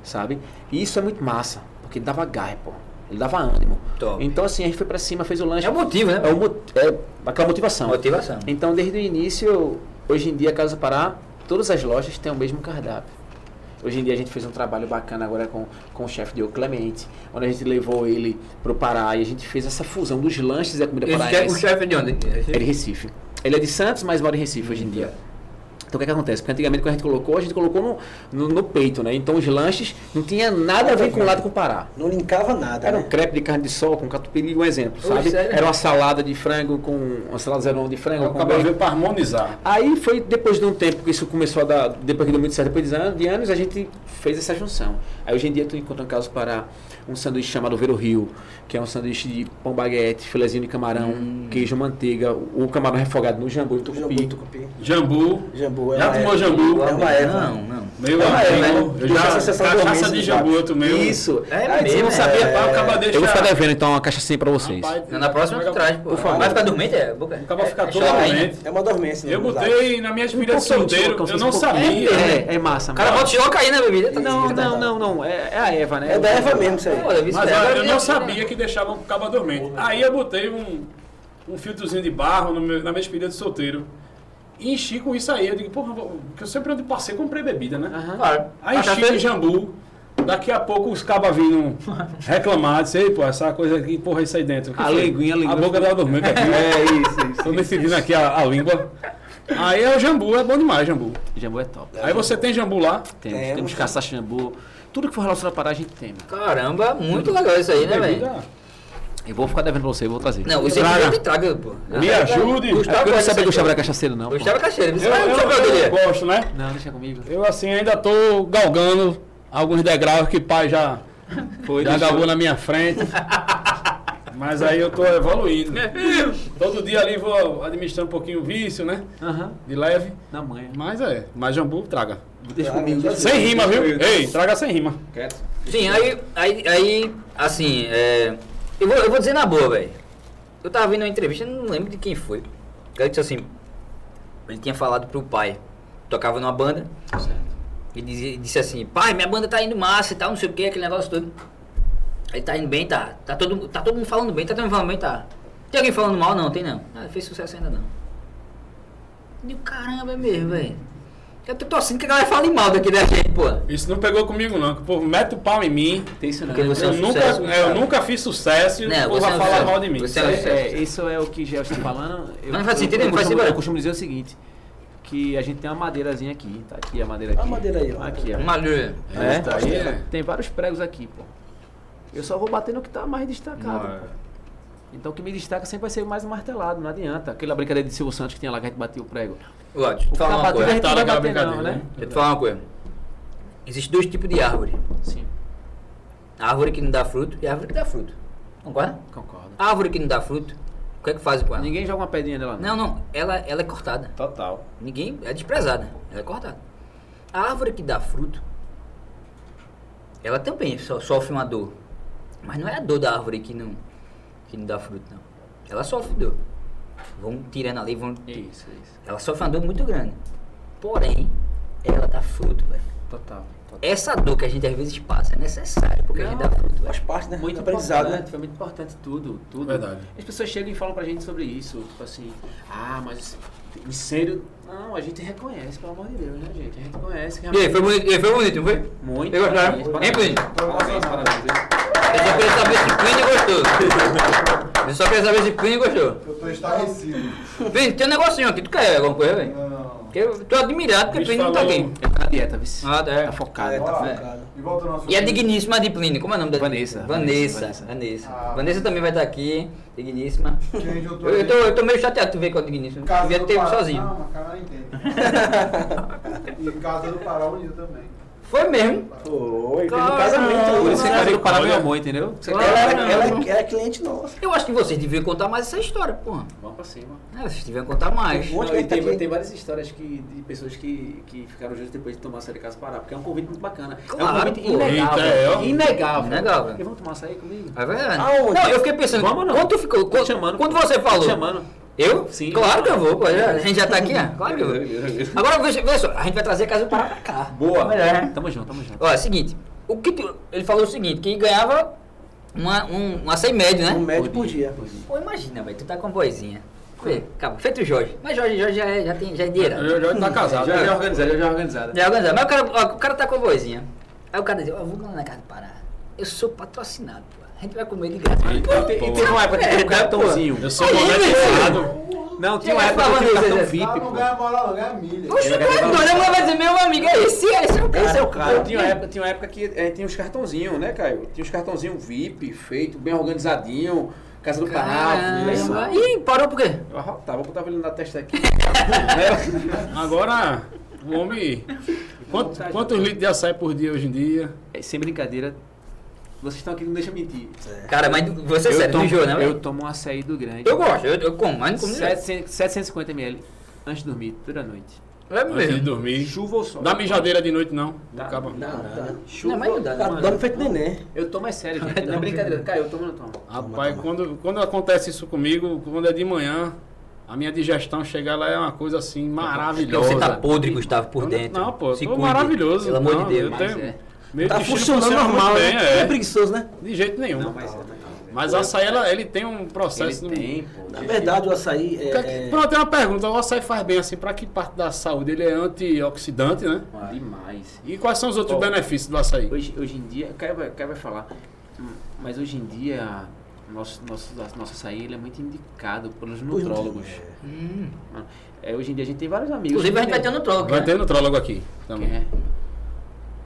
Speaker 3: sabe? E isso é muito massa, porque ele dava gás, pô. Ele dava ânimo.
Speaker 1: Top.
Speaker 3: Então, assim, a gente foi pra cima, fez o lanche.
Speaker 1: É o motivo, né?
Speaker 3: É, o mo- é aquela motivação.
Speaker 1: Motivação.
Speaker 3: Então, desde o início, hoje em dia, Casa do Pará, todas as lojas têm o mesmo cardápio. Hoje em dia a gente fez um trabalho bacana agora com, com o chefe Diogo Clemente, onde a gente levou ele pro Pará e a gente fez essa fusão dos lanches e da comida
Speaker 1: Esse chefe- o
Speaker 3: paraense.
Speaker 1: chefe de onde?
Speaker 3: Ele é de Recife. Ele é de Santos, mas mora em Recife hoje em dia. Então o que, é que acontece? Porque antigamente quando a gente colocou, a gente colocou no, no, no peito, né? Então os lanches não tinha nada a ver com o lado com o Pará.
Speaker 4: Não linkava nada.
Speaker 3: Era um
Speaker 4: né?
Speaker 3: crepe de carne de sol com catupiry, um exemplo,
Speaker 1: Ui,
Speaker 3: sabe?
Speaker 1: sério?
Speaker 3: Era uma salada de frango com... Uma salada zero de frango
Speaker 2: Eu
Speaker 3: com
Speaker 2: acabei
Speaker 3: bacon.
Speaker 2: veio pra harmonizar.
Speaker 3: Aí foi depois de um tempo que isso começou a dar, depois que deu muito certo, depois de anos, de anos a gente fez essa junção. Aí hoje em dia eu tô encontrando casos para um sanduíche chamado Vero Rio, que é um sanduíche de pão baguete, filezinho de camarão, queijo, manteiga, o camarão refogado no jambu e
Speaker 4: Jambu,
Speaker 3: tucupi.
Speaker 4: tucupi.
Speaker 2: Jambu.
Speaker 4: Jambu, é
Speaker 2: Já
Speaker 4: uma
Speaker 2: tomou
Speaker 4: erva.
Speaker 2: jambu?
Speaker 4: É uma erva.
Speaker 1: Não, não.
Speaker 2: Meu
Speaker 4: É uma erva,
Speaker 2: amigo,
Speaker 4: né?
Speaker 2: eu
Speaker 4: Deixa a
Speaker 2: já
Speaker 4: sensação
Speaker 2: cachaça
Speaker 4: dormente
Speaker 2: de
Speaker 4: no
Speaker 2: jambu eu tomei.
Speaker 3: Isso.
Speaker 1: É
Speaker 3: Aí você
Speaker 1: mesmo,
Speaker 3: não
Speaker 1: é.
Speaker 3: sabia, pá, o
Speaker 2: Acaba
Speaker 3: camarão-
Speaker 2: deixando.
Speaker 3: Eu vou ficar devendo então uma caixinha pra vocês.
Speaker 1: Na próxima tu traz, pô.
Speaker 3: Por favor.
Speaker 1: Vai ficar dormente, é? Boca.
Speaker 2: Acaba ficar
Speaker 1: É
Speaker 2: todo
Speaker 1: chato, hein?
Speaker 2: doente.
Speaker 4: É uma dormência. né?
Speaker 2: Eu botei na minha filha de
Speaker 3: Um pouquinho de
Speaker 2: solteiro,
Speaker 3: silicone,
Speaker 2: eu não
Speaker 3: um pouquinho.
Speaker 2: sabia.
Speaker 3: É, é massa.
Speaker 1: O cara
Speaker 3: massa.
Speaker 1: bota o aí na bebida. tá
Speaker 3: Não,
Speaker 1: difícil, tá?
Speaker 3: não, não, não. É, é a Eva, né?
Speaker 4: É da erva mesmo isso aí.
Speaker 1: Olha, vice-
Speaker 2: Mas
Speaker 1: agora
Speaker 3: é,
Speaker 2: olha, eu não
Speaker 1: vice-
Speaker 2: sabia que deixavam o cabo dormente. Aí eu botei um, um filtrozinho de barro no meu- na minha espelha de solteiro. E enchi com isso aí. Eu digo, porra, vou- porque eu sempre onde passei comprei bebida, né?
Speaker 3: Aham.
Speaker 1: Claro. Tá
Speaker 2: Aí enchi
Speaker 1: Até-
Speaker 2: de jambu. Daqui a pouco os cabas vindo reclamar, disse, ei, pô, essa coisa aqui, porra, isso aí dentro. O que
Speaker 3: A
Speaker 2: foi? tá
Speaker 3: [laughs] linguinha, a linguinha.
Speaker 2: A boca tava dormindo aqui.
Speaker 3: É isso, isso.
Speaker 2: Tô decidindo aqui a, a língua. Aí é o jambu, é bom demais, jambu.
Speaker 3: Jambu é top.
Speaker 2: Aí você tem jambu lá.
Speaker 3: Temos,
Speaker 4: Temos.
Speaker 3: temos caça-jambu. Tudo que for relacionado à Pará, a gente tem. mano.
Speaker 1: Caramba, muito legal isso aí, né, velho?
Speaker 2: Bebida.
Speaker 3: Eu vou ficar devendo pra você, eu vou trazer.
Speaker 1: Não, é você
Speaker 2: Traga.
Speaker 1: não me traga, pô.
Speaker 2: Me ajude.
Speaker 3: É porque eu não sabia que o Gustavo
Speaker 1: Gustavo
Speaker 3: era cachaceiro, não. pô.
Speaker 1: Gustavo Cacheiro,
Speaker 2: Eu,
Speaker 1: você vai
Speaker 2: eu,
Speaker 1: no chapéu
Speaker 2: eu
Speaker 1: dele.
Speaker 2: gosto, né?
Speaker 3: Não, deixa comigo.
Speaker 2: Eu assim ainda tô galgando alguns degraus que pai já,
Speaker 3: Foi,
Speaker 2: já
Speaker 3: deixa eu-
Speaker 2: galgou na minha frente. Mas aí eu tô evoluindo.
Speaker 3: É
Speaker 2: Todo dia ali vou administrando um pouquinho o vício, né?
Speaker 3: Aham,
Speaker 2: De leve.
Speaker 3: na manhã.
Speaker 2: Mas é, mas jambu traga.
Speaker 3: Deixa comigo. deixa
Speaker 2: Sem rima, viu? Ei, traga sem rima.
Speaker 3: Quieto.
Speaker 1: Sim, aí, aí, aí assim, é, eu, vou, eu vou dizer na boa, velho. Eu tava vendo uma entrevista, não lembro de quem foi. O cara disse assim, ele tinha falado pro pai, tocava numa banda, e dizia- disse assim, pai, minha banda tá indo massa e tal, não sei o que, aquele negócio todo. Aí tá indo bem, tá. Tá todo, tá todo mundo falando bem, tá todo mundo falando bem, tá. Tem alguém falando mal? Não, tem não. Ah, fez sucesso ainda não. Eu digo, caramba, é mesmo, velho. Eu tô torcendo que a galera fale mal daqui da gente, pô.
Speaker 2: Isso não pegou comigo, não. Que o povo mete o pau em mim.
Speaker 3: Tem isso não.
Speaker 1: Porque
Speaker 3: né?
Speaker 1: você é
Speaker 2: Eu
Speaker 1: um
Speaker 2: nunca,
Speaker 1: sucesso,
Speaker 2: é,
Speaker 1: cara.
Speaker 2: eu nunca fiz sucesso e
Speaker 1: Né,
Speaker 2: o povo
Speaker 1: você
Speaker 2: vai
Speaker 1: é um
Speaker 2: falar
Speaker 1: sucesso.
Speaker 2: mal de mim.
Speaker 1: Você
Speaker 3: É,
Speaker 1: um sucesso.
Speaker 3: é, isso é o que Gel está falando.
Speaker 1: Mas
Speaker 3: Eu,
Speaker 1: não faz
Speaker 3: eu-
Speaker 1: sentido
Speaker 3: eu
Speaker 1: nenhum, faz
Speaker 3: costumo,
Speaker 1: sentido.
Speaker 3: eu costumo dizer o seguinte, que a gente tem uma madeirazinha aqui, tá aqui a madeira
Speaker 4: A
Speaker 3: aqui.
Speaker 4: madeira aí, ó.
Speaker 3: Aqui, ó.
Speaker 1: Malhura.
Speaker 3: É,
Speaker 2: Tá aí, é.
Speaker 3: tem vários pregos aqui, pô. Eu só vou bater no que tá mais destacado, pô. Então o que me destaca sempre vai ser o mais martelado, não adianta. Aquela brincadeira de Silvio Santos que tem lá que a gente bateu o prego.
Speaker 1: Ó, deixa eu
Speaker 3: O
Speaker 1: te falar
Speaker 3: cara
Speaker 1: uma
Speaker 3: bateu, a
Speaker 1: coisa.
Speaker 3: gente não vai
Speaker 2: Tá naquela
Speaker 3: bater não,
Speaker 2: brincadeira,
Speaker 3: né?
Speaker 1: Deixa eu te falar uma coisa. Existem dois tipos de árvore.
Speaker 3: Sim,
Speaker 1: A árvore que não dá fruto e a árvore que dá fruto. Concorda?
Speaker 3: concordo.
Speaker 1: A árvore que não dá fruto, o que é que fazem com ela?
Speaker 3: Ninguém joga uma pedrinha nela, não.
Speaker 1: Não, não. Ela, ela é cortada.
Speaker 3: Total.
Speaker 1: Ninguém... É desprezada. Ela é cortada. A árvore que dá fruto, ela também so- sofre uma dor. Mas não é a dor da árvore que não, que não dá fruto, não. Ela sofre dor. Vão tirando ali, vão...
Speaker 3: É Isso, isso.
Speaker 1: Ela sofre uma dor muito grande. Porém, ela dá fruto, velho.
Speaker 3: Total. total.
Speaker 1: essa dor que a gente às vezes passa é necessária, porque a gente dá
Speaker 3: Não.
Speaker 1: fruto.
Speaker 4: Faz parte, né?
Speaker 3: Muito
Speaker 4: do aprendizado,
Speaker 3: importante,
Speaker 4: né?
Speaker 3: foi muito importante tudo, tudo.
Speaker 2: Verdade.
Speaker 3: As pessoas chegam e falam pra gente sobre isso, tipo assim, ah, mas incêndio. Não, a gente reconhece, pelo amor de Deus, né, gente? A gente conhece.
Speaker 1: E aí, foi bonito, e aí, foi bonito, não foi?
Speaker 3: Muito.
Speaker 1: Eu gostaram?
Speaker 3: parabéns,
Speaker 1: Hein, Plínio?
Speaker 3: Parabéns, parabéns. parabéns.
Speaker 1: Eu só queria saber se Plínio gostou. [laughs] Eu só queria saber se Plínio gostou.
Speaker 5: Eu tô estarrecido.
Speaker 1: Plínio, tem um negocinho aqui, tu quer alguma coisa, velho?
Speaker 5: Não.
Speaker 1: Porque Eu tô admirado porque
Speaker 2: Bicho
Speaker 1: Plínio não tá
Speaker 2: falou.
Speaker 1: aqui.
Speaker 3: Ele tá na dieta, vice.
Speaker 1: Ah, tá.
Speaker 3: Tá focado.
Speaker 4: É, tá
Speaker 5: Ó,
Speaker 4: focado.
Speaker 5: E volta ao nosso.
Speaker 1: E é a digníssima de Plínio, como é o nome da
Speaker 3: Vanessa.
Speaker 1: Vanessa. Vanessa.
Speaker 3: Vanessa.
Speaker 1: Vanessa,
Speaker 5: Ah.
Speaker 1: Vanessa também vai estar aqui, digníssima.
Speaker 5: Gente, eu tô,
Speaker 1: Eu, eu tô, eu tô meio chateado de ver que é o digníssimo.
Speaker 5: Casa
Speaker 1: Devia
Speaker 5: do
Speaker 1: ter um
Speaker 5: Pará-
Speaker 1: sozinho.
Speaker 5: Não, mas cara não entende. e Casa do Pará Unido também.
Speaker 1: Foi mesmo.
Speaker 4: Foi, fez
Speaker 1: Claro.
Speaker 4: um casamento.
Speaker 3: Por isso que
Speaker 4: né?
Speaker 3: a
Speaker 2: Olha.
Speaker 3: do Pará meu amor, entendeu? Você
Speaker 1: Claro.
Speaker 3: quer-
Speaker 4: Ela, ela, ela é cliente nossa.
Speaker 1: Eu acho que vocês deviam contar mais essa história, porra.
Speaker 3: Vamos pra cima.
Speaker 1: É, vocês deviam contar mais.
Speaker 4: Um monte de
Speaker 3: Não, e
Speaker 4: gente tá aqui.
Speaker 3: tem, tem várias histórias que, de pessoas que, que ficaram juntas depois de tomar açaí de casa parar, porque é um convite muito bacana. é
Speaker 1: Claro,
Speaker 3: um convite
Speaker 1: pô.
Speaker 3: inegável.
Speaker 2: Eita, é, ó.
Speaker 3: inegável.
Speaker 1: Inegável.
Speaker 3: E vamos tomar açaí comigo?
Speaker 1: É verdade.
Speaker 4: Aonde?
Speaker 1: Não, eu fiquei pensando.
Speaker 3: Vamos ou não?
Speaker 1: Quando tu ficou.
Speaker 3: Tô
Speaker 1: Quando,
Speaker 3: te chamando,
Speaker 1: quando
Speaker 3: pô.
Speaker 1: você
Speaker 3: Tô te
Speaker 1: falou.
Speaker 3: chamando.
Speaker 1: Eu?
Speaker 3: Sim.
Speaker 1: Claro que eu vou, pô. já- a gente já tá aqui,
Speaker 3: [laughs]
Speaker 1: ó. Claro que eu vou. Agora, veja, veja só, a gente vai trazer a casa do Pará pra cá.
Speaker 3: Boa.
Speaker 1: Melhor, né?
Speaker 3: Tamo junto, tamo junto.
Speaker 1: Ó, é o seguinte. O que tu- ele falou o seguinte, que ganhava uma, um, uma 100 médio, né?
Speaker 4: Um médico por dia.
Speaker 1: Pô, imagina, velho, tu tá com a boizinha. Vê, Acabou. Feito o Jorge. Mas Jorge, Jorge já, é, já, tem, já é dinheiro.
Speaker 2: Eu já tá casado.
Speaker 3: Já
Speaker 1: é
Speaker 3: já organizada, já né? já organizada.
Speaker 1: Já organizado. Mas o cara, ó, o cara tá com a vozinha. Aí o cara diz, ó, vamos lá na casa do Pará. Eu sou patrocinado, pô. A gente vai comer de graça.
Speaker 3: E te- e teve uma época que teve um
Speaker 1: Porra.
Speaker 3: cartãozinho.
Speaker 2: Eu sou
Speaker 1: Aí,
Speaker 2: monetizado.
Speaker 3: Não, tinha uma
Speaker 1: Chega
Speaker 3: época que
Speaker 1: falando
Speaker 3: teve
Speaker 1: isso,
Speaker 3: um cartão
Speaker 1: Zezé.
Speaker 5: Lá não
Speaker 3: VIP,
Speaker 5: ganha bola, não ganha milha.
Speaker 1: Oxe, tu é doido, a mulher vai dizer, meu amigo, é esse, esse é o cara.
Speaker 4: Esse é o
Speaker 3: pô.
Speaker 4: cara.
Speaker 3: Tinha uma época, tinha uma época que eh, tinha uns cartãozinhos, né, Caio? Tinha uns cartãozinhos VIP, feito, bem organizadinho, Casa do Pará.
Speaker 1: Caramba.
Speaker 3: isso.
Speaker 1: Ih, parou por quê?
Speaker 3: Eu tá, arrotava, eu botava ele na testa aqui.
Speaker 2: Agora, o homem. Quanto- quantos litros de açaí por dia hoje em dia?
Speaker 3: [laughs] É, sem brincadeira, vocês estão aqui, não deixa eu mentir.
Speaker 1: Cara, mas você é sério, tu enjoa, né? velho?
Speaker 3: eu tomo um açaí do grande.
Speaker 1: Eu gosto, eu, eu como, mas não como direto.
Speaker 3: 700, 750ml antes de dormir, toda noite.
Speaker 1: É
Speaker 2: Antes de
Speaker 1: mesmo.
Speaker 2: dormir.
Speaker 3: Chuva ou sol?
Speaker 2: Dá mijadeira de noite, não.
Speaker 3: Tá.
Speaker 2: Acaba.
Speaker 4: Não, tá.
Speaker 3: Chuva.
Speaker 1: Não, mas não dá,
Speaker 4: Cara,
Speaker 3: mano.
Speaker 4: dorme feito neném.
Speaker 3: Eu tomo é sério,
Speaker 1: [laughs]
Speaker 3: gente. Não é brincadeira. Cara, eu tomo ou não tomo?
Speaker 2: Rapaz, quando, quando acontece isso comigo, quando é de manhã, a minha digestão chegar lá é uma coisa assim maravilhosa.
Speaker 1: Você tá podre, Gustavo, por
Speaker 2: Não,
Speaker 1: dentro.
Speaker 2: Não, pô,
Speaker 1: Se
Speaker 2: tô
Speaker 1: cuide.
Speaker 2: maravilhoso.
Speaker 1: Pelo amor
Speaker 2: Não,
Speaker 1: de Deus.
Speaker 2: eu
Speaker 3: mas
Speaker 2: tenho-
Speaker 3: é.
Speaker 2: Meu
Speaker 4: Tá
Speaker 2: intestino
Speaker 4: funcionando
Speaker 2: funciona muito
Speaker 4: normal,
Speaker 2: bem,
Speaker 4: né? É.
Speaker 2: é.
Speaker 4: preguiçoso, né?
Speaker 2: De jeito nenhum.
Speaker 3: Não,
Speaker 2: mas
Speaker 3: mas é.
Speaker 2: o açaí, ela, ele tem um processo...
Speaker 3: Ele
Speaker 2: no-
Speaker 3: tem, pô.
Speaker 4: Na verdade, o açaí é...
Speaker 2: Que-
Speaker 4: é-
Speaker 2: Pronto, tem uma pergunta. O açaí faz bem assim, pra que parte da saúde? Ele é antioxidante, né?
Speaker 3: Demais.
Speaker 2: E quais são os outros
Speaker 3: Ó,
Speaker 2: benefícios do açaí?
Speaker 3: Hoje, hoje em dia, o Caio vai, Caio vai falar, hum, mas hoje em dia, é nosso, nosso, nosso açaí ele é muito indicado pelos nutrólogos.
Speaker 1: Hum.
Speaker 3: Mano, é, É, hoje em dia a gente tem vários amigos. né?
Speaker 1: Inclusive a gente vai
Speaker 3: que-
Speaker 1: ter um no troco. né?
Speaker 2: Vai ter no trólogo aqui.
Speaker 3: Quem
Speaker 2: Também.
Speaker 3: é?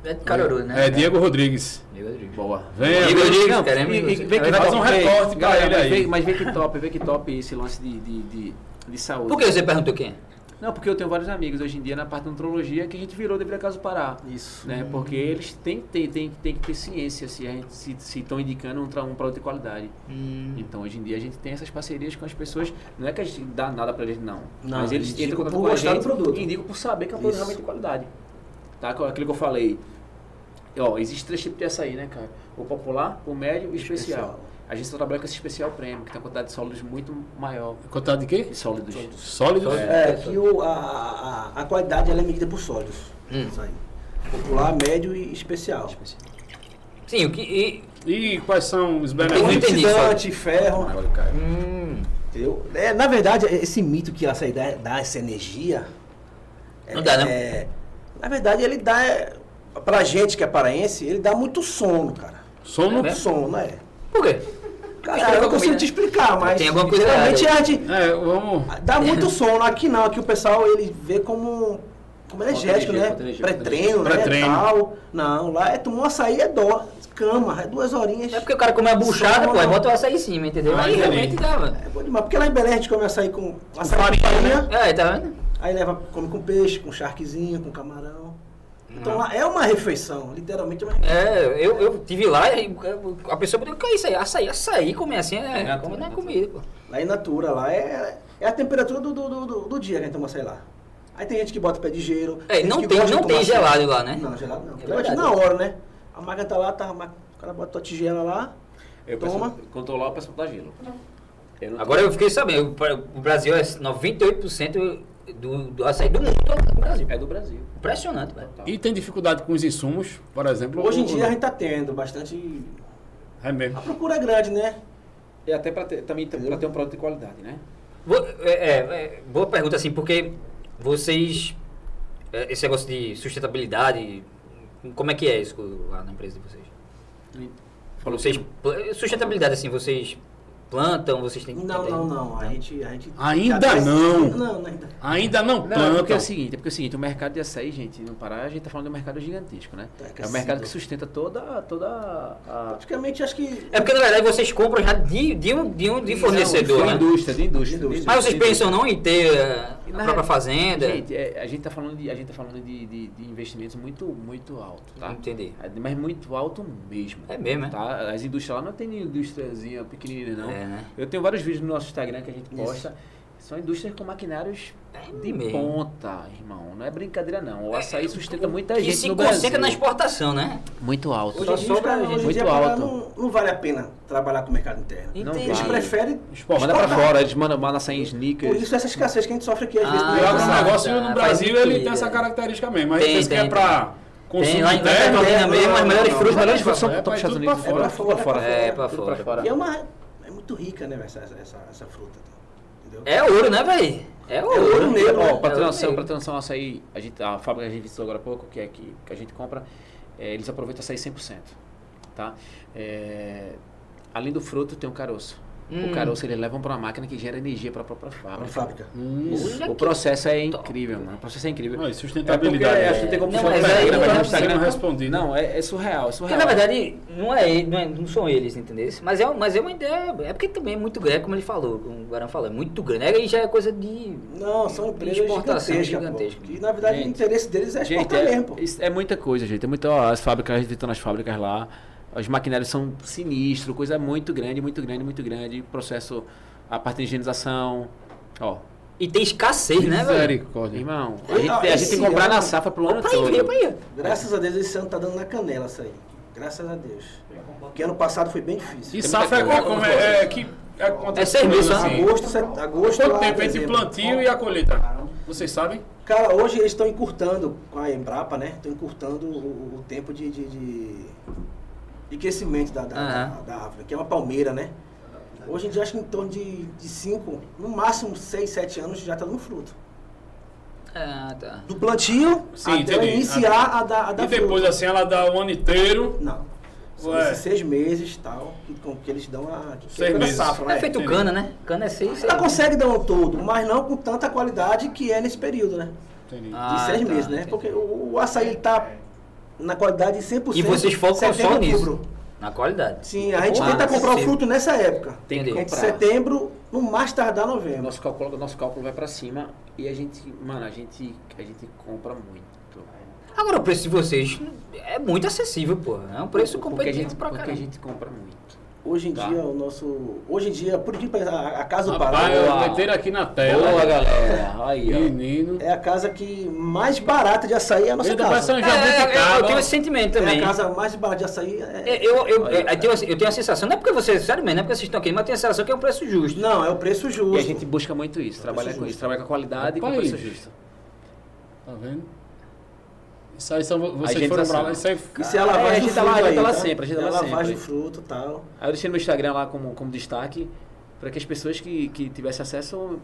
Speaker 1: É de Caruru, né?
Speaker 2: É Diego Rodrigues.
Speaker 1: Diego Rodrigues.
Speaker 3: Boa.
Speaker 1: Diego
Speaker 2: Venha, Rodrigues.
Speaker 1: Rodrigues,
Speaker 3: Não,
Speaker 1: queremos
Speaker 3: e- e
Speaker 1: você.
Speaker 3: vê que
Speaker 1: Vai
Speaker 2: fazer
Speaker 3: top,
Speaker 2: um
Speaker 3: vê-
Speaker 2: recorte pra
Speaker 3: galera,
Speaker 2: ele
Speaker 3: mas
Speaker 2: aí.
Speaker 3: Vê, mas vê que top, vê que top esse lance de, de, de, de saúde.
Speaker 1: Por que você perguntou quem? é?
Speaker 3: Não, porque eu tenho vários amigos hoje em dia na parte da nutrologia que a gente virou devido a caso parar.
Speaker 4: Isso.
Speaker 3: Né? Porque eles têm que ter, têm, têm que ter ciência se estão se, se tão indicando um, tra- um produto de qualidade.
Speaker 1: Hum.
Speaker 3: Então hoje em dia a gente tem essas parcerias com as pessoas. Não é que a gente dá nada pra eles, não.
Speaker 4: Não,
Speaker 3: Mas eles
Speaker 4: indico
Speaker 3: entram em contato
Speaker 4: por
Speaker 3: com a
Speaker 4: gostar do
Speaker 3: gente
Speaker 4: produto.
Speaker 3: e indicam por saber que é um produto
Speaker 4: Isso.
Speaker 3: realmente de qualidade. Tá? Com Aquilo que eu falei. Ó, existe três tipos de açaí, né, cara? O popular, o médio e o especial.
Speaker 4: Especial.
Speaker 3: A gente só trabalha com esse especial prêmio, que tem uma quantidade de sólidos muito maior.
Speaker 2: Contado de quê?
Speaker 3: De sólidos.
Speaker 2: Sólido.
Speaker 4: É, que o, a, a, a qualidade ela é medida por sólidos.
Speaker 1: Hum.
Speaker 4: Isso aí. Popular, médio e especial.
Speaker 1: Sim, o que. e-
Speaker 2: E quais são os
Speaker 1: Eu não
Speaker 2: benefícios?
Speaker 1: entendi,
Speaker 4: Antioxidante, ferro.
Speaker 2: Agora o Caio.
Speaker 1: hum,
Speaker 4: Entendeu? É, na verdade, esse mito que açaí dá, dá essa energia. é-
Speaker 1: Não dá, não.
Speaker 4: é- na verdade, ele dá. É, pra gente que é paraense, ele dá muito sono, cara.
Speaker 2: Sono.
Speaker 1: É?
Speaker 4: Sono, né?
Speaker 1: por quê?
Speaker 4: Cara, eu não consigo te explicar, mas.
Speaker 1: Tem alguma coisa
Speaker 4: Geralmente
Speaker 1: errada
Speaker 4: a gente
Speaker 2: É, vamos.
Speaker 1: [laughs]
Speaker 4: dá muito sono. Aqui não, aqui o pessoal ele vê como. Como energético,
Speaker 3: energia,
Speaker 4: né?
Speaker 3: falta energia, falta
Speaker 4: Pré-treino, né?
Speaker 2: Pré-treino.
Speaker 4: Tal. Não, lá é tomar um açaí, é dó. Cama, é duas horinhas.
Speaker 1: É porque o cara come a buchada, pô, aí bota o açaí em cima, entendeu?
Speaker 2: Ah,
Speaker 1: Aí
Speaker 2: entendi.
Speaker 1: realmente dava.
Speaker 4: É bom demais. Porque lá em Belém a gente come açaí com açaí com
Speaker 2: farinha, né?
Speaker 4: farinha,
Speaker 1: É, tá vendo?
Speaker 4: aí leva, come com peixe, com charquezinho, com camarão. Então lá é uma refeição, literalmente é uma refeição.
Speaker 1: Uhum. É, eu, eu tive lá e a pessoa pediu, o que é isso aí? Açaí, açaí, comer assim, é,
Speaker 3: É,
Speaker 1: como
Speaker 3: é,
Speaker 1: na
Speaker 3: é.
Speaker 1: comida, pô.
Speaker 4: Lá em natura, lá é, é a temperatura do, do, do, do- do dia que a gente toma açaí lá. Aí tem gente que bota pé de gelo.
Speaker 1: É, não
Speaker 4: gente que
Speaker 1: tem-
Speaker 4: gosta de
Speaker 1: não
Speaker 4: tomar
Speaker 1: tem
Speaker 4: açaí.
Speaker 1: gelado lá, né?
Speaker 4: Não, gelado não.
Speaker 1: É
Speaker 4: Eu acho
Speaker 1: verdade.
Speaker 4: na hora, né? A maga tá lá, tá, a maga- o cara bota tua tigela lá,
Speaker 3: Eu
Speaker 4: Toma.
Speaker 3: Peço, controlar o pessoal da gelo. É Eu não-
Speaker 1: Agora eu fiquei sabendo, o Brasil é 98% do, do açaí do mundo é do Brasil.
Speaker 3: É do Brasil.
Speaker 1: Impressionante, velho.
Speaker 3: Total.
Speaker 2: E tem dificuldade com os insumos, por exemplo.
Speaker 4: hoje em
Speaker 2: o-
Speaker 4: dia a gente tá tendo bastante...
Speaker 2: É mesmo.
Speaker 4: A procura é grande, né?
Speaker 3: E até para ter, também para ter um produto de qualidade, né?
Speaker 1: Vou- é, é, é, boa pergunta, assim, porque vocês. é, Esse negócio de sustentabilidade, como é que é isso lá na empresa de vocês?
Speaker 3: Falou
Speaker 1: Vocês.
Speaker 3: que-
Speaker 1: pla- Sustentabilidade, assim, vocês plantam, vocês têm.
Speaker 4: Não, não, não. A gente... A gente
Speaker 2: Ainda
Speaker 4: cada vez-
Speaker 2: não.
Speaker 4: Não, ainda
Speaker 2: Ainda não,
Speaker 3: Não, é
Speaker 2: tanto.
Speaker 3: porque é o
Speaker 1: assim,
Speaker 3: seguinte, é porque é o seguinte, o mercado de açaí, gente, no Pará, a gente tá falando de um mercado gigantesco, né?
Speaker 4: Tá
Speaker 3: é um
Speaker 4: aquecido.
Speaker 3: mercado
Speaker 1: assim,
Speaker 3: que sustenta toda, toda a...
Speaker 4: Praticamente acho que...
Speaker 1: É porque na verdade vocês compram já de, de um, de um de fornecedor,
Speaker 3: Não, de
Speaker 1: né?
Speaker 3: indústria, de indústria. de indústria.
Speaker 1: Mas vocês pensam não em ter eh,
Speaker 3: E
Speaker 1: a
Speaker 3: na-
Speaker 1: própria fazenda?
Speaker 3: Gente, é, a gente tá falando de, a gente tá falando de, de, de investimentos muito, muito alto, tá?
Speaker 1: Entendi.
Speaker 3: É, Mas muito alto mesmo.
Speaker 1: É mesmo, é?
Speaker 3: Tá? As indústrias lá não tem nenhuma indústriazinha pequenininha, não.
Speaker 1: É, né?
Speaker 3: Eu tenho vários vídeos no nosso Instagram que a gente posta. São indústrias com maquinários de
Speaker 1: É mesmo.
Speaker 3: ponta, irmão. Não é brincadeira, não. O açaí sustenta muita
Speaker 1: Que
Speaker 3: gente
Speaker 1: se
Speaker 3: no
Speaker 1: concentra
Speaker 3: Brasil.
Speaker 1: na exportação, né?
Speaker 3: Muito alto.
Speaker 4: Hoje
Speaker 1: Só
Speaker 4: em dia, os
Speaker 1: sobra
Speaker 4: caras-
Speaker 1: gente
Speaker 4: hoje em
Speaker 3: muito
Speaker 4: dia, pra-
Speaker 3: alto.
Speaker 4: Não, não vale a pena trabalhar com o mercado interno.
Speaker 1: Não
Speaker 4: Eles
Speaker 1: vale.
Speaker 4: preferem...
Speaker 2: Exporta.
Speaker 3: Manda pra
Speaker 4: exportar.
Speaker 3: fora, eles mandam mala sem sneakers.
Speaker 4: Por isso essa escassez que a gente sofre aqui às
Speaker 1: Ah,
Speaker 4: vezes.
Speaker 2: E o agronegócio
Speaker 1: tá,
Speaker 2: no
Speaker 1: faz
Speaker 2: Brasil ele
Speaker 1: sentido,
Speaker 2: tem essa
Speaker 1: é.
Speaker 2: característica mesmo. Mas
Speaker 1: Tem,
Speaker 2: pensa que
Speaker 1: tem,
Speaker 2: é pra
Speaker 1: Tem né,
Speaker 2: consumo
Speaker 1: lá em Santa
Speaker 2: interno. né?
Speaker 1: Catarina
Speaker 3: é
Speaker 1: mesmo, as melhores frutas,
Speaker 4: Não,
Speaker 1: as
Speaker 3: Os
Speaker 1: melhores
Speaker 3: melhores
Speaker 1: frutas.
Speaker 3: frutos são
Speaker 2: é pra
Speaker 3: para os Estados
Speaker 2: tudo pra
Speaker 3: Unidos.
Speaker 2: fora.
Speaker 3: tudo pra fora.
Speaker 1: É, pra
Speaker 3: tudo
Speaker 1: fora.
Speaker 4: E é uma. É muito rica, né, velho, essa, essa, essa, essa fruta. tá? Entendeu?
Speaker 1: É ouro, né, velho? É ouro.
Speaker 4: ouro negro,
Speaker 1: É
Speaker 3: Ó,
Speaker 4: né?
Speaker 1: ouro
Speaker 3: pra transição, pra
Speaker 1: negro.
Speaker 3: transição açaí, a, gente, a fábrica que a gente visitou agora há pouco, que é que, que a gente compra, é, eles aproveitam açaí 100%, tá? É, além do fruto, tem o caroço.
Speaker 1: Hum.
Speaker 3: O caroço eles levam pra uma máquina que gera energia pra própria
Speaker 4: Pra
Speaker 3: fábrica.
Speaker 4: fábrica.
Speaker 2: Hum.
Speaker 1: Olha
Speaker 3: O
Speaker 1: que
Speaker 3: processo é
Speaker 1: top.
Speaker 3: incrível, mano. O processo é incrível.
Speaker 2: Não, e
Speaker 3: É porque
Speaker 2: sustentabilidade.
Speaker 3: acho que não tem como
Speaker 1: Não,
Speaker 3: puxar o
Speaker 1: mas aí
Speaker 3: Instagram,
Speaker 1: eu
Speaker 3: mas
Speaker 1: não
Speaker 3: o Instagram
Speaker 2: sei.
Speaker 3: não responde. Não, é, é surreal, é
Speaker 1: Porque
Speaker 3: surreal.
Speaker 1: na verdade não é ele, não, é- não são eles, entendeu? Mas é, mas é uma ideia. É porque também é muito grande, como ele falou, como o Guarão falou, é muito grande. Aí já é coisa de.
Speaker 4: Não, são empresas
Speaker 1: Exportação
Speaker 4: gigantescas.
Speaker 1: gigantesca.
Speaker 4: pô. E na verdade
Speaker 3: Gente.
Speaker 4: o interesse deles é
Speaker 3: Gente,
Speaker 4: exportar
Speaker 3: é,
Speaker 4: mesmo, pô.
Speaker 3: isso é muita coisa, gente. É muita, ó, as fábricas, visitando as fábricas lá, os maquinários são sinistros, coisa muito grande, muito grande, muito grande. Processo, a parte de higienização, ó.
Speaker 1: E tem escassez, né, velho?
Speaker 2: Misericórdia.
Speaker 3: Irmão, a
Speaker 4: Eu-
Speaker 3: gente,
Speaker 4: ó,
Speaker 3: a gente
Speaker 4: esse
Speaker 3: tem que comprar
Speaker 4: ano-
Speaker 3: na safra pro ano
Speaker 1: Pra ir,
Speaker 3: todo.
Speaker 1: veio pra ir.
Speaker 4: Graças a Deus esse ano tá dando na canela isso aí. Graças a Deus. Porque ano passado foi bem difícil.
Speaker 2: E safra é,
Speaker 3: muita
Speaker 2: como
Speaker 3: coisa.
Speaker 2: é, é que acontece.
Speaker 1: É serviço,
Speaker 2: quando,
Speaker 1: né?
Speaker 4: Agosto, set... agosto
Speaker 2: Quanto
Speaker 4: lá,
Speaker 2: tempo entre
Speaker 4: dezembro.
Speaker 2: plantio e a colheita? Vocês sabem?
Speaker 4: Cara, hoje eles estão encurtando com a Embrapa, né? Estão encurtando o, o tempo de, de, de- de crescimento da, da,
Speaker 1: Aham.
Speaker 4: da- da árvore, que é uma palmeira, né? Hoje em dia acho que em torno de 5, no máximo 6, 7 anos já está dando fruto.
Speaker 1: Ah, tá.
Speaker 4: Do plantio
Speaker 2: Sim,
Speaker 4: até ela
Speaker 2: entendi.
Speaker 4: iniciar a, dar a dar
Speaker 2: E depois
Speaker 4: fruto.
Speaker 2: assim ela dá o ano inteiro.
Speaker 4: Não. São
Speaker 2: Ué.
Speaker 4: esses seis meses e tal, que, com- que eles dão a. Que
Speaker 2: Seis
Speaker 4: é toda
Speaker 2: meses.
Speaker 4: safra,
Speaker 1: É
Speaker 4: né?
Speaker 1: feito
Speaker 2: entendi.
Speaker 1: cana, né? Cana é seis, seis.
Speaker 4: Ela consegue dar um todo, mas não com tanta qualidade que é nesse período, né?
Speaker 2: Entendi.
Speaker 1: Ah.
Speaker 4: De seis
Speaker 1: tá,
Speaker 4: meses, né?
Speaker 1: entendi.
Speaker 4: Porque o, o açaí ele tá na qualidade de 100%.
Speaker 1: E vocês focam só
Speaker 4: setembro,
Speaker 1: nisso.
Speaker 4: outubro.
Speaker 1: Na qualidade.
Speaker 4: Sim, a gente
Speaker 1: Ah,
Speaker 4: tenta comprar o
Speaker 1: sim.
Speaker 4: fruto nessa época.
Speaker 3: Tem que
Speaker 1: Entendi.
Speaker 4: Entre
Speaker 3: comprar.
Speaker 4: setembro, no mais tardar novembro.
Speaker 3: Nosso cálculo, nosso cálculo vai pra cima e a gente, mano, a gente, a gente compra muito.
Speaker 1: Agora o preço de vocês é muito acessível, pô. É um preço
Speaker 3: porque a
Speaker 1: competitivo
Speaker 3: gente,
Speaker 1: pra
Speaker 3: porque a
Speaker 1: caramba.
Speaker 3: gente compra muito.
Speaker 4: Hoje em
Speaker 3: Tá.
Speaker 4: dia, o nosso. Hoje em dia, por incrível que pareça, a a Casa Ah, do
Speaker 2: Rapaz,
Speaker 4: Pará
Speaker 2: eu
Speaker 1: Boa.
Speaker 2: meteram aqui na tela.
Speaker 3: galera. é Aí,
Speaker 2: Menino.
Speaker 4: é a casa que mais barata de açaí é a nossa
Speaker 2: Eita, parece
Speaker 4: casa.
Speaker 2: um
Speaker 1: É, é, eu
Speaker 2: jabuticaba.
Speaker 1: tenho esse sentimento
Speaker 4: É
Speaker 1: também.
Speaker 4: a casa mais barata de açaí. É...
Speaker 1: É, Eu, eu,
Speaker 3: Olha,
Speaker 1: eu, eu tenho, eu tenho a sensação, não é porque vocês, sério mesmo, não é porque vocês estão aqui, mas eu tenho a sensação que é um preço justo.
Speaker 4: Não, é o preço
Speaker 3: ó.
Speaker 4: justo.
Speaker 3: E a gente busca muito isso, trabalha
Speaker 4: preço
Speaker 3: com
Speaker 4: justo.
Speaker 3: isso, trabalha com a qualidade e com o
Speaker 2: Rapaz.
Speaker 3: preço justo.
Speaker 2: Tá vendo? Isso aí são vocês
Speaker 1: assim,
Speaker 3: gente
Speaker 2: foram
Speaker 3: tá
Speaker 2: pra
Speaker 3: sendo.
Speaker 2: lá. Isso aí.
Speaker 4: Isso é a
Speaker 3: É, a
Speaker 4: lavagem do
Speaker 3: gente tá
Speaker 4: fruto
Speaker 3: lá- a gente
Speaker 4: aí,
Speaker 3: tá lá
Speaker 4: tá?
Speaker 3: sempre, a gente tá
Speaker 4: É
Speaker 3: lá
Speaker 4: lavagem
Speaker 3: sempre.
Speaker 4: do fruto e tal.
Speaker 3: Aí eu deixei no meu Instagram lá como, como destaque para que as pessoas que, que tivessem acesso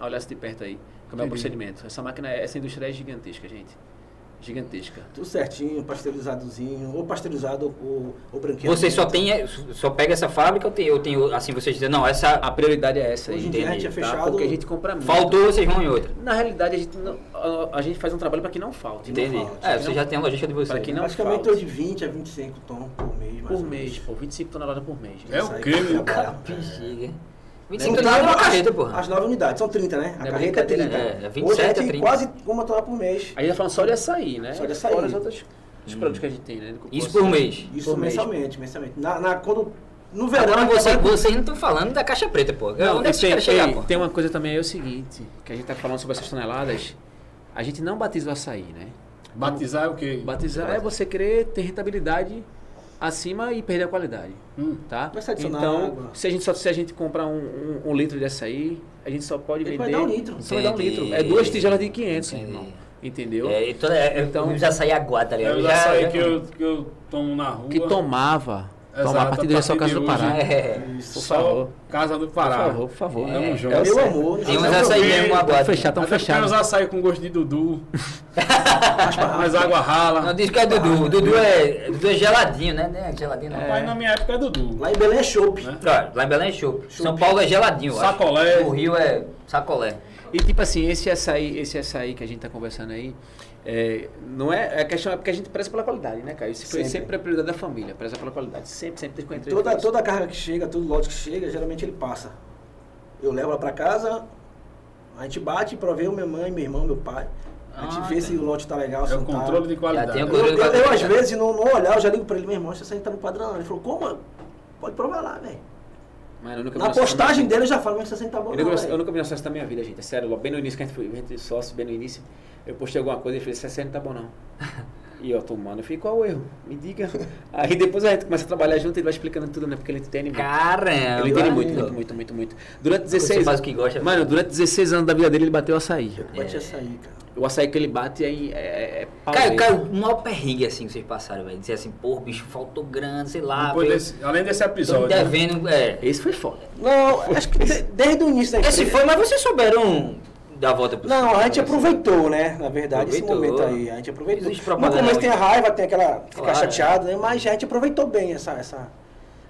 Speaker 3: olhassem de perto aí como
Speaker 2: Entendi.
Speaker 3: é o procedimento. Essa máquina, essa indústria é gigantesca, gente. Gigantesca.
Speaker 4: Tudo certinho, pasteurizadozinho, ou pasteurizado ou, ou branquinho.
Speaker 1: Vocês só tem, é, só pega essa fábrica ou tem, ou tem assim, vocês dizem, não, essa
Speaker 3: A prioridade é essa aí.
Speaker 4: Hoje em dia a gente é
Speaker 3: tá?
Speaker 4: fechado.
Speaker 3: Porque a gente compra muito.
Speaker 1: faltou, vocês vão em outra.
Speaker 3: Na realidade, a gente, não- a, a gente faz um trabalho para que não falte.
Speaker 1: Entendi.
Speaker 4: Não falta,
Speaker 1: É, vocês já têm a logística de
Speaker 3: Pra
Speaker 1: vocês.
Speaker 3: que
Speaker 1: né?
Speaker 3: não
Speaker 4: Praticamente
Speaker 3: falta.
Speaker 4: eu é um de 20 a 25 tom por mês. mais
Speaker 3: Por
Speaker 4: ou
Speaker 3: mês,
Speaker 4: menos.
Speaker 3: pô. 25 toneladas por mês.
Speaker 2: É o
Speaker 4: Açaí
Speaker 2: quê,
Speaker 4: que
Speaker 2: meu?
Speaker 4: trabalha.
Speaker 1: Bexiga.
Speaker 4: Não
Speaker 1: 25 toneladas é uma
Speaker 4: Então, tá, as-
Speaker 1: carreta, porra.
Speaker 4: As 9 unidades, são 30, né? A
Speaker 3: Não é
Speaker 4: carreta é 30.
Speaker 1: brincadeira, né? É, é
Speaker 4: Hoje a
Speaker 1: 27 a
Speaker 4: gente
Speaker 1: 30.
Speaker 4: quase uma tonelada por mês.
Speaker 3: A gente tá falando só de açaí, né?
Speaker 4: Só de açaí. Hum.
Speaker 3: Fora os outros os produtos que a gente tem, né?
Speaker 1: Isso por mês.
Speaker 4: Isso
Speaker 3: por mês.
Speaker 4: mensalmente, mensalmente. Na, na- quando, no verão,
Speaker 1: Agora é
Speaker 4: a gente
Speaker 1: vocês,
Speaker 4: trabalha-
Speaker 1: vocês não estão falando da caixa preta, pô.
Speaker 3: é Não,
Speaker 1: Onde é que vocês
Speaker 3: tem,
Speaker 1: querem chegar,
Speaker 3: tem-
Speaker 1: pô?
Speaker 3: tem uma coisa também, é o seguinte, que a gente tá falando sobre essas toneladas, a gente não batiza o açaí, né?
Speaker 2: Batizar é o quê?
Speaker 3: Batizar é você querer ter rentabilidade acima e perder a qualidade,
Speaker 2: Hum.
Speaker 3: tá?
Speaker 4: Vai se adicionar
Speaker 3: Então,
Speaker 4: água.
Speaker 3: se a gente, só, se a gente comprar um, um- um litro de açaí, a gente só pode
Speaker 4: Ele
Speaker 3: vender...
Speaker 4: vai dar um litro.
Speaker 3: Só vai dar um
Speaker 1: Entendi.
Speaker 3: litro. É duas tigelas de 500,
Speaker 1: Entendi.
Speaker 3: irmão. Entendeu?
Speaker 1: É, então, é,
Speaker 3: Então-
Speaker 1: então, já saí aguada, tá
Speaker 2: É
Speaker 1: ligado?
Speaker 2: o
Speaker 1: Já-
Speaker 2: açaí
Speaker 1: já-
Speaker 2: que eu, que eu tomo na rua.
Speaker 3: que tomava.
Speaker 2: Exato,
Speaker 3: tomava a
Speaker 2: a
Speaker 3: partir da sua
Speaker 2: partir
Speaker 3: casa
Speaker 2: de
Speaker 3: do
Speaker 2: hoje,
Speaker 3: Pará.
Speaker 1: É.
Speaker 3: Por
Speaker 2: Só
Speaker 3: favor.
Speaker 2: Casa do
Speaker 3: Por
Speaker 2: Pará.
Speaker 3: favor, por favor.
Speaker 1: É.
Speaker 3: Tamo junto.
Speaker 4: É meu amor.
Speaker 1: Tem uns
Speaker 4: Nós
Speaker 1: açaí
Speaker 2: vi.
Speaker 1: mesmo aguada.
Speaker 3: Tamo fechado, tamo
Speaker 2: Até porque
Speaker 3: fechado.
Speaker 2: Os açaí com gosto de Dudu. Mas água
Speaker 1: Não,
Speaker 2: rala.
Speaker 1: diz que é Dudu. Dudu é, Dudu é geladinho, né? Não é geladinho, não.
Speaker 2: Mas na minha época é Dudu.
Speaker 4: Lá em Belém é chope.
Speaker 2: Né?
Speaker 1: Olha, Lá em Belém é chopp. São Paulo é geladinho, eu acho.
Speaker 2: Sacolé.
Speaker 1: O Rio é sacolé.
Speaker 3: E tipo assim, esse açaí, esse açaí que a gente tá conversando aí, é, não é. A questão é porque a gente preza pela qualidade, né, Caio? Isso foi
Speaker 4: Sempre.
Speaker 3: sempre, a prioridade da família, preza pela qualidade. Sempre, sempre tem que entrar
Speaker 4: Toda,
Speaker 3: nisso.
Speaker 4: toda a carga que chega, todo lote que chega, geralmente ele passa. Eu levo ela pra casa, a gente bate pra ver minha mãe, meu irmão, meu pai. A gente
Speaker 1: Ah,
Speaker 4: vê se o lote tá legal, se
Speaker 2: É o
Speaker 4: não tá.
Speaker 2: controle de
Speaker 1: Já
Speaker 2: qualidade.
Speaker 1: tem o
Speaker 4: Eu,
Speaker 1: controle.
Speaker 4: eu, eu, às vezes, não, não olhar, eu já ligo pra ele, meu irmão, essa aí tá no padrão. não." Ele falou, como? Pode provar lá, velho.
Speaker 3: Mano, eu nunca vi
Speaker 4: Na
Speaker 3: um açaí na
Speaker 4: postagem
Speaker 3: minha vida.
Speaker 4: dele eu já falo, mas essa aí tá bom.
Speaker 3: Eu
Speaker 4: não,
Speaker 3: nunca, vi-
Speaker 4: velho."
Speaker 3: eu nunca vi um acesso da minha vida, gente. É sério, logo bem no início que a gente foi, a gente foi sócio, bem no início, eu postei alguma coisa e falei, esse açaí não tá bom não. E eu tô, mano, eu falei, qual é o erro? Me diga. Aí depois a gente começa a trabalhar junto e ele vai explicando tudo, né? Porque ele entende muito.
Speaker 1: Caramba.
Speaker 3: Ele entende muito, muito, muito, muito, muito. Durante 16
Speaker 1: faz o que gosta.
Speaker 3: Mano, durante 16 anos da vida dele, ele bateu açaí.
Speaker 4: Bate essa aí, cara.
Speaker 3: O açaí que ele bate é. é, é pau
Speaker 1: Caio,
Speaker 3: mesmo.
Speaker 1: Caio, o maior perrengue assim que vocês passaram, velho. Dizer assim, pô, bicho, faltou grana, sei lá,
Speaker 2: Depois
Speaker 1: velho.
Speaker 2: desse- além desse
Speaker 1: Tô
Speaker 2: episódio. né?
Speaker 1: devendo, é.
Speaker 3: Esse foi foda.
Speaker 4: Não, acho que de- desde o início da
Speaker 1: Esse foi, mas vocês souberam dar a volta pro
Speaker 4: Não, a gente aproveitou, né? Na verdade, esse
Speaker 1: Aproveitou.
Speaker 4: momento aí. A gente aproveitou.
Speaker 1: Existe
Speaker 4: No
Speaker 1: propaganda
Speaker 4: começo tem a
Speaker 1: hoje.
Speaker 4: raiva, tem aquela. ficar
Speaker 1: Claro,
Speaker 4: chateado, né? Mas a gente aproveitou bem essa, essa,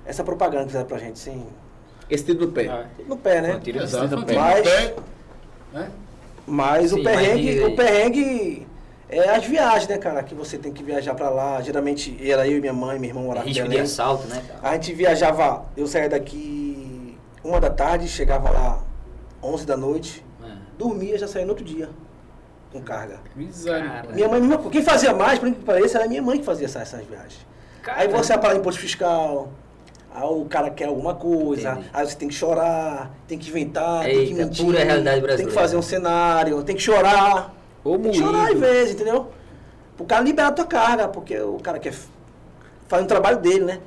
Speaker 4: essa propaganda que fizeram pra gente, sim.
Speaker 3: Esse tiro no pé.
Speaker 1: É,
Speaker 2: Ah,
Speaker 4: No pé, né?
Speaker 1: Não, tira-
Speaker 2: Exato,
Speaker 3: Precisa
Speaker 2: não
Speaker 3: pé.
Speaker 2: tem
Speaker 4: Mas-
Speaker 2: pé, né?
Speaker 4: Mas
Speaker 1: Sim,
Speaker 4: o
Speaker 1: mas
Speaker 4: perrengue,
Speaker 1: diga aí.
Speaker 4: o perrengue é as viagens, né, cara? Que você tem que viajar pra lá. Geralmente era eu e minha mãe, meu irmão morava em
Speaker 1: Risco de
Speaker 4: Belém.
Speaker 1: assalto, né, cara?
Speaker 4: A gente viajava, eu saía daqui uma da tarde, chegava lá 11 da noite,
Speaker 1: É.
Speaker 4: dormia, já saía no outro dia com carga.
Speaker 2: Misericórdia.
Speaker 1: Cara.
Speaker 4: Minha mãe, mesma- quem fazia mais, por incrível que pareça, era minha mãe que fazia essas, essas viagens. Aí você vai parar em imposto fiscal, aí o cara quer alguma coisa,
Speaker 1: Entendi.
Speaker 4: aí você tem que chorar, tem que inventar, tem que
Speaker 1: Eita,
Speaker 4: mentir.
Speaker 1: pura realidade
Speaker 4: Tem que
Speaker 1: brasileira.
Speaker 4: fazer um cenário, tem que chorar.
Speaker 3: Ô,
Speaker 4: tem que chorar às
Speaker 3: moído.
Speaker 4: vezes, entendeu? O cara liberar a tua carga, porque o cara quer f- fazer um trabalho dele, né?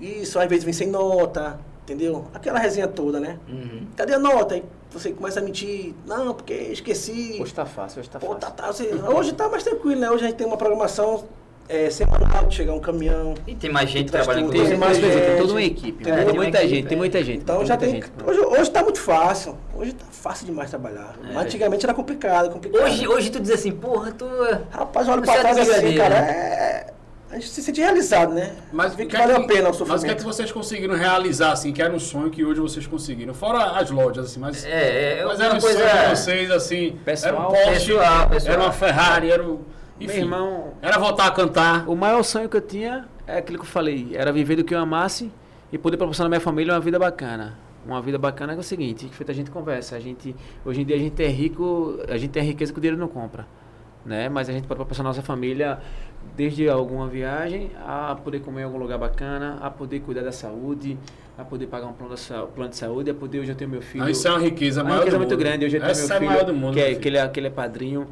Speaker 4: Isso, às vezes vem sem nota, entendeu? Aquela resenha toda, né?
Speaker 1: Uhum.
Speaker 4: Cadê a nota? Aí você começa a mentir. Não, porque esqueci.
Speaker 3: Hoje tá fácil, hoje tá
Speaker 4: Pô,
Speaker 3: fácil.
Speaker 4: tá, tá, você- hoje tá mais tranquilo, né? Hoje a gente tem uma programação é, semanal, chegar um caminhão.
Speaker 1: E tem mais gente
Speaker 4: Traz
Speaker 1: trabalhando com
Speaker 3: Tem,
Speaker 4: tudo.
Speaker 1: você.
Speaker 4: Tem
Speaker 3: mais
Speaker 4: mais
Speaker 3: gente, tem
Speaker 4: gente.
Speaker 3: toda uma equipe.
Speaker 4: Tem
Speaker 3: mano. Tem
Speaker 1: toda uma
Speaker 3: muita
Speaker 1: equipe,
Speaker 3: gente, tem
Speaker 1: é.
Speaker 3: muita gente.
Speaker 4: Então
Speaker 3: tem
Speaker 4: já
Speaker 3: muita
Speaker 4: tem.
Speaker 3: gente.
Speaker 4: Hoje, hoje tá muito fácil. Hoje tá fácil demais trabalhar. Mas antigamente era complicado, complicado.
Speaker 1: Hoje, hoje tu diz assim, porra, tu.
Speaker 4: Rapaz, eu olho
Speaker 1: Você
Speaker 4: pra
Speaker 1: é
Speaker 4: trás assim,
Speaker 1: brigadeiro,
Speaker 4: cara.
Speaker 1: né?
Speaker 4: É, é a gente se sente realizado, né?
Speaker 2: Mas
Speaker 4: Vê
Speaker 2: o
Speaker 4: que valeu a pena
Speaker 2: Mas
Speaker 4: o
Speaker 2: o que é
Speaker 4: sofrimento.
Speaker 2: que vocês conseguiram realizar, assim, que era um sonho que hoje vocês conseguiram? Fora as lojas, assim, mas.
Speaker 1: É, é
Speaker 2: mas
Speaker 1: uma
Speaker 2: era um
Speaker 1: coisa-
Speaker 2: sonho de vocês, assim.
Speaker 3: Pessoal,
Speaker 2: era um Porsche,
Speaker 1: pessoal, pessoal.
Speaker 2: era uma Ferrari, era um. Enfim,
Speaker 3: Meu irmão,
Speaker 2: Era voltar a cantar.
Speaker 3: o maior sonho que eu tinha é aquilo que eu falei, era viver do que eu amasse e poder proporcionar à minha família uma vida bacana. Uma vida bacana é o seguinte, que feita a gente conversa, a gente hoje em dia a gente é rico, a gente tem riqueza que o dinheiro não compra, né? Mas a gente pode proporcionar à nossa família desde alguma viagem a poder comer em algum lugar bacana, a poder cuidar da saúde, a poder pagar um plano, da sa- plano de saúde, a poder hoje eu tenho meu filho.
Speaker 2: Ah, isso é uma riqueza
Speaker 3: A
Speaker 2: maior
Speaker 3: riqueza
Speaker 2: do
Speaker 3: muito
Speaker 2: mundo.
Speaker 3: grande. Hoje eu tenho
Speaker 2: Essa
Speaker 3: meu
Speaker 2: é a
Speaker 3: filho,
Speaker 2: maior do mundo,
Speaker 3: que,
Speaker 2: meu
Speaker 3: é,
Speaker 2: filho.
Speaker 3: que, ele, é- que ele é padrinho.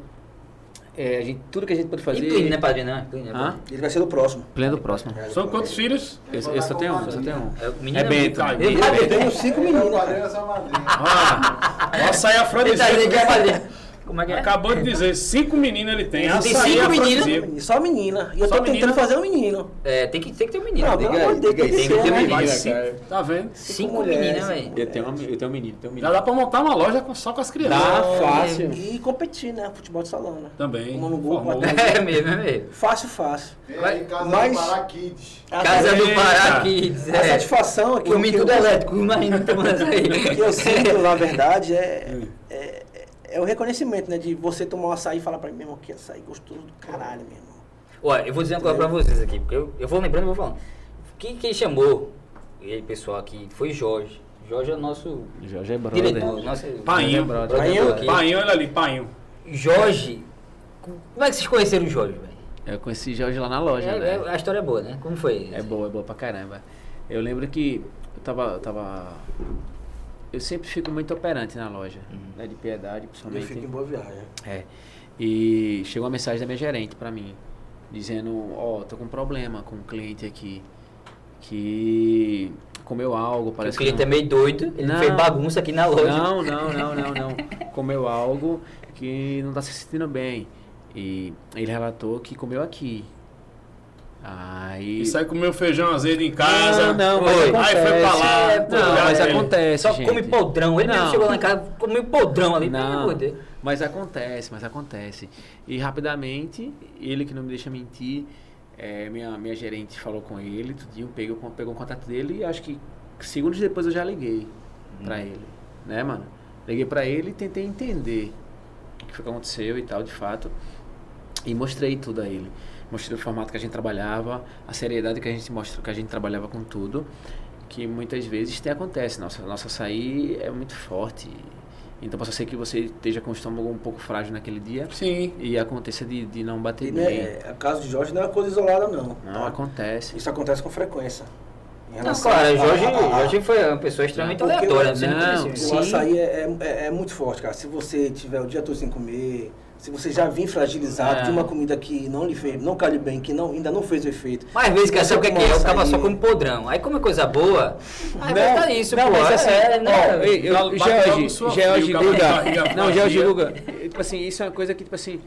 Speaker 3: É, a gente, tudo que a gente pode fazer.
Speaker 1: E Plínio, né, É. padrinho? Não, é Plínio,
Speaker 3: Hã?
Speaker 4: Ele vai ser do próximo.
Speaker 3: Pleno próximo.
Speaker 2: São
Speaker 3: [laughs]
Speaker 2: quantos filhos?
Speaker 3: Eu, eu só tenho um, eu só tenho um.
Speaker 1: É, o menino
Speaker 3: É Bento.
Speaker 1: muito-
Speaker 2: Bento.
Speaker 1: Ele-
Speaker 4: Ah, Eu tenho cinco meninos.
Speaker 5: O
Speaker 4: cara.
Speaker 5: padrinho é só madrinha.
Speaker 2: Ah, açaí
Speaker 1: Ele tá dizendo que é
Speaker 2: afrodisíaco.
Speaker 1: padrinho. Como é que é?
Speaker 2: Acabou de dizer, cinco meninas ele tem.
Speaker 1: Ele tem
Speaker 2: açaí é
Speaker 1: cinco meninas?
Speaker 2: afrodisíaco.
Speaker 4: Menino, Só menina. E eu
Speaker 2: Só
Speaker 4: tô
Speaker 2: menina?
Speaker 4: tentando fazer um menino.
Speaker 1: É, tem que, tem que ter um menino.
Speaker 4: Não,
Speaker 1: tem
Speaker 4: pelo amor de Deus,
Speaker 1: tem que ter
Speaker 4: tem que ser,
Speaker 1: um
Speaker 4: né?
Speaker 1: menino.
Speaker 2: Vai,
Speaker 4: Menina,
Speaker 2: cinco.
Speaker 4: cara.
Speaker 2: Tá vendo?
Speaker 1: Cinco
Speaker 4: mulheres,
Speaker 1: meninas,
Speaker 4: né?
Speaker 1: velho.
Speaker 3: Eu tenho, um, eu tenho um menino, tenho um
Speaker 2: Já
Speaker 3: menino.
Speaker 2: dá pra montar uma loja com- só com as
Speaker 3: Dá
Speaker 2: crianças.
Speaker 3: fácil.
Speaker 4: E competir, né? Futebol de salão, né?
Speaker 2: Também. um
Speaker 4: Tomando gol,
Speaker 2: Famoso.
Speaker 3: [laughs]
Speaker 1: [laughs]
Speaker 4: batendo.
Speaker 1: É mesmo, é mesmo.
Speaker 4: Fácil, fácil.
Speaker 5: Vem
Speaker 1: Vai-
Speaker 5: aí, casa
Speaker 4: mas-
Speaker 5: do Pará Kids.
Speaker 4: A-
Speaker 1: Casa do
Speaker 2: Eita.
Speaker 1: Pará aqui.
Speaker 4: A satisfação é que
Speaker 1: O
Speaker 4: eu,
Speaker 1: homem
Speaker 4: que eu,
Speaker 1: tudo elétrico, mas não estamos
Speaker 4: [laughs] que eu sinto,
Speaker 1: aí.
Speaker 4: na verdade, é, é, é- é o reconhecimento, né? De você tomar um açaí e falar pra mim, meu irmão, que açaí gostoso do caralho, meu irmão.
Speaker 1: [laughs] Olha, eu vou dizer uma coisa pra vocês aqui, porque eu, eu vou lembrando e vou falando. Quem, quem chamou ele, pessoal, aqui foi Jorge. Jorge é o nosso
Speaker 3: Jorge é
Speaker 1: diretor.
Speaker 3: brother.
Speaker 1: Nosso
Speaker 2: Painho.
Speaker 1: produtor
Speaker 4: Painho?
Speaker 1: aqui.
Speaker 2: Painho, olha ali, painho.
Speaker 1: Jorge. Como é que vocês conheceram o Jorge, velho?
Speaker 3: Eu conheci Jorge lá na loja,
Speaker 1: É,
Speaker 3: né?
Speaker 1: é- a história é boa, né? Como foi?
Speaker 3: É boa, é boa pra caramba. Eu lembro que eu tava. Eu, tava- eu sempre fico muito operante na loja, né? De piedade,
Speaker 4: Eu
Speaker 3: principalmente.
Speaker 4: fico em boa viagem.
Speaker 3: É. E chegou uma mensagem da minha gerente pra mim, dizendo, ó, tô com um problema com um cliente aqui, que comeu algo,
Speaker 1: o
Speaker 3: parece
Speaker 1: cliente
Speaker 3: que
Speaker 1: é meio doido, ele
Speaker 3: Não.
Speaker 1: fez bagunça aqui na loja.
Speaker 3: não, não, não, não, não. Comeu algo que não tá se sentindo bem. E ele relatou que comeu aqui. Aí.
Speaker 2: E sai comer um feijão azedo em casa.
Speaker 3: Não, não, mas
Speaker 1: Oi.
Speaker 3: acontece.
Speaker 2: Aí foi pra lá.
Speaker 1: É, pô,
Speaker 3: não,
Speaker 2: olhar
Speaker 3: mas
Speaker 2: ele.
Speaker 3: acontece,
Speaker 1: Só
Speaker 3: gente.
Speaker 1: come podrão. Ele mesmo
Speaker 3: Não.
Speaker 1: chegou lá em casa, comeu podrão ali. pelo
Speaker 3: Não,
Speaker 1: amor de Deus.
Speaker 3: mas acontece, mas acontece. E rapidamente, ele que não me deixa mentir, é, minha, minha gerente falou com ele, tudinho, pegou, pegou o contato dele e acho que segundos depois eu já liguei pra ele, né, mano? Liguei pra ele e tentei entender o que foi que aconteceu e tal, de fato. E mostrei tudo a ele. Mostrei o formato que a gente trabalhava, a seriedade que a gente mostrou, que a gente trabalhava com tudo, que muitas vezes tem, acontece. Nossa, nossa açaí é muito forte. Então possa ser que você esteja com o estômago um pouco frágil naquele dia
Speaker 2: Sim.
Speaker 3: e aconteça de, de não bater
Speaker 4: E,
Speaker 3: bem.
Speaker 4: né, é, o caso de Jorge não é uma coisa isolada, não.
Speaker 3: Não, acontece.
Speaker 4: Isso acontece com frequência. Em
Speaker 1: Não,
Speaker 4: relação
Speaker 1: claro,
Speaker 4: a-
Speaker 1: Jorge,
Speaker 4: a- a- a-
Speaker 1: Jorge foi uma pessoa extremamente
Speaker 4: Porque-
Speaker 1: aleatória, né? você não
Speaker 3: Não,
Speaker 1: conhecia.
Speaker 3: sim.
Speaker 4: O açaí é, é- é- é muito forte, cara. Se você tiver o dia todo sem comer, se você já vir fragilizado
Speaker 3: É.
Speaker 4: de uma comida que não lhe fez, não caiu bem, que não, ainda não fez o efeito.
Speaker 1: Mas às vezes, cara, sabe o que é que é? O cara só
Speaker 4: um Açaí.
Speaker 1: come podrão. Aí come coisa boa, aí volta isso,
Speaker 3: não,
Speaker 1: pô.
Speaker 3: mas assim,
Speaker 1: é,
Speaker 3: ó,
Speaker 1: né?
Speaker 3: ei, eu,
Speaker 2: Bate logo
Speaker 3: George,
Speaker 2: no sua
Speaker 3: George
Speaker 2: frio, acaba com a barriga
Speaker 3: Guga. Não, George
Speaker 2: vazia.
Speaker 3: Guga. eh, Tipo assim, isso é uma coisa que, tipo assim,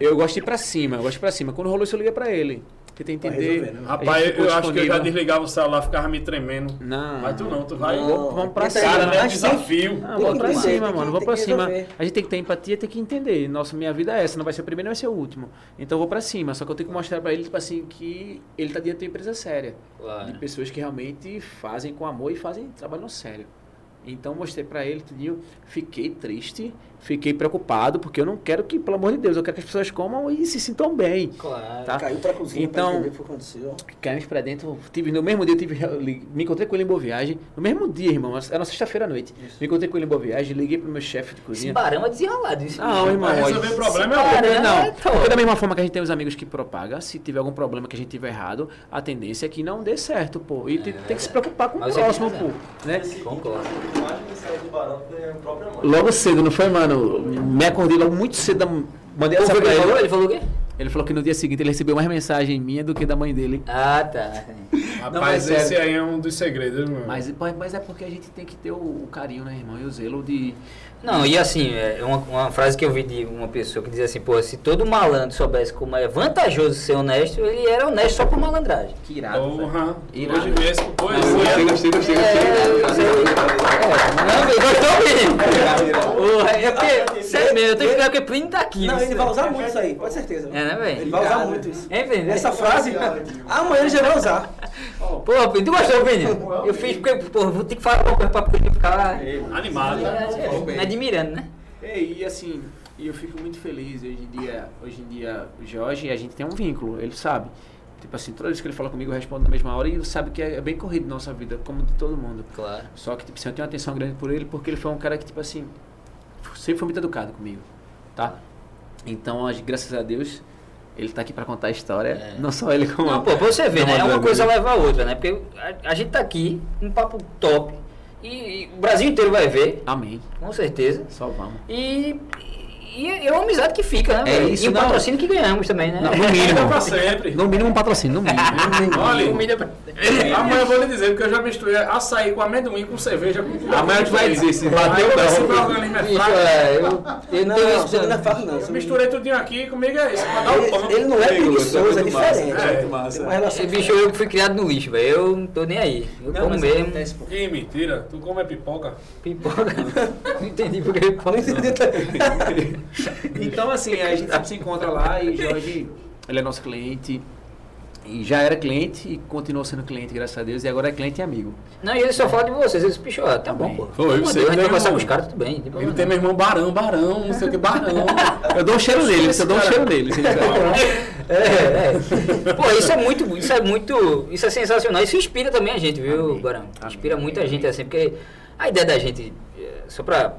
Speaker 3: eu gosto de ir pra cima, eu gosto de ir pra cima. Quando rolou isso, eu liguei pra ele. Tentei
Speaker 4: Pra
Speaker 3: entender.
Speaker 4: resolver, né?
Speaker 3: a gente
Speaker 2: Rapaz, eu
Speaker 3: ficou
Speaker 2: acho que eu já
Speaker 3: disponível.
Speaker 2: desligava o celular, ficava me tremendo.
Speaker 3: Não.
Speaker 2: Mas tu não, tu vai.
Speaker 4: Não.
Speaker 3: Vamos pra
Speaker 4: Tenta
Speaker 3: cima.
Speaker 2: Cara, né?
Speaker 4: Mas tem-
Speaker 2: Desafio.
Speaker 3: Ah,
Speaker 4: Tem
Speaker 3: vou
Speaker 4: que
Speaker 3: pra
Speaker 4: entender,
Speaker 3: cima,
Speaker 4: tem que-
Speaker 3: mano. Vou
Speaker 4: tem
Speaker 3: pra
Speaker 4: que
Speaker 3: cima.
Speaker 4: resolver.
Speaker 3: A gente tem que ter empatia, tem que entender. Nossa, minha vida é essa. Não vai ser o primeiro, não vai ser o último. Então eu vou pra cima. Só que eu tenho que mostrar pra ele, tipo assim, que ele tá dentro de uma empresa séria.
Speaker 1: Claro.
Speaker 3: De pessoas que realmente fazem com amor e fazem trabalho sério. Então mostrei pra ele, tudinho. Fiquei triste, fiquei preocupado, porque eu não quero que, pelo amor de Deus, eu quero que as pessoas comam e se sintam bem.
Speaker 1: Claro.
Speaker 3: Tá?
Speaker 4: Caiu pra cozinha
Speaker 3: Então-
Speaker 4: pra entender o que aconteceu.
Speaker 3: Caímos pra dentro, tive, no mesmo dia eu tive, eu li- me encontrei com ele em Boa Viagem, no mesmo dia, irmão, era sexta-feira à noite. Me encontrei com ele em Boa Viagem, liguei pro meu chefe de
Speaker 1: Esse
Speaker 3: cozinha.
Speaker 1: barão é desenrolado. Isso
Speaker 3: Não, irmão,
Speaker 2: Pra
Speaker 3: olha,
Speaker 2: resolver problema é
Speaker 1: se
Speaker 2: outro.
Speaker 1: barão,
Speaker 3: não,
Speaker 1: então.
Speaker 3: porque da mesma forma que a gente tem os amigos que propaga, se tiver algum problema que a gente tiver errado, a tendência é que não dê certo, pô. E te- tem que se preocupar com
Speaker 1: Mas
Speaker 3: o
Speaker 1: você
Speaker 3: próximo,
Speaker 1: tem razão.
Speaker 3: pô. Né?
Speaker 1: Concordo.
Speaker 5: Imagina sair do barão que é a própria mãe.
Speaker 3: Logo cedo, não foi, mano? Me acordei logo muito cedo, da- mandei essa
Speaker 1: Ele
Speaker 3: pra
Speaker 1: falou,
Speaker 3: ele.
Speaker 1: ele falou o quê?
Speaker 3: Ele falou que no dia seguinte ele recebeu mais mensagem minha do que da mãe dele.
Speaker 1: Ah, tá.
Speaker 2: Rapaz,
Speaker 3: mas
Speaker 2: esse
Speaker 3: sério.
Speaker 2: aí é um dos segredos, mano.
Speaker 3: Mas, mas é porque a gente tem que ter o, o carinho, né, irmão? E o zelo de.
Speaker 1: Não, e assim, é uma, uma frase que eu vi de uma pessoa que dizia assim, pô, se todo malandro soubesse como é vantajoso ser honesto, ele era honesto só por malandragem.
Speaker 3: Que é irado. velho.
Speaker 2: Porra.
Speaker 3: Irado.
Speaker 2: Hoje mesmo,
Speaker 5: Gostei,
Speaker 2: pois
Speaker 5: gostei, gostei,
Speaker 1: É, eu sei.
Speaker 5: gostei.
Speaker 1: É, não, velho, gostou mesmo? [laughs] Porra, é porque, sério mesmo, eu tenho que ver porque o Plínio tá aqui.
Speaker 4: Não,
Speaker 1: viu?
Speaker 4: ele vai usar muito isso aí, com certeza.
Speaker 1: É, né, velho? É, né?
Speaker 4: Ele vai usar muito isso.
Speaker 1: Hein, Plínio?
Speaker 4: Essa frase,
Speaker 5: É
Speaker 4: amanhã ele já vai usar.
Speaker 1: Porra, Plínio, tu gostou, Plínio? Eu fiz porque, porra, vou ter que falar uma coisa pra Plínio ficar
Speaker 2: Animado.
Speaker 1: é, admirando, né?
Speaker 3: É, e assim, e eu fico muito feliz hoje em dia, hoje em dia, o Jorge, a gente tem um vínculo, ele sabe. Tipo assim, toda vez que ele fala comigo, eu respondo na mesma hora e ele sabe que é, é bem corrido nossa vida, como de todo mundo.
Speaker 1: Claro.
Speaker 3: Só que, tipo assim, eu tenho uma atenção grande por ele, porque ele foi um cara que, tipo assim, f- sempre foi muito educado comigo, tá? Então, a- graças a Deus, ele tá aqui pra contar a história,
Speaker 1: É.
Speaker 3: não só ele como...
Speaker 1: Não, pô, pra você ver,
Speaker 3: como
Speaker 1: né?
Speaker 3: a
Speaker 1: Uma
Speaker 3: Dani.
Speaker 1: coisa leva a outra, né? Porque a, a gente tá aqui, um papo top, e, e o Brasil inteiro vai ver,
Speaker 3: Amém,
Speaker 1: com certeza.
Speaker 3: só vamos.
Speaker 1: E, e é uma amizade que fica, né?
Speaker 3: É
Speaker 1: velho?
Speaker 3: isso,
Speaker 1: e o
Speaker 3: não.
Speaker 1: patrocínio que ganhamos também, né?
Speaker 3: Não, no mínimo,
Speaker 2: pra sempre.
Speaker 3: no mínimo um patrocínio, no mínimo.
Speaker 2: Olha,
Speaker 1: Comida pra-
Speaker 2: amanhã eu vou lhe dizer, porque eu já misturei açaí com amendoim, com cerveja, com tudo.
Speaker 5: Amanhã tu vai dizer se bateu
Speaker 2: Aí
Speaker 5: ou
Speaker 2: eu
Speaker 5: não.
Speaker 2: pensei, meu organismo é
Speaker 1: Bicho,
Speaker 2: fraco.
Speaker 1: é, eu, eu não
Speaker 4: Não,
Speaker 1: tenho
Speaker 4: não,
Speaker 1: isso.
Speaker 4: isso não é
Speaker 1: Não.
Speaker 4: fácil não.
Speaker 2: Eu
Speaker 4: Isso-
Speaker 2: misturei tudinho aqui, comigo é isso, pra dar o pão.
Speaker 4: Ele, ele não é preguiçoso, é
Speaker 5: Muito massa,
Speaker 4: diferente.
Speaker 2: É.
Speaker 5: Muito
Speaker 4: Tem
Speaker 5: massa.
Speaker 4: uma relação
Speaker 1: Esse bicho eu fui criado no lixo, velho. Eu não tô nem aí. Eu
Speaker 6: Não,
Speaker 1: como
Speaker 6: mas
Speaker 1: mesmo.
Speaker 6: acontece, pô.
Speaker 2: Que mentira, tu come pipoca.
Speaker 1: Pipoca. Não entendi porque ele
Speaker 4: Não
Speaker 1: falou isso.
Speaker 4: entendi também.
Speaker 3: Então, assim, a gente sempre se encontra lá e Jorge, ele é nosso cliente. E já era cliente e continuou sendo cliente, graças a Deus. E agora é cliente e amigo.
Speaker 1: Não, e ele só fala de vocês. Eles, bicho, ó, tá bom,
Speaker 3: bem.
Speaker 1: pô.
Speaker 2: Foi,
Speaker 1: Pelo amor de
Speaker 2: você
Speaker 1: Deus, a gente
Speaker 2: tem
Speaker 1: vai conversar
Speaker 2: um-
Speaker 1: com os caras, tudo bem. tem
Speaker 2: Ele
Speaker 1: problema
Speaker 2: tem
Speaker 1: não.
Speaker 2: meu irmão Barão, Barão, não sei o que, Barão.
Speaker 3: Eu dou um cheiro nele, eu dou um cheiro nele. se ele quiser.
Speaker 1: É, é. Pô, isso é muito, isso é muito, isso é sensacional. Isso inspira também a gente, viu, Guarão? Inspira muita gente assim, porque a ideia da gente, é, só pra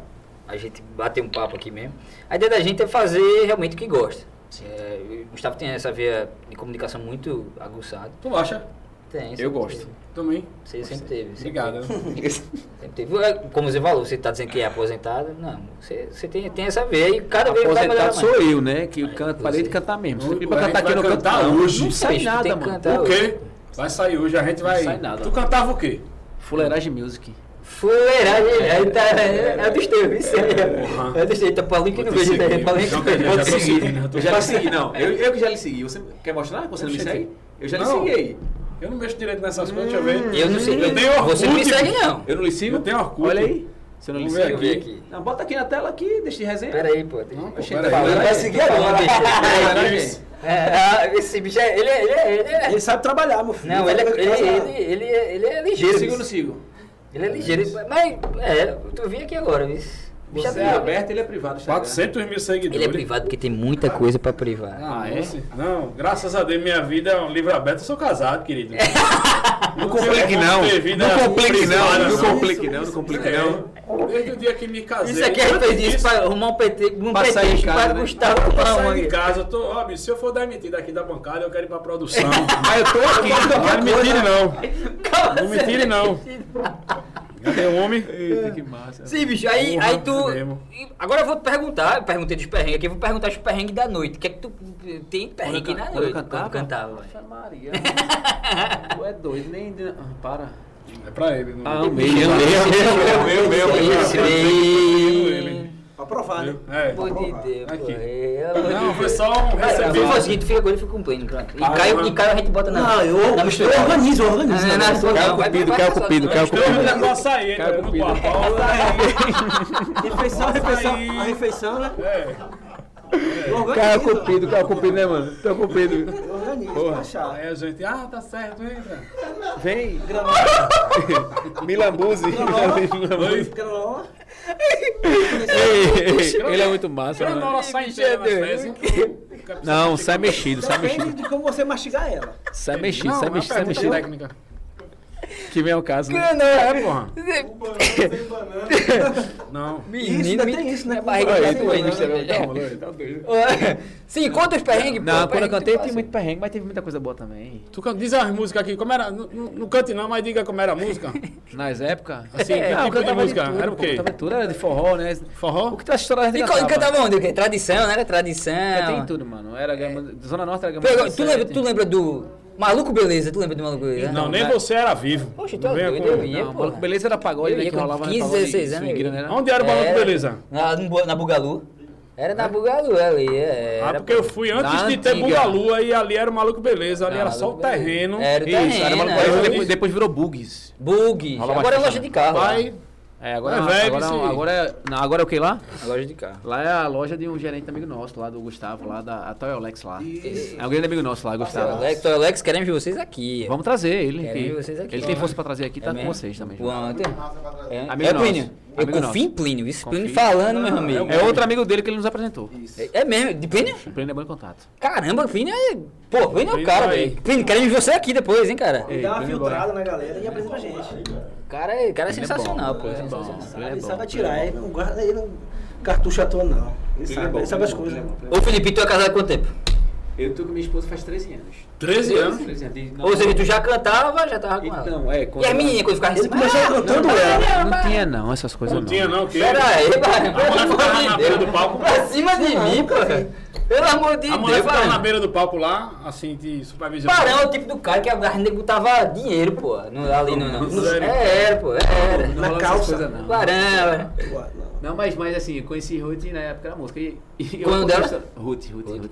Speaker 1: a gente bater um papo aqui mesmo, a ideia da gente é fazer realmente o que gosta. É, o Gustavo tem essa via de comunicação muito aguçada.
Speaker 2: Tu acha?
Speaker 1: Tem, sempre
Speaker 3: Eu gosto.
Speaker 1: teve.
Speaker 2: Também.
Speaker 1: Você sempre teve. Sempre
Speaker 2: Obrigado.
Speaker 1: teve, sempre teve. É, Como você falou, você tá dizendo que é aposentado. Não, você, você tem, tem essa veia e cada vez vai melhorar
Speaker 3: Aposentado
Speaker 1: mais.
Speaker 3: sou eu, né? Que eu canto,
Speaker 1: você.
Speaker 3: parei de cantar mesmo. Sempre
Speaker 2: A
Speaker 3: pra
Speaker 2: gente
Speaker 3: cantar aqui
Speaker 2: vai
Speaker 3: no canto.
Speaker 2: cantar
Speaker 3: não,
Speaker 2: hoje.
Speaker 3: Não sai
Speaker 1: Bicho, tu tem
Speaker 3: nada,
Speaker 1: que
Speaker 3: mano.
Speaker 1: cantar
Speaker 2: o quê? Vai sair hoje, a gente vai.
Speaker 3: sai nada.
Speaker 2: Tu cantava o quê?
Speaker 3: Fuleiragem Music.
Speaker 1: Fuleiragem, aí tá. É é dos teus, isso aí. ó. É dos teus, tá Paulinho que não vejo,
Speaker 2: Vou te
Speaker 1: né?
Speaker 2: seguir.
Speaker 1: Paulinho que
Speaker 2: Já
Speaker 1: não vejo.
Speaker 2: tô- já tô seguindo, já tô-
Speaker 3: Eu já lhe segui, não. Eu, eu que já lhe segui. Você quer mostrar? Você não me
Speaker 2: Oxente.
Speaker 3: segue? Eu já lhe
Speaker 2: Não.
Speaker 3: segui aí.
Speaker 2: Eu não mexo direito nessas coisas, deixa eu ver.
Speaker 1: Eu não sei.
Speaker 2: Eu tenho orgulho.
Speaker 1: Você não me segue, não.
Speaker 3: Eu não lhe sigo?
Speaker 2: Eu tenho Orkut.
Speaker 3: Olha aí. Você não lhe
Speaker 2: Vamos ver
Speaker 3: segue?
Speaker 1: aqui, aqui.
Speaker 3: Não, bota aqui na tela aqui, deixa de resenha.
Speaker 1: Pera aí, pô. um
Speaker 2: Não, pô,
Speaker 1: deixa-
Speaker 2: pera aí.
Speaker 3: Tá falando.
Speaker 4: Vai seguir
Speaker 1: Não,
Speaker 4: agora.
Speaker 1: deixa-
Speaker 3: Fuleiragem.
Speaker 1: É, ah, Esse bicho é. Ele é. Ele é. Ele é
Speaker 4: [laughs] Ele sabe trabalhar, meu filho.
Speaker 1: não, ele é,
Speaker 4: sabe
Speaker 1: ele,
Speaker 4: trabalhar.
Speaker 1: ele, ele, é- ele é
Speaker 3: Eu
Speaker 1: ligeiro.
Speaker 3: sigo ou não
Speaker 1: bicho.
Speaker 3: sigo?
Speaker 1: Ele é ligeiro. ele- Mas, é, tu vim aqui agora, bicho. Bicho
Speaker 3: Você é
Speaker 1: ligeiro.
Speaker 3: aberto, ele é privado. Instagram.
Speaker 2: 400 mil seguidores.
Speaker 1: Ele é privado porque tem muita coisa pra privar.
Speaker 3: Ah, é?
Speaker 2: Nossa, Não, graças a Deus, minha vida é um livro aberto. Eu sou casado,
Speaker 1: [laughs]
Speaker 2: querido.
Speaker 5: Não complique não. Não complique Ah, não. Não complique não. Não complique não.
Speaker 2: não. Desde o dia que me casei.
Speaker 1: Isso aqui a gente
Speaker 2: antes
Speaker 1: fez isso
Speaker 2: disso,
Speaker 1: pra arrumar um PT, um
Speaker 3: Pra sair
Speaker 1: PT
Speaker 3: de casa,
Speaker 1: para
Speaker 3: né?
Speaker 1: Gustavo tomar
Speaker 2: Passar
Speaker 1: uma.
Speaker 2: em casa, eu tô, ó, bicho, se eu for demitido aqui da bancada, eu quero ir pra produção.
Speaker 5: Mas eu tô aqui.
Speaker 2: Não me tire, não.
Speaker 1: Calma,
Speaker 2: Não me tire, não. Cadê o homem?
Speaker 3: Eita, que massa.
Speaker 1: Sim, bicho, aí,
Speaker 2: Porra,
Speaker 1: aí tu.
Speaker 2: fudemos.
Speaker 1: e Agora eu vou te perguntar, eu perguntei dos perrengues aqui, eu vou perguntar dos perrengues da noite. O que é que tu. Tem perrengue
Speaker 3: Quando eu
Speaker 1: na
Speaker 3: can-
Speaker 1: noite?
Speaker 3: quando eu cantava?
Speaker 1: cantava, velho.
Speaker 3: Ave Maria. [laughs] tu é doido, nem. Ah, para.
Speaker 2: É pra ele. Não.
Speaker 3: Ah, um beijo.
Speaker 5: Meu, meu, meu,
Speaker 1: Esse
Speaker 5: meu.
Speaker 1: bem.
Speaker 4: Pra provar, né?
Speaker 2: É.
Speaker 1: Pô de Deus,
Speaker 2: Aqui.
Speaker 1: pô. é,
Speaker 2: Não,
Speaker 1: amor
Speaker 2: foi
Speaker 1: de
Speaker 2: só um
Speaker 1: Deus. Cara,
Speaker 2: recebido.
Speaker 1: Vamos fazer o seguinte, fica agora e fica cumprindo. E
Speaker 2: Ah,
Speaker 1: Caio,
Speaker 2: mas-
Speaker 1: e Caio a gente bota na.
Speaker 4: Não, eu,
Speaker 1: na mistura.
Speaker 4: eu organizo, eu organizo.
Speaker 1: Não, não,
Speaker 4: né?
Speaker 1: não,
Speaker 5: Caio
Speaker 1: não, vai-
Speaker 5: Cupido,
Speaker 1: vai-
Speaker 5: Caio
Speaker 1: vai-
Speaker 5: Cupido,
Speaker 1: vai-
Speaker 5: Caio
Speaker 2: Tem um negócio aí,
Speaker 3: Cara,
Speaker 2: entrou no
Speaker 3: cupido.
Speaker 2: quarto. Olha
Speaker 4: Refeição, refeição,
Speaker 2: Açaí.
Speaker 4: a refeição, né?
Speaker 2: aí. É.
Speaker 4: Eu organizo.
Speaker 3: é
Speaker 5: Cara cupido, cara cupido, né, mano? Tá cupido.
Speaker 4: Eu organizo, pra achar.
Speaker 5: [laughs]
Speaker 2: Aí a gente, ah, tá certo, entra.
Speaker 5: Vem,
Speaker 4: Granola,
Speaker 5: Milambuzi.
Speaker 4: granola, granola.
Speaker 5: Ele é muito massa,
Speaker 2: Tirando a hora sai inteira nas fezes.
Speaker 5: Não, sai mexido, sai
Speaker 4: Depende
Speaker 5: mexido.
Speaker 4: de como você mastigar ela.
Speaker 3: É
Speaker 5: Sai mexido, sai mexido, sai mexido.
Speaker 2: é técnica.
Speaker 5: Que vem ao caso, né?
Speaker 1: Não, é,
Speaker 2: É, porra. Não.
Speaker 4: Isso, ainda tem isso, né?
Speaker 1: barriga
Speaker 5: Olha,
Speaker 1: tá
Speaker 5: tem
Speaker 1: doendo,
Speaker 5: isso,
Speaker 1: né?
Speaker 5: tá
Speaker 1: É. Sim, conta os perrengues, pô,
Speaker 6: Não, quando eu
Speaker 1: perrengue que tu
Speaker 6: cantei
Speaker 1: passa.
Speaker 6: tem muito perrengue, mas teve muita coisa boa também.
Speaker 2: Tu can- diz as músicas aqui, como era. Não, não não cante não, mas diga como era a música.
Speaker 6: Nas épocas.
Speaker 2: Assim, que
Speaker 6: eu
Speaker 2: tipo de
Speaker 6: cantava
Speaker 2: música?
Speaker 6: tudo,
Speaker 2: Era o
Speaker 6: pô,
Speaker 2: quê?
Speaker 6: Cantava de tudo, era de forró, né?
Speaker 2: Forró?
Speaker 6: O que tu acha história
Speaker 1: E co- cantava onde? O quê? Tradição, né? Era Tradição.
Speaker 6: Cantei em tudo, mano. Era gama, Zona Norte era gama.
Speaker 1: Pegou- tu,
Speaker 6: 17.
Speaker 1: lembra, tu lembra do Maluco Beleza, tu lembra do Maluco Beleza?
Speaker 2: Não, nem
Speaker 6: mas-
Speaker 2: você era vivo.
Speaker 1: Poxa, tu
Speaker 2: Não
Speaker 1: é
Speaker 2: venha
Speaker 1: doido,
Speaker 2: com-
Speaker 1: eu ia,
Speaker 6: Não,
Speaker 1: pô.
Speaker 6: Maluco Beleza era pagode,
Speaker 1: Eu
Speaker 6: né?
Speaker 1: ia
Speaker 6: Que
Speaker 1: com
Speaker 6: rolava
Speaker 1: 15,
Speaker 6: na pagode
Speaker 1: 16 anos,
Speaker 6: swingueira,
Speaker 1: eu
Speaker 6: né?
Speaker 1: ia.
Speaker 6: não?
Speaker 2: Onde era o Maluco
Speaker 1: Era.
Speaker 2: Beleza?
Speaker 1: Na, na Bugalu. Era na Bugalu ali, é.
Speaker 2: Ah,
Speaker 1: era
Speaker 2: porque eu fui antes
Speaker 6: Na
Speaker 2: de ter
Speaker 6: antiga.
Speaker 2: Bugalua e ali era o Maluco Beleza, ali
Speaker 1: Não,
Speaker 2: era só o
Speaker 1: Maluco Beleza.
Speaker 2: terreno.
Speaker 1: Era o terreno,
Speaker 3: Era Maluco
Speaker 1: né?
Speaker 3: Beleza,
Speaker 2: Aí
Speaker 3: depois, depois virou bugs.
Speaker 1: Bug.
Speaker 3: Rola
Speaker 1: Agora é
Speaker 3: bastante,
Speaker 1: loja
Speaker 3: né?
Speaker 1: de carro.
Speaker 2: Vai,
Speaker 3: É, agora,
Speaker 2: Ah,
Speaker 3: é-
Speaker 2: velho,
Speaker 3: agora,
Speaker 2: esse-
Speaker 3: agora, é- não, agora é o que lá?
Speaker 1: A loja de carro.
Speaker 3: Lá é a loja de um gerente amigo nosso, lá do Gustavo, lá da a Toy Alex lá.
Speaker 4: Isso.
Speaker 3: É um grande amigo nosso lá,
Speaker 1: Seu
Speaker 3: Gustavo.
Speaker 1: Então, Alex, seu Alex, queremos ver vocês aqui.
Speaker 3: Vamos trazer ele.
Speaker 1: Querem
Speaker 3: que-
Speaker 1: ver vocês aqui,
Speaker 3: ele tem
Speaker 1: né?
Speaker 3: força pra trazer aqui, tá
Speaker 1: É
Speaker 3: com
Speaker 1: mesmo?
Speaker 3: vocês também.
Speaker 1: O Hunter.
Speaker 5: Massa pra trás.
Speaker 1: É,
Speaker 3: Amigo
Speaker 1: é
Speaker 3: nosso.
Speaker 1: Plínio. Eu
Speaker 3: Amigo
Speaker 1: confio em
Speaker 3: nosso.
Speaker 1: Plínio. Isso
Speaker 3: Confio.
Speaker 1: Plínio falando, meu amigo.
Speaker 3: É outro amigo dele que ele nos apresentou.
Speaker 4: Isso.
Speaker 1: É, é mesmo? De Plínio?
Speaker 3: O Pleno é bom em contato.
Speaker 1: Caramba, Plínio é. Pô, Plínio é o
Speaker 2: Plínio
Speaker 1: cara,
Speaker 2: tá aí.
Speaker 1: velho. Plínio, queremos ver você aqui depois, hein, cara.
Speaker 4: Ele dá uma
Speaker 3: Ei,
Speaker 4: filtrada na galera e apresenta pra gente.
Speaker 1: O cara é, o cara é
Speaker 3: Plínio é
Speaker 1: sensacional,
Speaker 3: bom,
Speaker 1: pô. É
Speaker 3: Plínio é bom.
Speaker 1: sensacional.
Speaker 3: Ele é
Speaker 4: Ele
Speaker 3: bom,
Speaker 4: sabe
Speaker 3: ele
Speaker 4: atirar, ele não guarda ele não cartucho à toa, não. Ele sabe, ele sabe as coisas. né?
Speaker 1: Ô, Felipe, tu é casado há quanto tempo?
Speaker 3: Eu tô com minha esposa faz 13 anos.
Speaker 2: 13 anos.
Speaker 3: 13 anos.
Speaker 1: Ou seja, tu já cantava, já tava com ela.
Speaker 3: Então, é. Quando
Speaker 1: E a menina, quando assim, "Ah, ficava
Speaker 4: Ele começou cantando ela.
Speaker 3: Ela... Não tinha não essas coisas
Speaker 2: Não tinha não, o quê?
Speaker 1: Pera aí,
Speaker 2: A mulher ficava na
Speaker 1: mano.
Speaker 2: beira do palco.
Speaker 1: Pra cima de
Speaker 4: Não,
Speaker 1: mim, pô.
Speaker 4: nunca vi.
Speaker 1: Pelo amor de
Speaker 2: A mulher
Speaker 1: Deus,
Speaker 2: ficava na
Speaker 1: Barão.
Speaker 2: beira do palco lá, assim, de supervisão.
Speaker 1: Barão é o tipo do cara que a gente botava dinheiro, pô. No, ali no. no
Speaker 2: Sério?
Speaker 1: é, era, pô, é, era. é.
Speaker 4: Na
Speaker 3: rolava essas
Speaker 4: calça.
Speaker 3: coisas, não.
Speaker 1: Barão, era.
Speaker 4: Ué, não.
Speaker 3: Não, mas, mas assim, eu conheci Ruth na época da música. E, e
Speaker 1: Quando dela?
Speaker 3: Ruth, Ruth,
Speaker 1: Ruth.
Speaker 3: Ruth.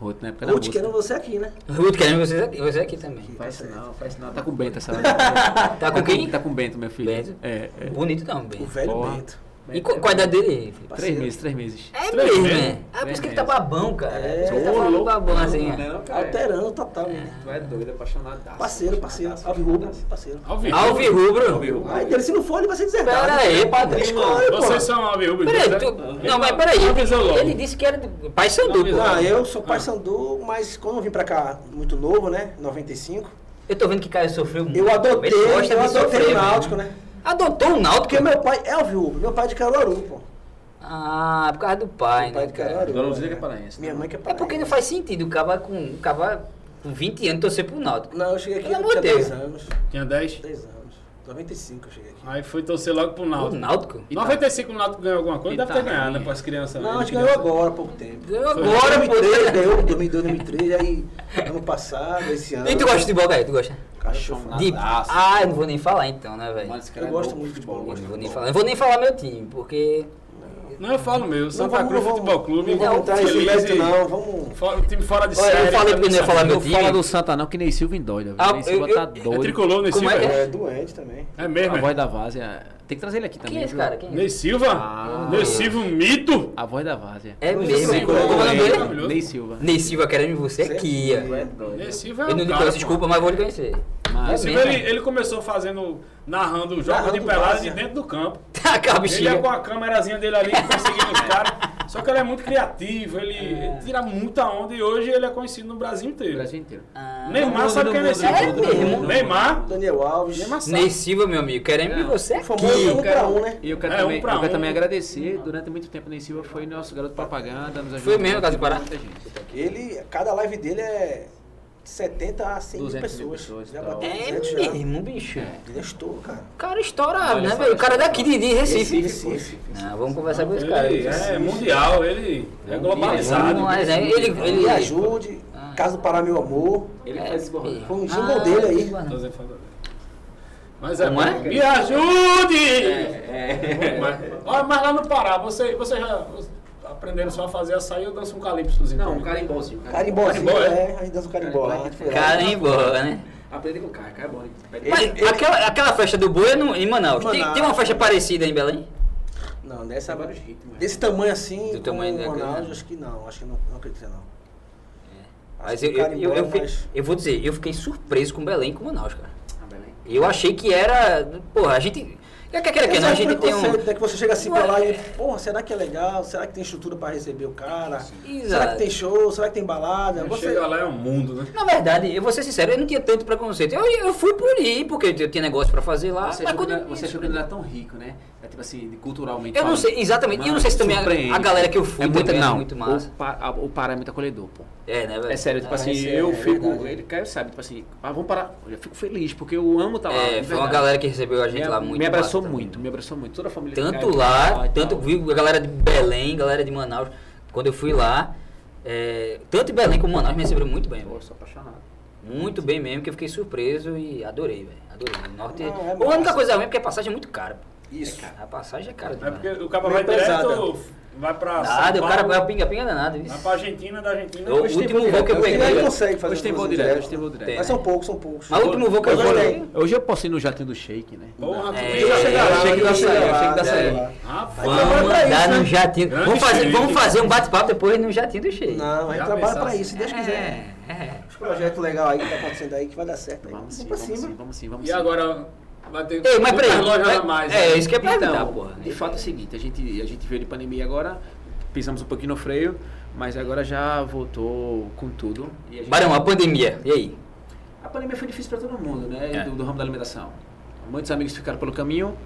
Speaker 3: Ruth na época da
Speaker 4: Ruth,
Speaker 3: música.
Speaker 4: querendo você aqui, né?
Speaker 1: Ruth, queremos vocês aqui, você aqui também.
Speaker 3: Faz sinal, faz sinal. Tá com o Bento [laughs] essa hora.
Speaker 1: Tá com quem?
Speaker 3: Tá com o Bento, meu filho.
Speaker 1: Bento?
Speaker 3: É, é.
Speaker 1: Bonito não, bem.
Speaker 4: O velho
Speaker 3: Porra.
Speaker 4: Bento.
Speaker 1: E qual, qual é a idade dele, Felipe?
Speaker 3: Três meses, três meses.
Speaker 1: É
Speaker 2: Três
Speaker 1: mesmo,
Speaker 2: meses.
Speaker 1: né? Ah, por isso que ele
Speaker 3: Três
Speaker 1: tá
Speaker 3: meses.
Speaker 1: babão, cara.
Speaker 4: É,
Speaker 1: Por isso que ele tá
Speaker 3: ô,
Speaker 1: falando
Speaker 3: louco.
Speaker 1: babão assim, ó.
Speaker 3: né? Não, cara.
Speaker 4: Alterando total, né?
Speaker 3: Tu é doido, apaixonadaço.
Speaker 4: Parceiro, parceiro. Alves Rubens, parceiro.
Speaker 2: Ao vivo.
Speaker 1: Alvi Rubro.
Speaker 4: Aí dele, se não for, ele vai ser deserdado.
Speaker 1: Pera aí, Patrícia.
Speaker 4: Escolhe, pô.
Speaker 2: Vocês são Alvi Rubens.
Speaker 1: Peraí,
Speaker 2: né?
Speaker 1: tu... Não, mas peraí.
Speaker 2: Avisou logo.
Speaker 1: Ele disse que era do Pai Sandu, pô.
Speaker 4: Ah, eu sou pai Sandu, mas quando eu vim pra cá muito novo, né? 95,
Speaker 1: Eu tô vendo que Caio sofreu muito.
Speaker 4: eu adotei,
Speaker 1: Ele gosta
Speaker 4: eu
Speaker 1: de
Speaker 4: adotei
Speaker 1: sofrer,
Speaker 4: o Náutico,
Speaker 1: mano.
Speaker 4: né?
Speaker 1: Adotou o Náutico?
Speaker 4: Porque meu pai é o viúvo, meu pai é de Caruaru, pô.
Speaker 1: Ah, por causa do pai,
Speaker 4: meu pai é
Speaker 1: né,
Speaker 4: de
Speaker 1: cara?
Speaker 4: Caruaru.
Speaker 3: Dona Luzia que é
Speaker 4: né?
Speaker 3: paraense,
Speaker 4: Minha
Speaker 3: né?
Speaker 4: mãe que é
Speaker 1: É
Speaker 4: paraense.
Speaker 1: porque não faz sentido o cara com, o cara com 20 anos torcer pro Náutico.
Speaker 4: Não, eu cheguei aqui,
Speaker 1: Pelo
Speaker 4: eu
Speaker 1: amor
Speaker 4: tinha
Speaker 1: de Deus.
Speaker 4: 10 anos.
Speaker 2: Tinha 10.
Speaker 4: 10 anos. 95 eu cheguei aqui.
Speaker 2: Aí foi torcer logo pro
Speaker 1: O
Speaker 2: Náutico.
Speaker 1: Náutico? tá
Speaker 2: 95 o Náutico ganhou alguma coisa? Deve ter
Speaker 3: Itália.
Speaker 2: ganhado, né, pras crianças.
Speaker 4: Não, a
Speaker 2: Eles
Speaker 4: gente ganhou
Speaker 2: crianças.
Speaker 4: agora, há pouco tempo.
Speaker 1: Ganhou agora, pô.
Speaker 4: 2003, ganhou 2002, 2003, aí ano passado, esse ano.
Speaker 1: E tu gosta de futebol, Caio? Tu gosta?
Speaker 4: Cachorro.
Speaker 1: De...
Speaker 3: Nadaço.
Speaker 1: Ah, eu não vou nem falar então, né, velho?
Speaker 3: Mano, esse cara
Speaker 4: Eu
Speaker 3: é
Speaker 4: gosto
Speaker 3: louco
Speaker 4: muito de
Speaker 3: futebol.
Speaker 4: futebol,
Speaker 3: gosto
Speaker 1: Não
Speaker 3: de
Speaker 1: vou nem falar. Eu vou nem falar meu time, porque.
Speaker 2: assim. Não, eu falo meu. Santa
Speaker 4: vamos-
Speaker 2: Cruz
Speaker 4: vamos-
Speaker 2: Futebol Clube.
Speaker 4: Não vamos
Speaker 1: tá
Speaker 4: entrar nesse
Speaker 2: feliz
Speaker 4: mérito,
Speaker 2: e-
Speaker 4: não. Vamos.
Speaker 2: Fora- time fora de
Speaker 1: Olha, eu
Speaker 2: série.
Speaker 1: falei que não ia falar
Speaker 3: Não
Speaker 1: meu
Speaker 3: fala
Speaker 1: time.
Speaker 3: do Santa não, que nem Silva endói,
Speaker 1: Ah,
Speaker 3: velho. Nem Silva
Speaker 1: eu-
Speaker 3: tá
Speaker 1: eu-
Speaker 2: É
Speaker 3: doido.
Speaker 2: tricolor, Ney
Speaker 1: Como é
Speaker 2: Silva.
Speaker 1: que Ah,
Speaker 4: É doente também.
Speaker 2: É
Speaker 3: A
Speaker 2: mesmo,
Speaker 3: voz
Speaker 2: é?
Speaker 3: da Várzea. Tem que trazer ele aqui também.
Speaker 1: Quem é esse
Speaker 3: viu?
Speaker 1: cara? Quem é
Speaker 2: Ney
Speaker 1: esse?
Speaker 2: Silva?
Speaker 3: Ah.
Speaker 2: Ney Silva, um mito?
Speaker 3: A voz da Várzea.
Speaker 1: É
Speaker 4: Ney
Speaker 1: mesmo, hein?
Speaker 4: Silva.
Speaker 1: Como é o nome
Speaker 2: Ney
Speaker 1: dele?
Speaker 2: Silva. Maravilhoso.
Speaker 3: Ney Silva.
Speaker 1: Ney Silva, querendo você é aqui, ó.
Speaker 4: Você- é né?
Speaker 2: Ney Silva é
Speaker 1: Eu
Speaker 2: um
Speaker 1: não lhe
Speaker 2: cara,
Speaker 1: conheço,
Speaker 2: pô.
Speaker 1: desculpa, mas vou lhe conhecer. [laughs]
Speaker 2: Ney
Speaker 3: Mas
Speaker 1: É
Speaker 2: Silva,
Speaker 1: mesmo.
Speaker 2: ele, ele começou fazendo, narrando jogos
Speaker 4: Narrando né?
Speaker 2: de pelada de
Speaker 4: várzea.
Speaker 2: dentro do campo.
Speaker 1: Taca a
Speaker 2: Ele é com
Speaker 1: bexiga.
Speaker 2: a câmerazinha dele [laughs] ali, perseguindo os caras. Só que ele é muito criativo, ele, ele tira muita onda e hoje ele é conhecido no Brasil
Speaker 3: o
Speaker 2: inteiro.
Speaker 3: Brasil inteiro.
Speaker 1: Ah,
Speaker 2: Neymar
Speaker 3: Todo
Speaker 2: sabe
Speaker 3: mundo,
Speaker 2: quem é Ney
Speaker 3: todo
Speaker 2: Silva?
Speaker 1: mundo, todo mundo.
Speaker 2: Neymar?
Speaker 4: Daniel Alves.
Speaker 2: Neymar sabe.
Speaker 1: Ney Silva, meu amigo, querendo
Speaker 3: Não.
Speaker 1: você é
Speaker 4: O famoso um
Speaker 1: aqui.
Speaker 4: pra um, né?
Speaker 3: E eu quero,
Speaker 2: É, um
Speaker 3: também,
Speaker 2: pra
Speaker 3: eu quero
Speaker 2: um.
Speaker 3: também agradecer. Durante muito tempo, Ney Silva foi nosso garoto propaganda, nos ajudou.
Speaker 1: Foi mesmo, Caso
Speaker 3: muito,
Speaker 1: Pará?
Speaker 3: muita gente.
Speaker 4: Ele, cada live dele é 70 a 100 mil
Speaker 3: 200 mil
Speaker 4: pessoas.
Speaker 3: pessoas,
Speaker 4: já
Speaker 3: então.
Speaker 4: bateu
Speaker 1: É
Speaker 4: 200 já. Ele
Speaker 1: mesmo, bicho.
Speaker 4: é estouro, cara.
Speaker 1: O cara estourado,
Speaker 3: Olha
Speaker 1: né,
Speaker 3: só,
Speaker 1: velho? O cara
Speaker 3: olha só.
Speaker 1: daqui de, de Recife.
Speaker 4: Recife.
Speaker 1: Não, vamos conversar com esse cara.
Speaker 2: Ele é mundial, ele é globalizado.
Speaker 1: Mas é, É, ele, ele
Speaker 4: Me ajude. Caso parar meu amor.
Speaker 3: Ele faz esse borrão.
Speaker 4: Foi um jingle
Speaker 1: Ah,
Speaker 4: dele aí.
Speaker 2: José Fador. Mas é,
Speaker 1: Como é?
Speaker 2: bom. Me ajude!
Speaker 3: É, é.
Speaker 2: Mas, olha, mas lá no Pará, você, você já você- aprenderam só a fazer açaí ou dança um calypsozinho?
Speaker 3: Não, um carimbózinho.
Speaker 4: Carimbózinho,
Speaker 2: Carimbó, é?
Speaker 4: é. Aí dança o carimbó lá. a gente foi lá.
Speaker 1: Cara, hein, boa, né?
Speaker 3: Aprender com o cara, cara é bom. hein? Pede-
Speaker 1: Mas aquela, aquela festa do boi é no, em Manaus. Tem- Tem,
Speaker 4: Manaus.
Speaker 1: uma festa parecida em Belém?
Speaker 4: Não, dessa é
Speaker 3: vários ritmos.
Speaker 4: Desse tamanho assim,
Speaker 1: Do
Speaker 4: com
Speaker 1: tamanho da
Speaker 4: Manaus,
Speaker 1: grana. É.
Speaker 4: acho que não. Acho que não, não acredito não.
Speaker 1: Mas
Speaker 4: que
Speaker 1: eu,
Speaker 4: o
Speaker 1: eu,
Speaker 4: carimbó
Speaker 1: eu- eu
Speaker 4: é
Speaker 1: fiquei-
Speaker 4: mais-
Speaker 1: eu vou dizer, eu fiquei surpreso com Belém e com Manaus, cara.
Speaker 3: Ah, Belém.
Speaker 1: Eu achei que era. Porra, a gente. Quer quer queira que não, a
Speaker 4: Esse é um
Speaker 1: gente tem um.
Speaker 4: preconceito, né, que você chega assim
Speaker 1: Ué.
Speaker 4: pra lá e, porra, será que é legal? Será que tem estrutura pra receber o cara? Será
Speaker 1: Exato.
Speaker 4: que tem show? Será que tem balada?
Speaker 2: Você...
Speaker 4: Você,
Speaker 2: Chega lá é um mundo, né?
Speaker 1: Na verdade, eu vou ser sincero, eu não tinha tanto preconceito. Eu, eu fui por ir, porque eu tinha negócio pra fazer lá.
Speaker 3: Você
Speaker 1: mas
Speaker 3: achou, que
Speaker 1: quando
Speaker 3: não, você achou que não era tão rico, né? É tipo assim, de culturalmente
Speaker 1: Eu não
Speaker 3: falando.
Speaker 1: sei, exatamente. E eu não sei se também a-
Speaker 3: surpreende.
Speaker 1: a galera que eu fui
Speaker 3: é muito,
Speaker 1: também é
Speaker 3: não,
Speaker 1: muito massa.
Speaker 3: O, pa, a- o Pará é muito acolhedor, pô.
Speaker 1: É, né, velho?
Speaker 3: É sério, tipo
Speaker 4: Ah,
Speaker 3: assim,
Speaker 4: esse é-
Speaker 3: eu
Speaker 4: é
Speaker 3: fico.
Speaker 4: verdade.
Speaker 3: Ele caiu, sabe? Tipo assim, ah, vamos parar. Eu fico feliz, porque eu amo estar lá.
Speaker 1: É,
Speaker 3: de
Speaker 1: foi uma
Speaker 3: verdade.
Speaker 1: galera que recebeu a gente
Speaker 3: me,
Speaker 1: lá muito.
Speaker 3: Me abraçou
Speaker 1: massa também.
Speaker 3: muito, Ah, então. me abraçou muito. Toda a família tipo,
Speaker 1: Tanto
Speaker 3: que caiu,
Speaker 1: lá,
Speaker 3: e tal.
Speaker 1: tanto vi a galera de Belém, galera de Manaus. Quando eu fui lá, é, tanto em Belém como Manaus me receberam muito bem.
Speaker 3: Pô, eu sou apaixonado.
Speaker 1: Muito bem mesmo, que eu fiquei surpreso e adorei, velho. Adorei. O norte.
Speaker 4: Não, é
Speaker 1: a única
Speaker 4: massa.
Speaker 1: coisa ruim é porque a passagem é muito cara. pô.
Speaker 4: Isso.
Speaker 1: A passagem é cara
Speaker 2: É
Speaker 1: demais.
Speaker 2: porque o cara vai
Speaker 4: Meio pesada.
Speaker 2: direto, vai pra
Speaker 1: Nada,
Speaker 2: São
Speaker 1: o cara
Speaker 2: Paulo,
Speaker 1: vai a pinga-pinga danado. isso.
Speaker 2: vai pra Argentina, da Argentina...
Speaker 1: Eu-
Speaker 4: Hoje tem
Speaker 1: último
Speaker 4: voo
Speaker 1: voo que eu
Speaker 4: direto.
Speaker 1: peguei.
Speaker 4: Ele consegue fazer
Speaker 3: Hoje tem
Speaker 4: os
Speaker 3: voo
Speaker 4: voos
Speaker 3: direto,
Speaker 4: diretos.
Speaker 3: hoje tem voo direto.
Speaker 1: Tem.
Speaker 4: Mas são poucos, são poucos.
Speaker 1: Mas o último voo que eu
Speaker 4: Mas
Speaker 1: vou-
Speaker 4: hoje tem.
Speaker 6: Hoje eu posso ir no jatinho do Shake, né?
Speaker 2: Porra,
Speaker 1: É,
Speaker 2: tu tem que chegar
Speaker 1: eu
Speaker 2: lá.
Speaker 1: achei que dá
Speaker 2: né?
Speaker 1: certo, eu achei que dá
Speaker 3: É.
Speaker 4: Dá
Speaker 1: certo.
Speaker 4: certo.
Speaker 2: Rapaz,
Speaker 1: Vamos
Speaker 4: trabalha pra
Speaker 1: andar
Speaker 4: isso,
Speaker 1: num
Speaker 4: né?
Speaker 1: jatinho.
Speaker 2: Grande
Speaker 1: Vamos fazer,
Speaker 2: xerife.
Speaker 1: vamos fazer um bate-papo depois num jatinho do Sheik.
Speaker 4: Não, a
Speaker 2: Já
Speaker 4: gente trabalha
Speaker 2: pensar
Speaker 4: pra
Speaker 2: assim.
Speaker 4: isso, se Deus quiser.
Speaker 1: É, é.
Speaker 4: Os projetos legais aí que tá acontecendo aí que vai dar certo. aí.
Speaker 3: Vamos sim,
Speaker 4: pra
Speaker 3: vamos sim, vamos sim, vamos
Speaker 2: E
Speaker 3: sim.
Speaker 2: agora vai ter
Speaker 1: Ei, mas peraí.
Speaker 2: muitas lojas
Speaker 1: mas-
Speaker 2: a mais.
Speaker 1: é,
Speaker 2: né?
Speaker 1: isso que é pra evitar,
Speaker 3: Então,
Speaker 1: porra.
Speaker 3: de fato é o seguinte, a gente, a gente veio de pandemia agora, pisamos um pouquinho no freio, mas agora já voltou com tudo. E a gente-
Speaker 1: Barão, a pandemia. E aí?
Speaker 3: A pandemia foi difícil para todo mundo, né?
Speaker 1: É.
Speaker 3: Do, do ramo da alimentação. Muitos amigos ficaram pelo caminho.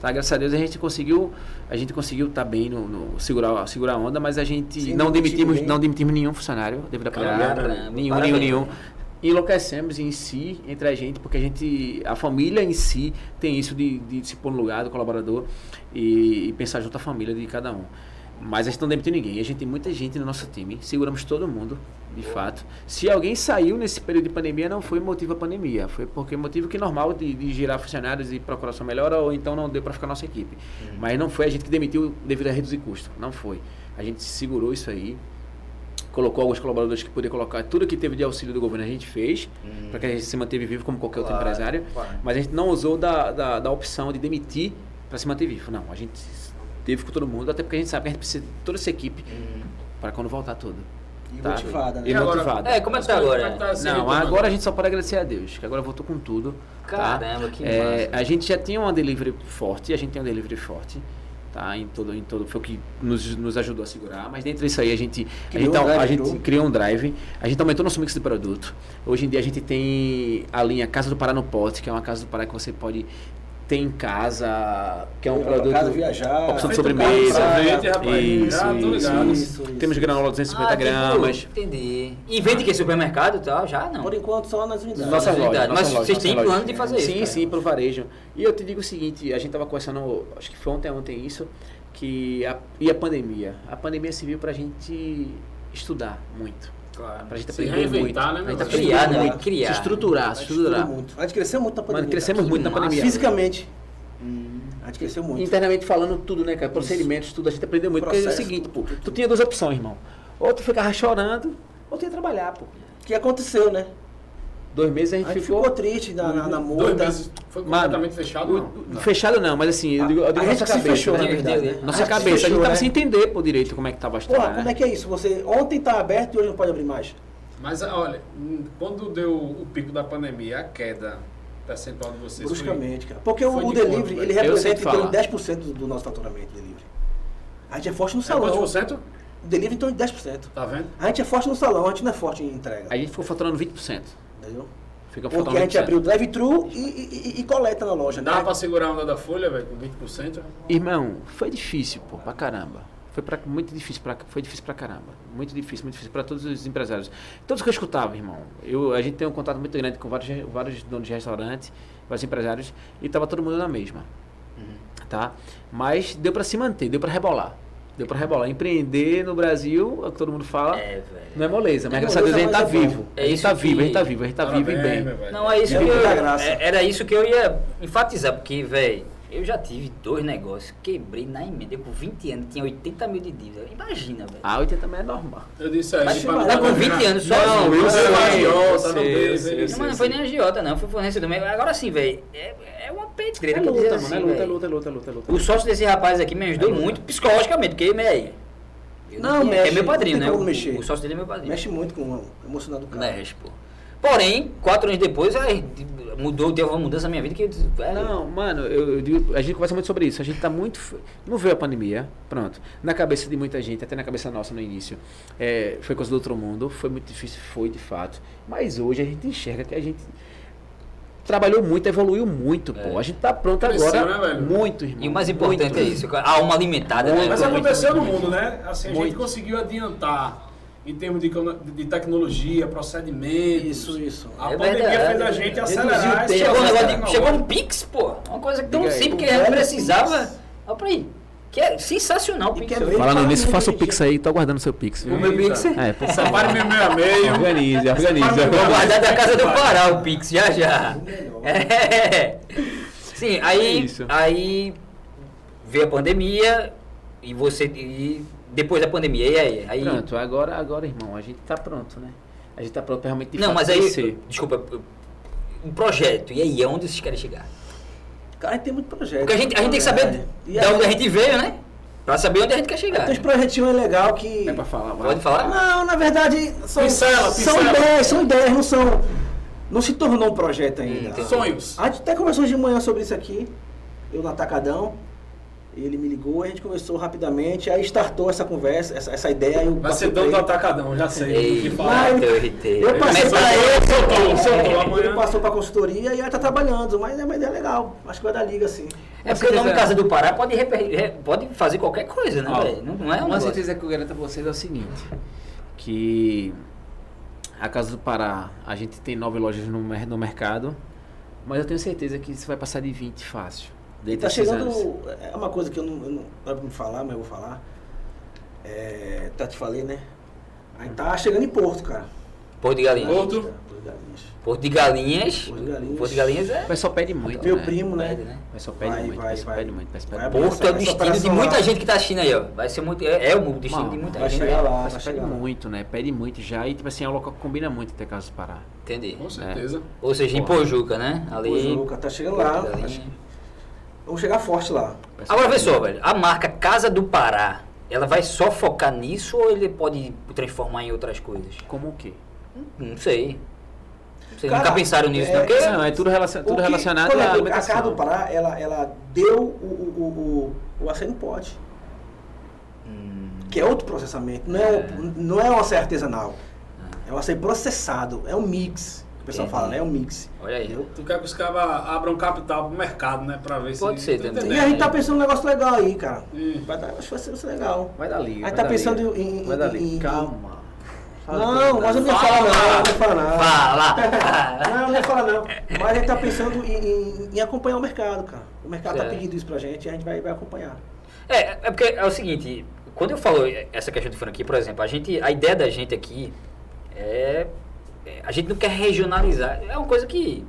Speaker 3: Tá? Graças a Deus a gente conseguiu, a gente conseguiu estar bem no, no- segurar, segurar a onda, mas a gente
Speaker 4: Sim,
Speaker 3: não
Speaker 4: demitiu
Speaker 3: demitimos,
Speaker 4: ninguém.
Speaker 3: não demitimos nenhum funcionário devido à pandemia.
Speaker 1: Caramba,
Speaker 3: nenhum,
Speaker 1: parabéns.
Speaker 3: nenhum, nenhum. Enlouquecemos em si, entre a gente, porque a gente, a família em si tem isso de, de se pôr no lugar do colaborador e, e pensar junto à família de cada um. Mas a gente não demitiu ninguém, a gente tem muita gente no nosso time, seguramos todo mundo, de fato. Se alguém saiu nesse período de pandemia, não foi motivo da pandemia, foi porque motivo que é normal de, de gerar funcionários e procurar sua melhora, ou então não deu para ficar nossa equipe.
Speaker 1: Uhum.
Speaker 3: Mas não foi a gente que demitiu devido a reduzir custo, não foi. A gente segurou isso aí, colocou alguns colaboradores que podia colocar. Tudo que teve de auxílio do governo a gente fez,
Speaker 4: Hum.
Speaker 3: para que a gente se manteve vivo como qualquer outro
Speaker 1: Claro,
Speaker 3: empresário.
Speaker 1: claro.
Speaker 3: Mas a gente não usou da, da, da opção de demitir para se manter vivo. Não, a gente teve com todo mundo, até porque a gente sabe que a gente precisa de toda essa equipe para quando voltar tudo.
Speaker 4: E
Speaker 3: Tá.
Speaker 4: motivada, né?
Speaker 3: E
Speaker 2: E agora?
Speaker 3: motivada.
Speaker 1: É, como é que tá agora?
Speaker 2: Como é que tá esse
Speaker 3: Não,
Speaker 2: retorno
Speaker 3: agora a gente só pode agradecer a Deus, que agora voltou com tudo. tá?
Speaker 1: Caramba, que
Speaker 3: É,
Speaker 1: massa.
Speaker 3: a gente já tinha uma delivery forte, a gente tem uma delivery forte, tá? Em todo, em todo foi o que nos, nos ajudou a segurar, mas dentro disso aí a gente, a
Speaker 4: Criou
Speaker 3: gente,
Speaker 4: um
Speaker 3: a,
Speaker 4: drive
Speaker 3: gente
Speaker 4: thru.
Speaker 3: criou um drive, a gente aumentou nosso mix de produto. Hoje em dia a gente tem a linha Casa do Pará no Pote, que é uma casa do Pará que você pode ter em casa, que é um
Speaker 4: Pra
Speaker 3: produto.
Speaker 4: casa viajar,
Speaker 3: opção de
Speaker 2: Feito um carro de
Speaker 3: sobremesa.
Speaker 2: sorvete, rapaz.
Speaker 3: Isso,
Speaker 2: Ah, tô
Speaker 3: isso,
Speaker 2: ligado.
Speaker 4: isso, isso.
Speaker 3: Temos granola 250
Speaker 1: Ah, tipo,
Speaker 3: gramas.
Speaker 1: Entendi. E vende que? Supermercado e tal? Já não.
Speaker 4: Por enquanto, só nas unidades.
Speaker 1: Nossa
Speaker 3: Nossas
Speaker 1: unidades.
Speaker 3: lojas.
Speaker 1: Mas
Speaker 3: nossas lojas,
Speaker 1: vocês têm
Speaker 3: nossas
Speaker 1: plano
Speaker 3: lojas.
Speaker 1: de fazer isso,
Speaker 3: Sim,
Speaker 1: cara?
Speaker 3: sim, pro varejo. E eu te digo o seguinte, a gente tava conversando, acho que foi ontem, ontem isso, que a, e a pandemia? A pandemia serviu pra gente estudar muito.
Speaker 1: Claro.
Speaker 3: Pra gente
Speaker 2: Se
Speaker 3: aprender muito.
Speaker 2: reinventar, né,
Speaker 3: pra
Speaker 2: meu
Speaker 3: gente
Speaker 2: velho?
Speaker 3: aprender
Speaker 1: Criar, né,
Speaker 3: muito,
Speaker 1: velho? Criar.
Speaker 3: Se estruturar,
Speaker 4: A
Speaker 3: se
Speaker 4: gente
Speaker 3: estruturar.
Speaker 4: estudou muito. A gente cresceu muito na pandemia.
Speaker 3: Mano, crescemos
Speaker 4: cara.
Speaker 3: muito na Então-
Speaker 1: massa.
Speaker 3: pandemia.
Speaker 4: Fisicamente, a gente cresceu muito.
Speaker 3: Internamente falando tudo, né, cara? Procedimentos, tudo, a gente aprendeu muito. porque é
Speaker 4: Processo,
Speaker 3: o seguinte,
Speaker 4: tudo,
Speaker 3: pô,
Speaker 4: tudo,
Speaker 3: tu tinha duas opções, irmão. Ou tu ficava chorando, ou tu ia trabalhar, pô.
Speaker 4: O que aconteceu, né?
Speaker 3: Dois meses a gente,
Speaker 4: A gente ficou, triste na, na, na
Speaker 2: Dois
Speaker 4: muda.
Speaker 2: meses. Foi
Speaker 3: Mano,
Speaker 2: completamente fechado,
Speaker 3: o-
Speaker 2: não?
Speaker 3: o-
Speaker 2: Não.
Speaker 3: Fechado não, mas assim, eu digo, eu digo
Speaker 4: a
Speaker 3: nossa
Speaker 4: gente se
Speaker 3: cabeça.
Speaker 4: fechou,
Speaker 3: né?
Speaker 4: na verdade. né?
Speaker 3: Nossa
Speaker 4: A gente se
Speaker 3: cabeça, a gente
Speaker 4: fechou,
Speaker 3: tava
Speaker 4: né?
Speaker 3: sem entender por direito como é que tava a história.
Speaker 4: Porra, como
Speaker 3: né?
Speaker 4: é que é isso? Você ontem tá aberto e hoje não pode abrir mais.
Speaker 2: Mas olha, hum, quando deu o pico da pandemia, a queda percentual de vocês
Speaker 4: Bruscamente, cara. Porque
Speaker 2: foi
Speaker 4: o, o
Speaker 2: de quanto,
Speaker 4: delivery,
Speaker 2: velho?
Speaker 4: ele
Speaker 3: Eu sei
Speaker 4: representa então
Speaker 3: te
Speaker 4: em torno de
Speaker 3: falar.
Speaker 4: 10% do, do nosso faturamento delivery. A gente é forte no
Speaker 2: foi... É
Speaker 4: salão.
Speaker 2: quantos por cento?
Speaker 4: O delivery então, é em torno de 10%.
Speaker 2: Tá vendo?
Speaker 4: A gente é forte no salão, a gente não é forte em entrega.
Speaker 3: A gente ficou faturando 20%.
Speaker 4: Entendeu?
Speaker 1: então
Speaker 3: Fica
Speaker 4: Porque
Speaker 3: faturando
Speaker 4: a gente
Speaker 3: 20%.
Speaker 4: abriu drive-thru e, e- e- e coleta na loja.
Speaker 2: Dava
Speaker 4: né?
Speaker 2: pra segurar a onda da folha, velho, com 20%?
Speaker 3: Irmão, foi difícil, pô, pra caramba. Foi pra, muito difícil, pra, foi difícil pra caramba. Muito difícil, muito difícil pra todos os empresários. Todos que eu escutava, irmão. Eu, a gente tem um contato muito grande com vários, re- vários donos de restaurante, vários empresários, e tava todo mundo na mesma.
Speaker 4: Uhum.
Speaker 3: Tá? Mas deu pra se manter, deu pra rebolar. Deu pra rebolar. Empreender no Brasil, é o que todo mundo fala.
Speaker 1: É, velho.
Speaker 3: Não é moleza, mas
Speaker 4: É
Speaker 3: graças a Deus a gente
Speaker 4: moleza,
Speaker 3: tá
Speaker 4: mas é bom.
Speaker 3: vivo.
Speaker 1: É
Speaker 3: a gente
Speaker 1: isso
Speaker 3: tá
Speaker 1: que-
Speaker 3: vivo, a gente tá vivo, a gente tá vivo e
Speaker 2: Parabéns,
Speaker 3: bem.
Speaker 2: meu velho.
Speaker 1: Não, é isso
Speaker 4: É
Speaker 1: que eu,
Speaker 4: muita graça.
Speaker 1: é- era isso que eu ia enfatizar, porque, velho, eu já tive dois negócios, quebrei na emenda, eu com 20 anos tinha 80 mil de dívida, imagina, velho.
Speaker 3: Ah, 80 também é normal.
Speaker 2: Eu disse aí,
Speaker 4: Mas
Speaker 2: de
Speaker 4: se
Speaker 2: pagar
Speaker 4: mandar
Speaker 2: pra
Speaker 1: com 20
Speaker 2: virar.
Speaker 1: anos sozinho.
Speaker 2: Não,
Speaker 1: Eu
Speaker 2: eu
Speaker 1: sei,
Speaker 2: sei,
Speaker 3: eu
Speaker 2: agiota, não
Speaker 3: sei, eu
Speaker 2: teve.
Speaker 3: sei, eu
Speaker 2: ele-
Speaker 3: sei.
Speaker 1: não, não foi nem agiota, não, foi fornecedor mesmo. Agora sim, velho, é, é uma pedreira.
Speaker 3: É
Speaker 1: pra dizer
Speaker 3: luta,
Speaker 1: assim,
Speaker 3: mano, é luta, é
Speaker 1: velho.
Speaker 3: luta, é luta, é luta, é luta.
Speaker 1: O sócio desse rapaz aqui me ajudou muito psicologicamente, porque, velho. eu
Speaker 4: Não,
Speaker 1: tinha-
Speaker 4: mexe,
Speaker 1: É meu padrinho,
Speaker 4: não tem
Speaker 1: né?
Speaker 4: como
Speaker 1: o,
Speaker 4: mexer.
Speaker 1: o sócio dele é meu padrinho.
Speaker 4: Mexe muito com o emocional do cara.
Speaker 1: Mexe, pô. Porém, quatro anos depois, aí, mudou, teve uma mudança na minha vida que. eu disse, velho,
Speaker 3: Não, mano, eu, eu digo, a gente conversa muito sobre isso. A gente tá muito. f- Não veio a pandemia, pronto. Na cabeça de muita gente, até na cabeça nossa no início, é, foi coisa do outro mundo, foi muito difícil, foi de fato. Mas hoje a gente enxerga que a gente trabalhou muito, evoluiu muito, pô. A gente tá pronto
Speaker 2: Cresceu,
Speaker 3: agora.
Speaker 2: né, velho?
Speaker 3: muito, irmão.
Speaker 1: E o mais importante
Speaker 3: muito.
Speaker 1: é isso, a alma alimentada, né?
Speaker 2: Mas é
Speaker 1: Muito,
Speaker 2: aconteceu no
Speaker 1: muito,
Speaker 2: mundo, né? Assim, a gente
Speaker 3: Muito.
Speaker 2: conseguiu adiantar em termos de, cona- de tecnologia, procedimentos.
Speaker 4: Isso, isso.
Speaker 2: A
Speaker 1: É
Speaker 2: pandemia
Speaker 1: verdade.
Speaker 2: fez a gente
Speaker 4: Reduziu
Speaker 2: acelerar.
Speaker 4: o
Speaker 1: muito.
Speaker 2: esse
Speaker 4: tempo,
Speaker 1: Chegou um negócio
Speaker 2: processo
Speaker 1: de,
Speaker 2: tecnológico.
Speaker 1: chegou um Pix, pô. Uma coisa que tão
Speaker 3: Diga aí.
Speaker 1: simples que
Speaker 4: O
Speaker 1: a gente
Speaker 4: velho
Speaker 1: precisava. Olha pra aí. Que é sensacional o
Speaker 4: E
Speaker 1: Pix.
Speaker 4: quero
Speaker 1: hoje.
Speaker 4: ver.
Speaker 6: Falando
Speaker 4: fala
Speaker 6: nisso,
Speaker 4: muito
Speaker 6: faça o
Speaker 4: direitinho.
Speaker 6: pix aí, tô aguardando o seu pix. viu?
Speaker 1: O meu Pix é.
Speaker 6: É, por favor.
Speaker 2: Separe meu meio a meio.
Speaker 6: Organize, organize.
Speaker 1: Vou guardar da casa do
Speaker 2: Vai.
Speaker 1: Pará o Pix, já já. [laughs] É. Sim, aí,
Speaker 6: isso.
Speaker 1: aí veio a pandemia e você. E depois da pandemia, e aí? aí
Speaker 3: Pronto, agora, agora, irmão, a gente tá pronto, né? A gente tá pronto pra realmente de
Speaker 1: não,
Speaker 3: fato,
Speaker 1: mas aí.
Speaker 3: crescer.
Speaker 1: Desculpa. Um projeto. E aí, aonde vocês querem chegar?
Speaker 4: Cara, a gente tem muito projeto. né?
Speaker 1: Porque a gente, a gente tem que saber
Speaker 4: É E
Speaker 1: da
Speaker 4: aí, Então,
Speaker 1: onde a gente veio, né? Pra saber onde a gente quer chegar.
Speaker 4: Tem uns projetinhos legal que.
Speaker 3: É pra falar, vai.
Speaker 1: Pode falar?
Speaker 4: Não, na verdade, são,
Speaker 2: Pincela,
Speaker 4: são
Speaker 2: pincela.
Speaker 4: ideias, são ideias, não são. Não se tornou um projeto ainda.
Speaker 1: entendi.
Speaker 2: Sonhos.
Speaker 6: Ah,
Speaker 4: a gente até conversou hoje de manhã sobre isso aqui, eu no Atacadão. Ele me ligou, a gente conversou rapidamente, aí startou essa conversa, essa, essa ideia. Eu
Speaker 2: Vai ser
Speaker 4: passei
Speaker 2: dono do
Speaker 4: pra ele.
Speaker 2: atacadão, já sei. o que
Speaker 1: Ei,
Speaker 2: falar.
Speaker 4: Vai.
Speaker 1: eu irritei.
Speaker 4: Eu passei
Speaker 1: Mas-
Speaker 4: pra ele,
Speaker 2: Soltou, soltou.
Speaker 4: Ele
Speaker 2: Amanhã.
Speaker 4: passou pra consultoria e aí tá trabalhando, mas é uma ideia legal. Acho que vai dar liga, assim. sim.
Speaker 1: É porque o nome Casa do Pará pode, reper- re- pode fazer qualquer coisa, né,
Speaker 3: Ó,
Speaker 1: velho? Não, não é um
Speaker 3: Uma
Speaker 1: negócio.
Speaker 3: certeza que eu garanto a vocês é o seguinte, que a Casa do Pará, a gente tem nove lojas no, mer- no mercado, mas eu tenho certeza que isso vai passar de 20 fácil.
Speaker 4: E
Speaker 3: dentro
Speaker 4: tá
Speaker 3: desses
Speaker 4: chegando.
Speaker 3: anos.
Speaker 4: É uma coisa que eu não. Eu não não é pra me falar, mas eu vou falar. É, tá te falei, né? Aí tá chegando em Porto, cara.
Speaker 1: Porto de Galinhas.
Speaker 2: Porto.
Speaker 4: Cara, Porto de Galinhas.
Speaker 1: Porto de Galinhas.
Speaker 4: Porto de Galinhas.
Speaker 1: Porto de Galinhas é.
Speaker 3: O pessoal pede muito,
Speaker 4: Meu
Speaker 3: né?
Speaker 4: primo, né?
Speaker 1: Pede, né?
Speaker 3: O pessoal pede
Speaker 4: Vai,
Speaker 3: muito, o
Speaker 4: vai,
Speaker 3: pessoal
Speaker 4: vai.
Speaker 3: pede muito, o pessoal
Speaker 4: Vai
Speaker 3: pede muito.
Speaker 1: Porto é o
Speaker 4: Essa- essa
Speaker 1: destino de
Speaker 4: operação
Speaker 1: muita
Speaker 4: lá.
Speaker 1: gente que tá assistindo aí, ó. Vai ser muito. É, é o destino de muita
Speaker 4: vai
Speaker 1: gente.
Speaker 4: chegar
Speaker 1: né?
Speaker 4: lá,
Speaker 3: O
Speaker 4: vai
Speaker 3: pessoal
Speaker 4: chegar
Speaker 3: pede
Speaker 4: lá.
Speaker 3: tá muito, né? Pede muito já e, tipo assim, é um local que combina muito até Casa do Pará.
Speaker 1: Entendi.
Speaker 2: Com certeza.
Speaker 1: Ou seja, em
Speaker 3: Porra.
Speaker 1: Pojuca, né? Ali.
Speaker 4: Pojuca, tá chegando
Speaker 1: Porto de
Speaker 4: lá.
Speaker 1: Galinhas.
Speaker 4: Acho que- Vamos chegar forte lá.
Speaker 3: O pessoal
Speaker 1: Agora, vê
Speaker 3: pede
Speaker 1: só,
Speaker 3: muito.
Speaker 1: velho. A marca Casa do Pará, ela vai só focar nisso ou ele pode transformar em outras coisas?
Speaker 3: Como o quê?
Speaker 1: Não sei. Vocês
Speaker 4: Cara,
Speaker 1: nunca pensaram nisso,
Speaker 4: é-
Speaker 1: não? Porque
Speaker 3: Não, é tudo, relacion...
Speaker 4: O
Speaker 3: tudo
Speaker 4: que-
Speaker 3: relacionado
Speaker 4: por
Speaker 3: à
Speaker 4: exemplo, A
Speaker 3: alimentação.
Speaker 4: Casa do Pará, ela, ela deu o, o, o, o, o aceno pote.
Speaker 1: Hum,
Speaker 4: Que é outro processamento. Não é, um- não é um açaí artesanal. É um açaí processado. É um mix. O pessoal
Speaker 1: Entendi.
Speaker 4: fala, né? É um mix.
Speaker 1: Olha aí.
Speaker 4: Entendeu?
Speaker 2: Tu quer que os caras abram capital pro mercado, né? Pra ver se.
Speaker 1: Pode ser
Speaker 2: tu
Speaker 1: também.
Speaker 2: entendeu?
Speaker 4: E a gente tá pensando num negócio legal aí, cara.
Speaker 2: Hum.
Speaker 4: Vai dar, acho que vai ser, vai ser legal.
Speaker 3: Vai dar liga.
Speaker 4: Aí
Speaker 3: vai
Speaker 4: tá
Speaker 3: dar
Speaker 4: pensando
Speaker 3: liga.
Speaker 4: em- em-
Speaker 3: Vai dar
Speaker 4: em-
Speaker 3: liga.
Speaker 4: em-
Speaker 3: Calma.
Speaker 4: Não, mas eu não
Speaker 1: Fala.
Speaker 4: ia falar não, eu não ia falar nada.
Speaker 1: Fala!
Speaker 4: [laughs] Não, não ia falar não. Mas a gente tá pensando em, em- em acompanhar o mercado, cara. O mercado tá
Speaker 1: Certo.
Speaker 4: pedindo isso pra gente e a gente vai, vai acompanhar.
Speaker 1: É, é porque é o seguinte, quando eu falo essa questão de franquia, por exemplo, a gente, a ideia da gente aqui é, é, a gente não quer regionalizar, é uma coisa que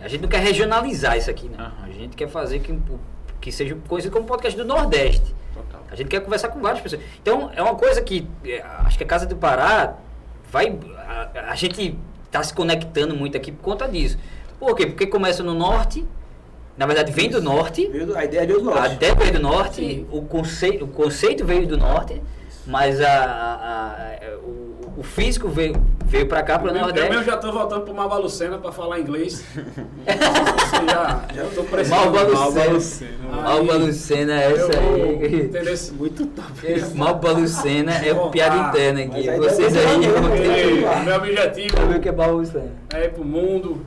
Speaker 1: é, a gente não quer regionalizar isso aqui, né?
Speaker 3: Aham.
Speaker 1: A gente quer fazer que que seja conhecido como podcast do Nordeste.
Speaker 3: Total.
Speaker 1: A gente quer conversar com várias pessoas. Então, é uma coisa que é, acho que a Casa do Pará vai. A, a gente está se conectando muito aqui por conta disso. Por quê? Porque começa no norte, na verdade vem do norte,
Speaker 4: Viu? A ideia é de outro
Speaker 1: a
Speaker 4: norte.
Speaker 1: ideia veio do norte, o conceito, o conceito veio do norte, mas a, a- a- o, o físico veio, veio para cá, para o
Speaker 2: Eu mesmo- Eu mesmo
Speaker 1: tá Nordeste.
Speaker 2: já tô voltando pro Malva Lucena pra falar inglês.
Speaker 1: [laughs]
Speaker 2: Você já, já tô precisando.
Speaker 1: Malva Lucena.
Speaker 2: Lucena.
Speaker 1: Malba Lucena é essa aí.
Speaker 2: Muito top.
Speaker 1: Malba Lucena é o piada
Speaker 2: Ah,
Speaker 1: interna
Speaker 4: mas
Speaker 1: aqui.
Speaker 4: a ideia
Speaker 1: Vocês
Speaker 4: veio do
Speaker 1: aí
Speaker 4: norte,
Speaker 1: vão
Speaker 4: né?
Speaker 1: ter
Speaker 2: Ei,
Speaker 1: que
Speaker 2: Meu objetivo
Speaker 1: saber o que é Malba Lucena.
Speaker 2: é ir pro mundo.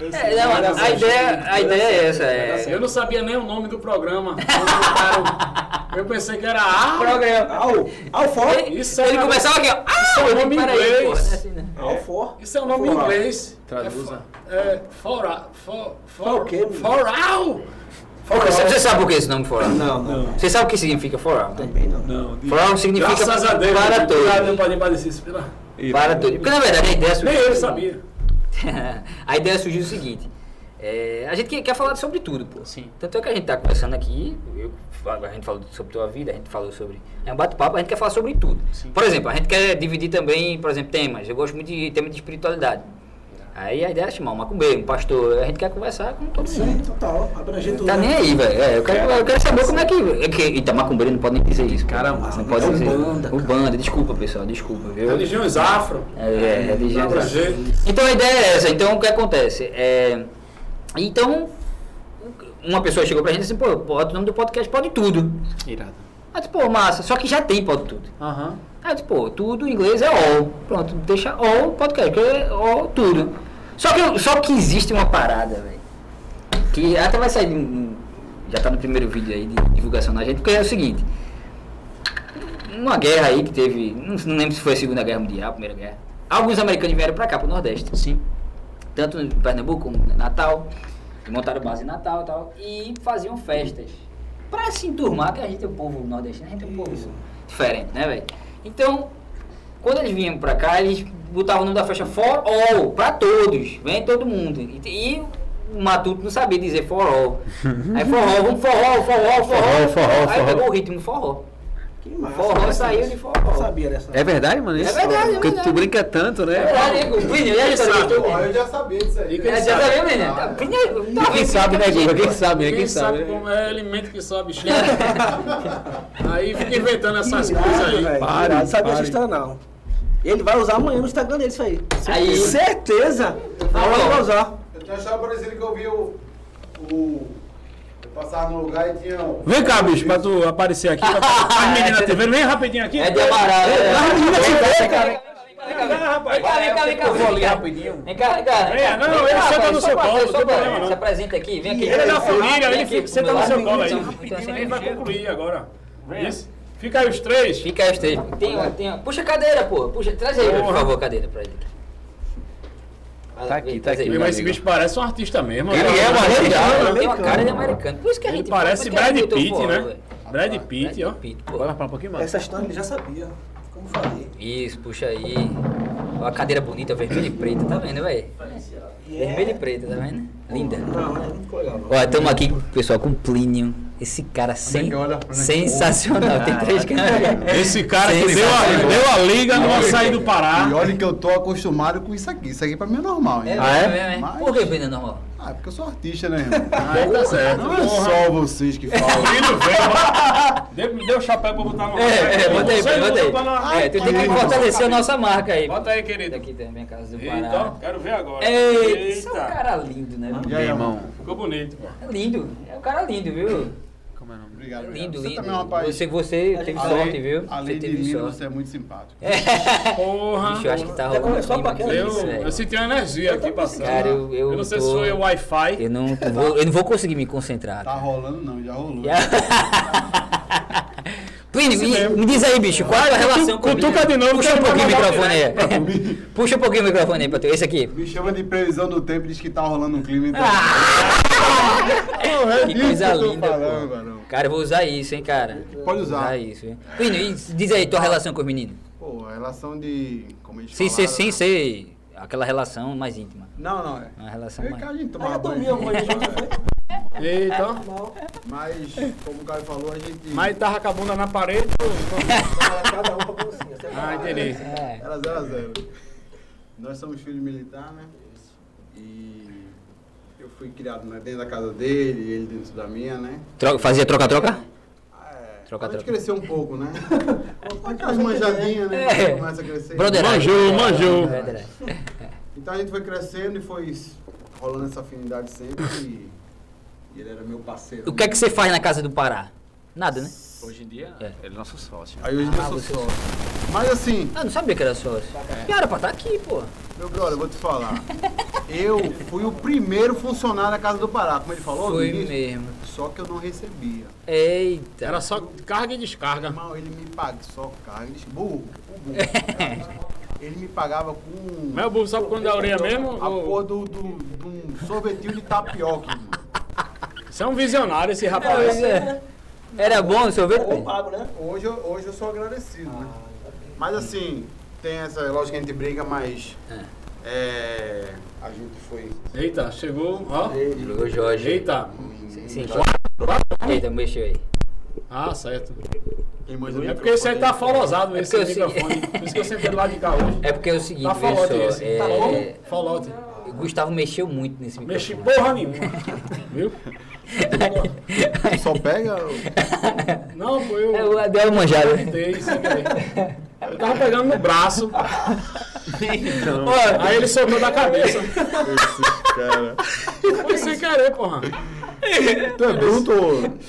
Speaker 1: É, não, a, a ideia, a ideia é essa.
Speaker 2: Assim,
Speaker 1: É,
Speaker 2: eu não sabia nem o nome do programa. Quando eu- Eu pensei que era A.
Speaker 1: programa.
Speaker 4: Ao, ao for.
Speaker 2: Isso é
Speaker 1: Ele
Speaker 2: uma-
Speaker 1: começava aqui, ó. Ah,
Speaker 2: é
Speaker 1: eu
Speaker 2: nome
Speaker 1: digo, peraí, pô.
Speaker 2: inglês.
Speaker 1: não é assim, né?
Speaker 4: Ao for.
Speaker 2: Isso é o nome em
Speaker 4: For-
Speaker 2: inglês.
Speaker 6: Traduza.
Speaker 2: É, for, é, for,
Speaker 4: For
Speaker 2: for,
Speaker 4: o quê,
Speaker 2: for,
Speaker 4: menino?
Speaker 2: all. é
Speaker 1: Você você sabe por que esse nome for all?
Speaker 4: Não, não, não.
Speaker 1: Você sabe o que significa for all? né?
Speaker 4: Também não.
Speaker 2: Não, de-
Speaker 1: For all significa
Speaker 2: Graças a Deus.
Speaker 1: para
Speaker 2: Obrigado,
Speaker 1: todos.
Speaker 2: Não pode padecer isso. pela-
Speaker 1: Para tudo. Porque na verdade a ideia
Speaker 2: Nem
Speaker 1: surgiu.
Speaker 2: ele sabia.
Speaker 1: [laughs] a ideia surgiu o seguinte. é, a gente quer, quer falar sobre tudo, pô.
Speaker 3: Sim.
Speaker 1: Tanto é que a gente tá conversando aqui, eu, a gente falou sobre tua vida, a gente falou sobre. É um bate-papo, a gente quer falar sobre tudo. Por exemplo, a gente quer dividir também, por exemplo, temas. Eu gosto muito de tema de espiritualidade. Aí a ideia é chamar um macumbeiro, um pastor. A gente quer conversar com todo mundo.
Speaker 4: Sim, total. Abranger tudo.
Speaker 1: Tá
Speaker 4: né?
Speaker 1: nem aí, velho. É, eu, quero, eu quero saber como é que. É que Eita, macumbeiro não pode nem dizer isso. Cara, não pode
Speaker 4: é
Speaker 1: dizer.
Speaker 4: Umbanda, cara.
Speaker 1: Umbanda, desculpa, pessoal, desculpa. viu?
Speaker 2: Religiões afro.
Speaker 1: É, é, religião.
Speaker 2: Dá pra ver.
Speaker 1: Então a ideia é essa. Então o que acontece? É, então, uma pessoa chegou pra gente e disse: assim, pô, bota o nome do podcast Pode Tudo.
Speaker 3: Irado.
Speaker 1: Aí eu disse, pô, massa, só que já tem Pode Tudo.
Speaker 3: Aham.
Speaker 1: Aí eu disse, pô, tudo em inglês é all. Pronto, deixa all podcast, porque é all tudo. Só que, eu- só que existe uma parada, velho. Que até vai sair. um- Já tá no primeiro vídeo aí de divulgação na gente, porque é o seguinte. Uma guerra aí que teve. Não, não lembro se foi a Segunda Guerra Mundial, a Primeira Guerra. Alguns americanos vieram pra cá, pro Nordeste.
Speaker 3: Sim.
Speaker 1: Tanto em Pernambuco como em Natal. e Montaram base em Natal e tal. E faziam festas. pra se enturmar, que a gente é um povo nordestino, a gente é um povo diferente, né, velho? Então, quando eles vinham pra cá, eles botavam o nome da festa for all, pra todos, vem todo mundo. E, e o Matuto não sabia dizer for all. Aí forró, vamos forró, forró, forró.
Speaker 3: Forró, forró,
Speaker 1: Aí
Speaker 3: forró.
Speaker 1: pegou o ritmo forró.
Speaker 4: Que massa.
Speaker 1: Forró
Speaker 2: é
Speaker 1: saiu de
Speaker 4: Não
Speaker 1: forró.
Speaker 4: sabia dessa.
Speaker 3: É verdade, mano?
Speaker 1: É
Speaker 3: Isso?
Speaker 1: verdade, é
Speaker 3: Porque
Speaker 1: verdade.
Speaker 3: tu brinca tanto, né?
Speaker 1: É verdade, hein, Plínio? E a história que tu-
Speaker 5: Porra, eu já sabia disso aí.
Speaker 7: E quem
Speaker 1: É, já
Speaker 7: sabe?
Speaker 1: tá vendo, menino?
Speaker 5: Ah,
Speaker 1: Tá- Plínio- tá
Speaker 3: E quem
Speaker 1: vendo,
Speaker 3: sabe, né,
Speaker 1: tá
Speaker 3: Guga? Quem
Speaker 1: vendo?
Speaker 3: sabe, né?
Speaker 7: Quem,
Speaker 3: Quem
Speaker 7: sabe,
Speaker 3: sabe, né?
Speaker 7: como é alimento que sabe cheiro. [laughs] aí fica inventando essas coisas
Speaker 4: Irado,
Speaker 7: aí.
Speaker 4: velho.
Speaker 3: Pare,
Speaker 4: Irado. Sabia essa
Speaker 3: pare.
Speaker 4: história não. Ele vai usar amanhã no Instagram dele isso aí.
Speaker 1: Aí- Tá
Speaker 4: Certeza. Amanhã ele vai usar.
Speaker 5: Eu tinha achado parecido que eu vi o. o eu passava no lugar e tinha. um-
Speaker 2: Vem cá, bicho, pra tu aparecer aqui. Pra... As meninas te vendo, vem rapidinho aqui.
Speaker 1: É de amarelo. é. Vem
Speaker 2: Vem cá, rapaz.
Speaker 1: cá, vem cá,
Speaker 2: Eu vou ali
Speaker 1: vem cá.
Speaker 2: rapidinho.
Speaker 1: Vem cá, vem cá. vem cá.
Speaker 2: É, não,
Speaker 1: Vem
Speaker 2: ele
Speaker 1: cá,
Speaker 2: senta
Speaker 1: rapaz,
Speaker 2: no
Speaker 1: só
Speaker 2: seu
Speaker 1: pra-
Speaker 2: colo,
Speaker 1: só
Speaker 2: não tem
Speaker 1: pra-
Speaker 2: problema, não.
Speaker 1: Se apresenta aqui, vem aqui.
Speaker 2: Ele é da
Speaker 1: Vem
Speaker 2: família,
Speaker 1: aqui
Speaker 2: ele
Speaker 1: pro
Speaker 2: fica-
Speaker 1: meu
Speaker 2: senta no
Speaker 1: lado.
Speaker 2: seu colo aí.
Speaker 1: Então,
Speaker 2: Rapidinho,
Speaker 1: então,
Speaker 2: ele vai
Speaker 1: chega.
Speaker 2: concluir agora. Isso. Fica aí os três.
Speaker 1: Fica aí os três. Tem uma, tem uma. Puxa a cadeira, pô. Puxa, traz aí, por
Speaker 2: Porra.
Speaker 1: favor, a cadeira pra ele. Vai lá,
Speaker 3: Tá aqui,
Speaker 1: vem,
Speaker 3: tá
Speaker 1: traz
Speaker 3: aqui,
Speaker 1: aí.
Speaker 3: meu
Speaker 2: Meu, Mas esse
Speaker 3: amigo.
Speaker 2: bicho parece um artista mesmo.
Speaker 3: Ele
Speaker 2: né?
Speaker 3: é um
Speaker 1: Ele
Speaker 3: artista.
Speaker 1: tem uma cara de americano. Por isso que a
Speaker 2: Ele
Speaker 1: gente
Speaker 2: parece
Speaker 1: por isso que a gente
Speaker 2: Brad
Speaker 1: botou
Speaker 2: Pitt,
Speaker 1: fora,
Speaker 2: né?
Speaker 1: velho.
Speaker 2: Brad Pitt, ó.
Speaker 1: Brad Pitt, pô.
Speaker 2: Bora falar um pouquinho mais.
Speaker 4: Essa história ele já sabia. Como falei.
Speaker 1: Isso, puxa aí. Olha a cadeira bonita, vermelha e preta, tá vendo, velho? Vermelha e preta, tá vendo? Linda.
Speaker 4: Não, é muito legal. não.
Speaker 1: Ó, estamos aqui, pessoal, com Plínio. Esse cara sen sensacional. Tem três câmeras.
Speaker 2: Esse cara que
Speaker 1: Sim,
Speaker 2: deu a,
Speaker 3: né?
Speaker 1: sim.
Speaker 2: deu a liga no açaí do Pará.
Speaker 5: E olha que eu tô acostumado com isso aqui. Isso aqui pra mim é normal, hein?
Speaker 3: Ah, é?
Speaker 1: Mas...
Speaker 5: Mas-
Speaker 1: Por que Brenda normal?
Speaker 5: Ah, é porque eu sou artista, né, irmão?
Speaker 2: [laughs] Aí tá certo.
Speaker 5: Não é só vocês que falam.
Speaker 2: [laughs]
Speaker 1: [laughs]
Speaker 2: Filho velho. Deu- Me deu o chapéu pra botar no
Speaker 1: É, é, bota aí,
Speaker 2: Você
Speaker 1: bota
Speaker 2: botou
Speaker 1: aí.
Speaker 2: pra nós.
Speaker 1: É, tu tem que fortalecer a nossa marca aí.
Speaker 2: Bota aí, querido.
Speaker 1: Aqui também, Casa do
Speaker 2: Eita,
Speaker 1: Pará.
Speaker 2: quero ver agora.
Speaker 1: Eita, esse é um cara lindo, né?
Speaker 5: E
Speaker 3: Meu
Speaker 5: aí,
Speaker 3: irmão.
Speaker 5: irmão?
Speaker 2: Ficou bonito, pô.
Speaker 1: É lindo, é um cara lindo, viu?
Speaker 3: Como é o nome?
Speaker 5: Obrigado, obrigado.
Speaker 1: Lindo,
Speaker 5: você
Speaker 1: lindo.
Speaker 5: também é uma paz.
Speaker 1: Você, você teve
Speaker 5: Além-
Speaker 1: sorte, viu? Você
Speaker 5: Além de
Speaker 1: teve
Speaker 5: mim,
Speaker 1: sorte.
Speaker 5: você é muito simpático.
Speaker 2: Porra.
Speaker 1: É. Bicho, eu acho que tá
Speaker 4: Já
Speaker 1: rolando
Speaker 4: começou a
Speaker 1: clima
Speaker 4: paquera?
Speaker 1: aqui,
Speaker 2: Eu,
Speaker 1: isso, velho.
Speaker 2: eu senti uma energia aqui passando.
Speaker 1: Cara, eu- eu
Speaker 2: não sei
Speaker 1: tô-
Speaker 2: se foi o Wi-Fi.
Speaker 1: Eu não, eu vou, eu não vou conseguir me concentrar.
Speaker 5: [laughs] Tá rolando não, já rolou.
Speaker 1: Plínio, me, me diz aí, bicho, qual é a relação com o
Speaker 2: cutuca de novo,
Speaker 1: Puxa
Speaker 2: que
Speaker 1: um
Speaker 2: eu
Speaker 1: pouquinho o
Speaker 2: vou mandar
Speaker 1: microfone aí. Puxa um pouquinho o microfone aí pra tu. Esse aqui.
Speaker 5: Me chama de previsão do tempo e diz que tá rolando um clima então. Não,
Speaker 1: Ah, que
Speaker 5: disso
Speaker 1: coisa
Speaker 5: eu tô
Speaker 1: linda, pô.
Speaker 5: falando, varão.
Speaker 1: Cara, eu vou usar isso, hein, cara. Vou
Speaker 5: Pode usar.
Speaker 1: isso, hein. Plínio, e diz aí tua relação com os meninos.
Speaker 5: Pô, a relação de. Como eles
Speaker 1: Sem ser,
Speaker 5: falaram,
Speaker 1: sem
Speaker 5: né?
Speaker 1: ser aquela relação mais íntima.
Speaker 5: Não, não, é.
Speaker 1: Uma relação
Speaker 5: Eu e
Speaker 1: mais...
Speaker 5: a gente
Speaker 4: Ah,
Speaker 5: tomava
Speaker 4: já dormiu
Speaker 5: banho. [laughs]
Speaker 4: alguma vez junto,
Speaker 1: né?
Speaker 4: foi?
Speaker 2: Eita.
Speaker 5: Mas, como o cara falou, a gente.
Speaker 2: Mas tava com a bunda na parede.
Speaker 4: Cada um pra cozinha. você
Speaker 2: Ah,
Speaker 4: fala.
Speaker 2: entendi.
Speaker 1: É.
Speaker 5: Era 0 a 0. Nós somos filhos militar, né? E eu fui criado né, dentro da casa dele, ele dentro da minha, né?
Speaker 1: Troca- fazia troca-troca?
Speaker 5: Ah, é,
Speaker 1: Troca,
Speaker 5: a gente
Speaker 1: troca.
Speaker 5: cresceu um pouco,
Speaker 1: [laughs]
Speaker 5: né? Aquelas manjadinhas, né?
Speaker 1: É.
Speaker 5: Começa a crescer.
Speaker 1: Brotheragem.
Speaker 2: Manjou, manjou.
Speaker 1: Brotheragem.
Speaker 5: Então a gente foi crescendo e foi rolando essa afinidade sempre. E, e ele era meu parceiro.
Speaker 1: O que é que você faz na casa do Pará? Nada, né?
Speaker 8: Hoje em dia,
Speaker 1: É.
Speaker 8: ele é nosso sócio.
Speaker 5: Aí hoje
Speaker 1: Ah,
Speaker 5: eu sou
Speaker 1: você-
Speaker 5: sócio. Mas assim,
Speaker 1: Ah, não sabia que era sócio.
Speaker 2: É.
Speaker 1: Cara, pra tá aqui, pô.
Speaker 5: meu brother, eu vou te falar. Eu fui o primeiro funcionário da Casa do Pará, como ele falou. no
Speaker 1: Foi
Speaker 5: início.
Speaker 1: mesmo.
Speaker 5: Só que eu não recebia.
Speaker 1: Eita.
Speaker 2: Era só carga e descarga.
Speaker 5: Irmão, ele me paga só carga. Ele disse, burro, o
Speaker 1: [laughs]
Speaker 5: burro. ele me pagava com
Speaker 2: Mas o burro sabe quando é a orelha mesmo?
Speaker 5: a porra do, do, de um sorvetinho de tapioca, irmão.
Speaker 2: Você é um visionário esse rapaz.
Speaker 1: Pois é. Era bom o sorvete?
Speaker 4: Ou
Speaker 1: Pedro?
Speaker 4: pago, né?
Speaker 5: Hoje, eu- hoje eu sou agradecido, né? Mas assim, tem essa, lógico que a gente briga, mas é, a gente foi.
Speaker 2: Eita, chegou. Ó.
Speaker 1: Jogou Jorge.
Speaker 2: Eita.
Speaker 1: Sim, sim. Eita, mexeu aí.
Speaker 2: Ah, certo.
Speaker 5: Quem manja
Speaker 2: É
Speaker 5: no
Speaker 2: porque você
Speaker 5: microfone
Speaker 2: tá folosado
Speaker 1: É
Speaker 2: esse
Speaker 1: porque eu sei-
Speaker 2: microfone. Por isso que eu sentei do lado de cá hoje.
Speaker 1: É porque é o seguinte,
Speaker 2: Tá
Speaker 1: veja só.
Speaker 2: falote esse. Tá
Speaker 1: é,
Speaker 2: bom? Falote.
Speaker 1: o Gustavo mexeu muito nesse
Speaker 2: Mexi
Speaker 1: microfone.
Speaker 2: porra
Speaker 1: [laughs]
Speaker 2: nenhuma. Viu?
Speaker 5: é- Só pega.
Speaker 1: [laughs]
Speaker 2: Não, foi eu.
Speaker 1: É, deu uma manjada.
Speaker 2: Apertei sem querer. Eu tava pegando no braço.
Speaker 3: Então,
Speaker 2: Ó, Aí ele soltou da cabeça.
Speaker 5: Esses cara.
Speaker 2: Foi sem querer, porra.
Speaker 5: Tu é bruto?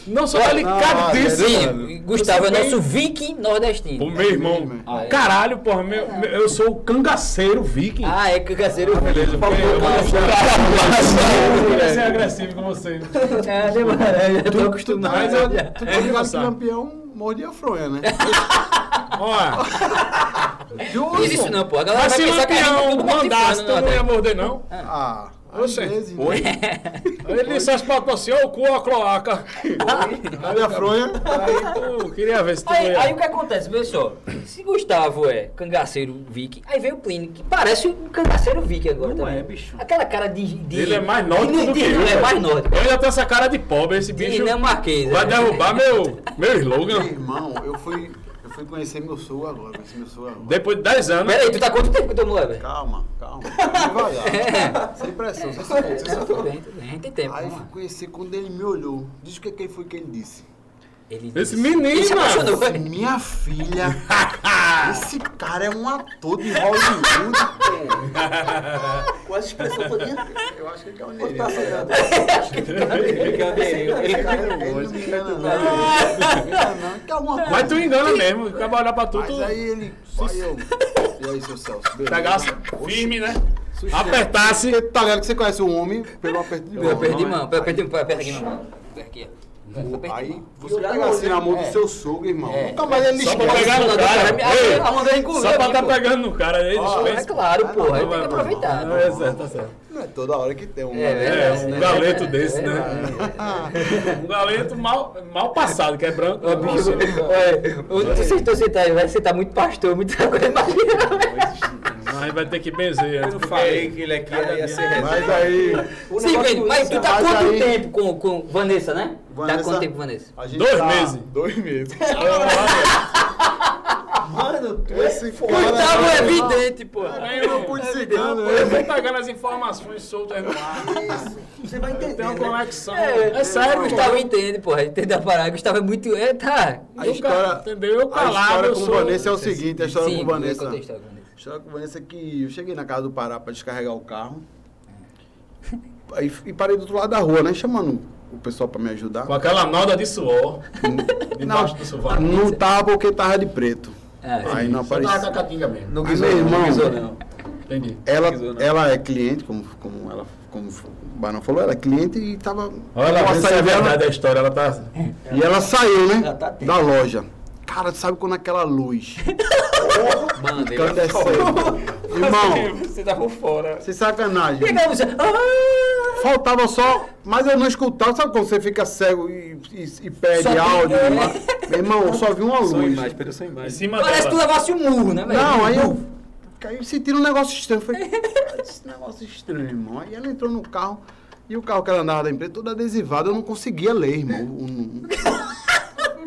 Speaker 2: Não sou delicadíssimo.
Speaker 1: Sim, Gustavo é o nosso viking
Speaker 2: Ô,
Speaker 1: nordestino.
Speaker 2: meu irmão.
Speaker 1: Ah, é.
Speaker 2: Caralho, porra. meu- meu- eu sou o cangaceiro viking.
Speaker 1: Ah, é cangaceiro.
Speaker 2: Beleza, eu queria ser agressivo com você.
Speaker 1: É, demora, eu tô acostumado.
Speaker 5: Mas
Speaker 2: é
Speaker 5: eu, tu tá ligado que
Speaker 2: [laughs] engraçado.
Speaker 5: campeão mordia a fronha, né?
Speaker 2: Ó,
Speaker 5: Juro.
Speaker 1: Não existe não, pô. A galera
Speaker 2: Mas
Speaker 1: vai
Speaker 2: se
Speaker 1: pensar que a gente é
Speaker 2: Lampião
Speaker 1: tudo
Speaker 2: mandasse,
Speaker 1: mortificando,
Speaker 2: tu não
Speaker 1: né?
Speaker 2: ia morder, não?
Speaker 5: Ah,
Speaker 2: Você.
Speaker 5: às vezes,
Speaker 1: [laughs]
Speaker 5: né?
Speaker 2: Oi? Ele dissesse pra tu assim, ó, o cu ou a cloaca.
Speaker 5: Olha a fronha.
Speaker 2: Aí tu queria ver se tu
Speaker 1: Aí,
Speaker 2: ia.
Speaker 1: aí o que acontece, vê só. Se Gustavo é cangaceiro Vic, aí vem o Plínio, que parece um cangaceiro Vic agora
Speaker 3: Não
Speaker 1: também.
Speaker 3: é, bicho.
Speaker 1: Aquela cara de. de
Speaker 2: Ele é mais nórdico
Speaker 1: de-
Speaker 2: do que
Speaker 1: de-
Speaker 2: eu,
Speaker 1: É
Speaker 2: velho.
Speaker 1: mais nórdico.
Speaker 2: Eu ainda tenho essa cara de pobre, esse bicho
Speaker 1: Dinamarquês.
Speaker 2: vai
Speaker 1: é.
Speaker 2: derrubar meu, [laughs] meu
Speaker 5: Meu
Speaker 2: slogan.
Speaker 5: irmão, eu fui, eu fui conhecer meu sogro agora. Conheci meu sogro agora.
Speaker 2: Depois de 10 anos.
Speaker 1: Peraí, tu tá quanto tempo que tu não é, velho?
Speaker 5: Calma,
Speaker 2: [laughs]
Speaker 5: calma.
Speaker 2: É.
Speaker 5: Devagar. Sem pressão. Só se for, só se
Speaker 1: Tudo
Speaker 5: for.
Speaker 1: bem, tudo bem, tem tempo.
Speaker 5: Aí eu
Speaker 1: vamos
Speaker 5: fui
Speaker 1: lá.
Speaker 5: conhecer quando ele me olhou. Diz o que, que foi que ele disse.
Speaker 1: Ele
Speaker 2: Esse
Speaker 1: disse-
Speaker 2: menino,
Speaker 1: Ele se apaixonou,
Speaker 5: Disse,
Speaker 1: velho.
Speaker 2: [laughs]
Speaker 5: Minha filha, esse cara é um ator de Hollywood.
Speaker 4: Com
Speaker 1: [laughs]
Speaker 4: essa expressão todinha,
Speaker 5: pô. Eu acho que ele é um
Speaker 4: pode estar
Speaker 5: negro.
Speaker 4: sonhando.
Speaker 5: Ele não me engana, não. Ele não me engana, não. Que é alguma coisa.
Speaker 2: Mas tu engana mesmo, acaba olhar pra tu,
Speaker 5: Mas
Speaker 2: tu
Speaker 5: aí ele. Aí eu. E aí, seu Celso? beleza?
Speaker 2: pegasse firme, né? Apertasse.
Speaker 5: Você tá ligado que você conhece um homem pelo aperto de
Speaker 1: Eu
Speaker 5: mão.
Speaker 1: perdi
Speaker 5: né?
Speaker 1: mão, eu perdi mão, aperta aqui, mão. Aperta aqui, ó.
Speaker 5: Aí você pega assim na mão do seu sogro, irmão.
Speaker 1: É.
Speaker 5: Nunca mais ele
Speaker 2: Só pra
Speaker 5: esquece.
Speaker 2: pegar no
Speaker 1: Cara, me-
Speaker 2: cara. Ei,
Speaker 1: a mão dele
Speaker 2: Só pra
Speaker 1: mim,
Speaker 2: tá
Speaker 1: pô.
Speaker 2: pegando no cara, aí
Speaker 5: Ó,
Speaker 1: É
Speaker 2: dispensa.
Speaker 1: claro,
Speaker 5: Ah,
Speaker 1: porra,
Speaker 5: não,
Speaker 1: aí tem
Speaker 5: não,
Speaker 1: que
Speaker 5: não,
Speaker 1: aproveitar.
Speaker 2: Não, é certo, tá certo.
Speaker 5: Não é toda hora que tem um.
Speaker 1: É,
Speaker 5: né?
Speaker 2: É,
Speaker 1: verdade.
Speaker 2: um
Speaker 1: né?
Speaker 2: galeto desse,
Speaker 1: É, [laughs]
Speaker 2: né? Um galeto mal, mal passado, que é branco.
Speaker 1: Ô, bicho, olha, tu sentou, sentar, vai sentar muito pastor, muita coisa, imagina.
Speaker 2: Mas vai ter que benzer. né? antes,
Speaker 6: Eu
Speaker 2: porque-
Speaker 6: falei que ele aqui ia ser resenha.
Speaker 5: Mas aí.
Speaker 1: Sim, velho, mas tu tá
Speaker 5: Mas
Speaker 1: quanto
Speaker 5: aí-
Speaker 1: tempo com, com Vanessa, né? Tá
Speaker 5: Vanessa-
Speaker 1: quanto tempo, Vanessa?
Speaker 5: a gente
Speaker 2: Dois meses.
Speaker 5: Dois meses.
Speaker 4: Mano, tu é
Speaker 5: Esse cara.
Speaker 1: Gustavo é vidente, pô.
Speaker 2: Aí
Speaker 5: Eu
Speaker 2: eu-
Speaker 5: não pude né?
Speaker 2: Não,
Speaker 5: cigano,
Speaker 2: pô, Eu vou pegando as informações soltas no ar.
Speaker 4: Você vai entender.
Speaker 2: Tem uma
Speaker 4: Né?
Speaker 2: conexão.
Speaker 1: É,
Speaker 2: É
Speaker 1: Gustavo
Speaker 2: sério, Gustavo.
Speaker 1: entende, porra, entende a parada. Gustavo é muito. É, tá.
Speaker 5: A
Speaker 2: Eu
Speaker 5: história-
Speaker 2: ca- entendeu? Eu
Speaker 5: A
Speaker 2: calado,
Speaker 5: história
Speaker 2: eu
Speaker 5: com
Speaker 2: sou...
Speaker 5: Vanessa é o seguinte: a história
Speaker 1: Sim,
Speaker 5: com
Speaker 1: conta a
Speaker 5: Vanessa.
Speaker 1: história com Vanessa.
Speaker 5: A história com Vanessa é que eu cheguei na casa do Pará pra descarregar o carro. Aí, f- e parei do outro lado da rua, né? Chamando o pessoal pra me ajudar.
Speaker 2: Com aquela noda de suor. Debaixo do sovaco.
Speaker 5: Não tava porque tava de preto.
Speaker 1: É.
Speaker 5: Aí não
Speaker 2: Só tava da
Speaker 5: apareceu.
Speaker 2: catinga mesmo.
Speaker 6: Não
Speaker 5: Aí,
Speaker 6: guisou,
Speaker 5: meu
Speaker 6: não
Speaker 5: irmão.
Speaker 6: guisou, não.
Speaker 2: Entendi.
Speaker 5: Ela,
Speaker 6: Pesquisou, né?
Speaker 5: ela é cliente, como, como ela como o Barão falou, ela é cliente e tava.
Speaker 2: Olha,
Speaker 5: ela
Speaker 2: essa é a
Speaker 5: saiu dela
Speaker 2: verdade da história. Ela tá...
Speaker 5: E ela saiu, né?
Speaker 4: Ela tá atenta.
Speaker 5: da loja. Cara, tu sabe quando aquela luz
Speaker 1: Mano, ele é
Speaker 5: incandescente. Irmão,
Speaker 6: Você tava fora.
Speaker 5: sem sacanagem.
Speaker 1: Pega a música. Ah!
Speaker 5: Faltava só, mas eu não escutava. Sabe quando você fica cego e, e- e perde
Speaker 1: Só tem-
Speaker 5: áudio? Meu irmão, eu só vi uma
Speaker 6: Só
Speaker 5: luz.
Speaker 6: imagem, perdeu sua
Speaker 2: Em
Speaker 6: imagem.
Speaker 2: cima
Speaker 1: Parece que tu
Speaker 2: dela.
Speaker 1: levasse um murro, né, velho?
Speaker 5: Não, aí eu caí sentindo um negócio estranho. Eu falei, cara, esse negócio estranho, irmão. Aí ela entrou no carro e o carro que ela andava da empresa, todo adesivado, eu não conseguia ler, irmão. O- o-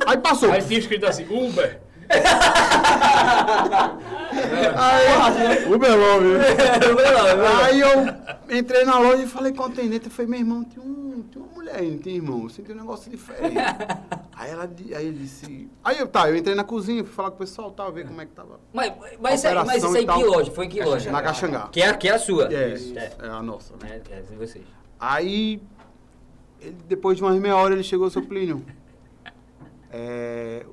Speaker 5: Aí passou.
Speaker 2: Aí tinha escrito assim, Uber.
Speaker 5: Aí, o Belome.
Speaker 1: não.
Speaker 5: Aí eu entrei na loja e falei com o atendente, eu falei, meu irmão, tem, um, tem uma mulher aí, não tem irmão, eu senti um negócio diferente. aí ela di- aí ele disse. Aí eu tá, eu entrei na cozinha, fui falar com o pessoal, tal, ver como é que tava.
Speaker 1: Mas, mas, isso aí- mas
Speaker 5: Operação
Speaker 1: isso aí
Speaker 5: e
Speaker 1: em que
Speaker 5: tal.
Speaker 1: loja? Foi em que loja?
Speaker 5: Na Caxangá.
Speaker 1: Que é, a- que é a sua.
Speaker 5: É,
Speaker 1: É,
Speaker 5: é a nossa. né?
Speaker 1: é, é de vocês.
Speaker 5: Aí, ele- depois de umas meia hora, ele chegou, seu Plínio. é,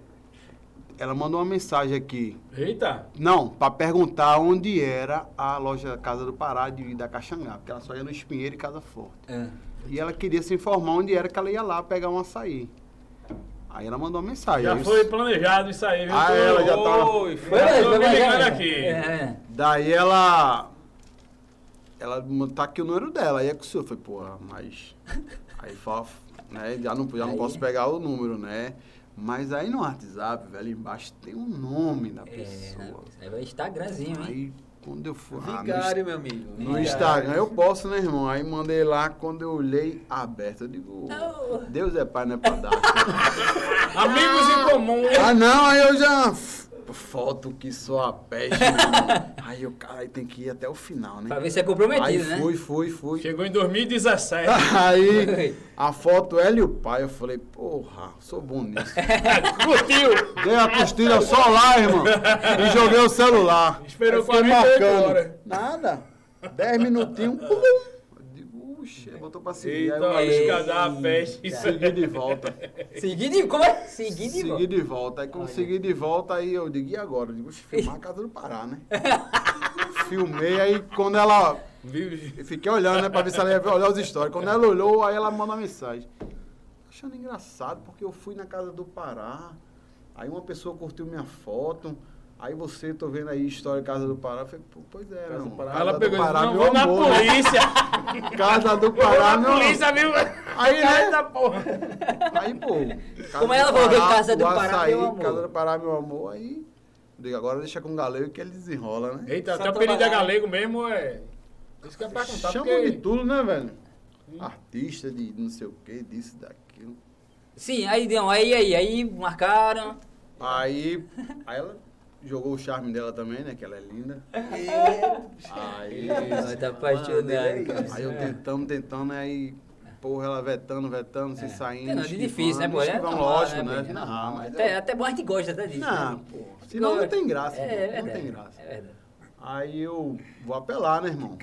Speaker 5: ela mandou uma mensagem aqui.
Speaker 2: Eita.
Speaker 5: Não, pra perguntar onde era a loja Casa do Pará de, da Caxangá, porque ela só ia no Espinheiro e Casa Forte.
Speaker 1: É.
Speaker 5: E ela queria se informar onde era que ela ia lá pegar um açaí. Aí ela mandou uma mensagem.
Speaker 2: Já
Speaker 5: Aí eu-
Speaker 2: foi planejado isso aí, viu?
Speaker 5: Ah,
Speaker 2: Tô-
Speaker 5: ela já tava-
Speaker 2: Oi,
Speaker 1: Foi,
Speaker 2: já
Speaker 1: mas-
Speaker 2: tô
Speaker 1: mas-
Speaker 2: me
Speaker 1: mas-
Speaker 2: ligando
Speaker 1: é,
Speaker 2: aqui.
Speaker 1: É,
Speaker 5: Daí ela. Ela tá aqui o número dela. Aí é que o senhor foi, porra, mas. [laughs] Aí fala, né? Já não, já não posso pegar o número, né? Mas aí no WhatsApp, velho, embaixo tem o nome da
Speaker 1: é. É,
Speaker 5: pessoa.
Speaker 1: né? Vai Instagramzinho, hein?
Speaker 5: Aí quando eu fui. ah, no
Speaker 6: Vigário, meu amigo.
Speaker 5: No Instagram eu posso, né, irmão? Aí mandei lá, quando eu olhei, aberto. Eu digo,
Speaker 1: Oh."
Speaker 5: Deus é pai, não é pra dar. [laughs]
Speaker 2: Amigos em comum.
Speaker 5: ah, não, aí eu já. Foto que só a peste. meu
Speaker 1: [laughs]
Speaker 5: irmão. aí eu, cara, aí tem que ir até o final, né?
Speaker 1: Pra ver se é
Speaker 5: Aí
Speaker 1: comprometido, né?
Speaker 5: fui, fui, fui.
Speaker 2: Chegou em 2017.
Speaker 5: [laughs] Aí
Speaker 1: Oi.
Speaker 5: a foto ela e o pai, eu falei, porra, sou bom nisso.
Speaker 2: [laughs] Curtiu.
Speaker 5: Dei a costilha só lá, irmão, e joguei o celular.
Speaker 2: Esperou
Speaker 5: Eu fiquei
Speaker 2: 48
Speaker 5: marcando.
Speaker 2: horas.
Speaker 5: Nada. Dez minutinhos, pum. Eu digo, Uxe, botou pra seguir.
Speaker 2: Eita,
Speaker 5: Aí eu
Speaker 2: escadar Então, a peste. Isso aí.
Speaker 5: segui
Speaker 2: [laughs]
Speaker 5: de volta.
Speaker 1: Seguir de. Como é? Seguir de.
Speaker 5: Segui de volta. Aí quando segui de volta, aí eu digo, e agora? Eu digo, "Oxe, filmar a casa do
Speaker 2: [laughs]
Speaker 5: Pará, né? Filmei, aí quando ela
Speaker 2: Vive.
Speaker 5: Eu fiquei olhando, né, pra ver se ela ia olhar os stories. Quando ela olhou, aí ela mandou uma mensagem. Achando engraçado, porque eu fui na casa do Pará, aí uma pessoa curtiu minha foto, Aí você, tô vendo aí história Casa do Pará. Eu falei, pô, pois é,
Speaker 3: Casa
Speaker 5: não.
Speaker 3: do Pará.
Speaker 5: Casa
Speaker 2: Ela
Speaker 5: do
Speaker 2: pegou e
Speaker 5: Pará,
Speaker 2: disse, não,
Speaker 5: meu
Speaker 2: vou na
Speaker 5: amor.
Speaker 2: polícia.
Speaker 5: Casa do [laughs]
Speaker 2: vou
Speaker 5: Pará, meu
Speaker 2: na
Speaker 5: amor.
Speaker 2: polícia, viu? [laughs] tá
Speaker 5: Aí, né?
Speaker 2: Eita porra.
Speaker 5: Aí, pô. Casa
Speaker 1: Como
Speaker 5: do
Speaker 1: ela falou que
Speaker 5: Pará,
Speaker 1: Casa do
Speaker 5: o
Speaker 1: Pará,
Speaker 5: açaí,
Speaker 1: meu amor.
Speaker 5: Casa do Pará, meu amor. Aí, eu digo, agora deixa com o galego que ele desenrola, né?
Speaker 2: Eita,
Speaker 4: Só
Speaker 2: até o apelido é
Speaker 4: trabalhar.
Speaker 2: galego mesmo, é... Isso que é pra contar,
Speaker 5: Chama
Speaker 2: porque...
Speaker 5: de tudo, né, velho? Artista de não sei o que, disso, daquilo.
Speaker 1: Sim, aí deu, um aí, aí, aí, marcaram.
Speaker 5: Aí, aí ela jogou o charme dela também, né? Que ela é linda. Aí,
Speaker 1: Não, tá apaixonado. cara.
Speaker 5: aí eu tentando, tentando, aí, porra, ela vetando, vetando, se saindo.
Speaker 1: É, não, é difícil, né, pô? É
Speaker 5: Não,
Speaker 1: normal,
Speaker 5: lógico,
Speaker 1: né,
Speaker 5: né?
Speaker 1: pô?
Speaker 5: Não, mas.
Speaker 1: Até, até bom a gente gosta até disso.
Speaker 5: Não,
Speaker 1: né?
Speaker 5: pô. Senão não tem graça.
Speaker 1: É,
Speaker 5: pô,
Speaker 1: é
Speaker 5: não
Speaker 1: verdade,
Speaker 5: tem graça.
Speaker 1: É verdade.
Speaker 5: Aí eu vou apelar, né, irmão?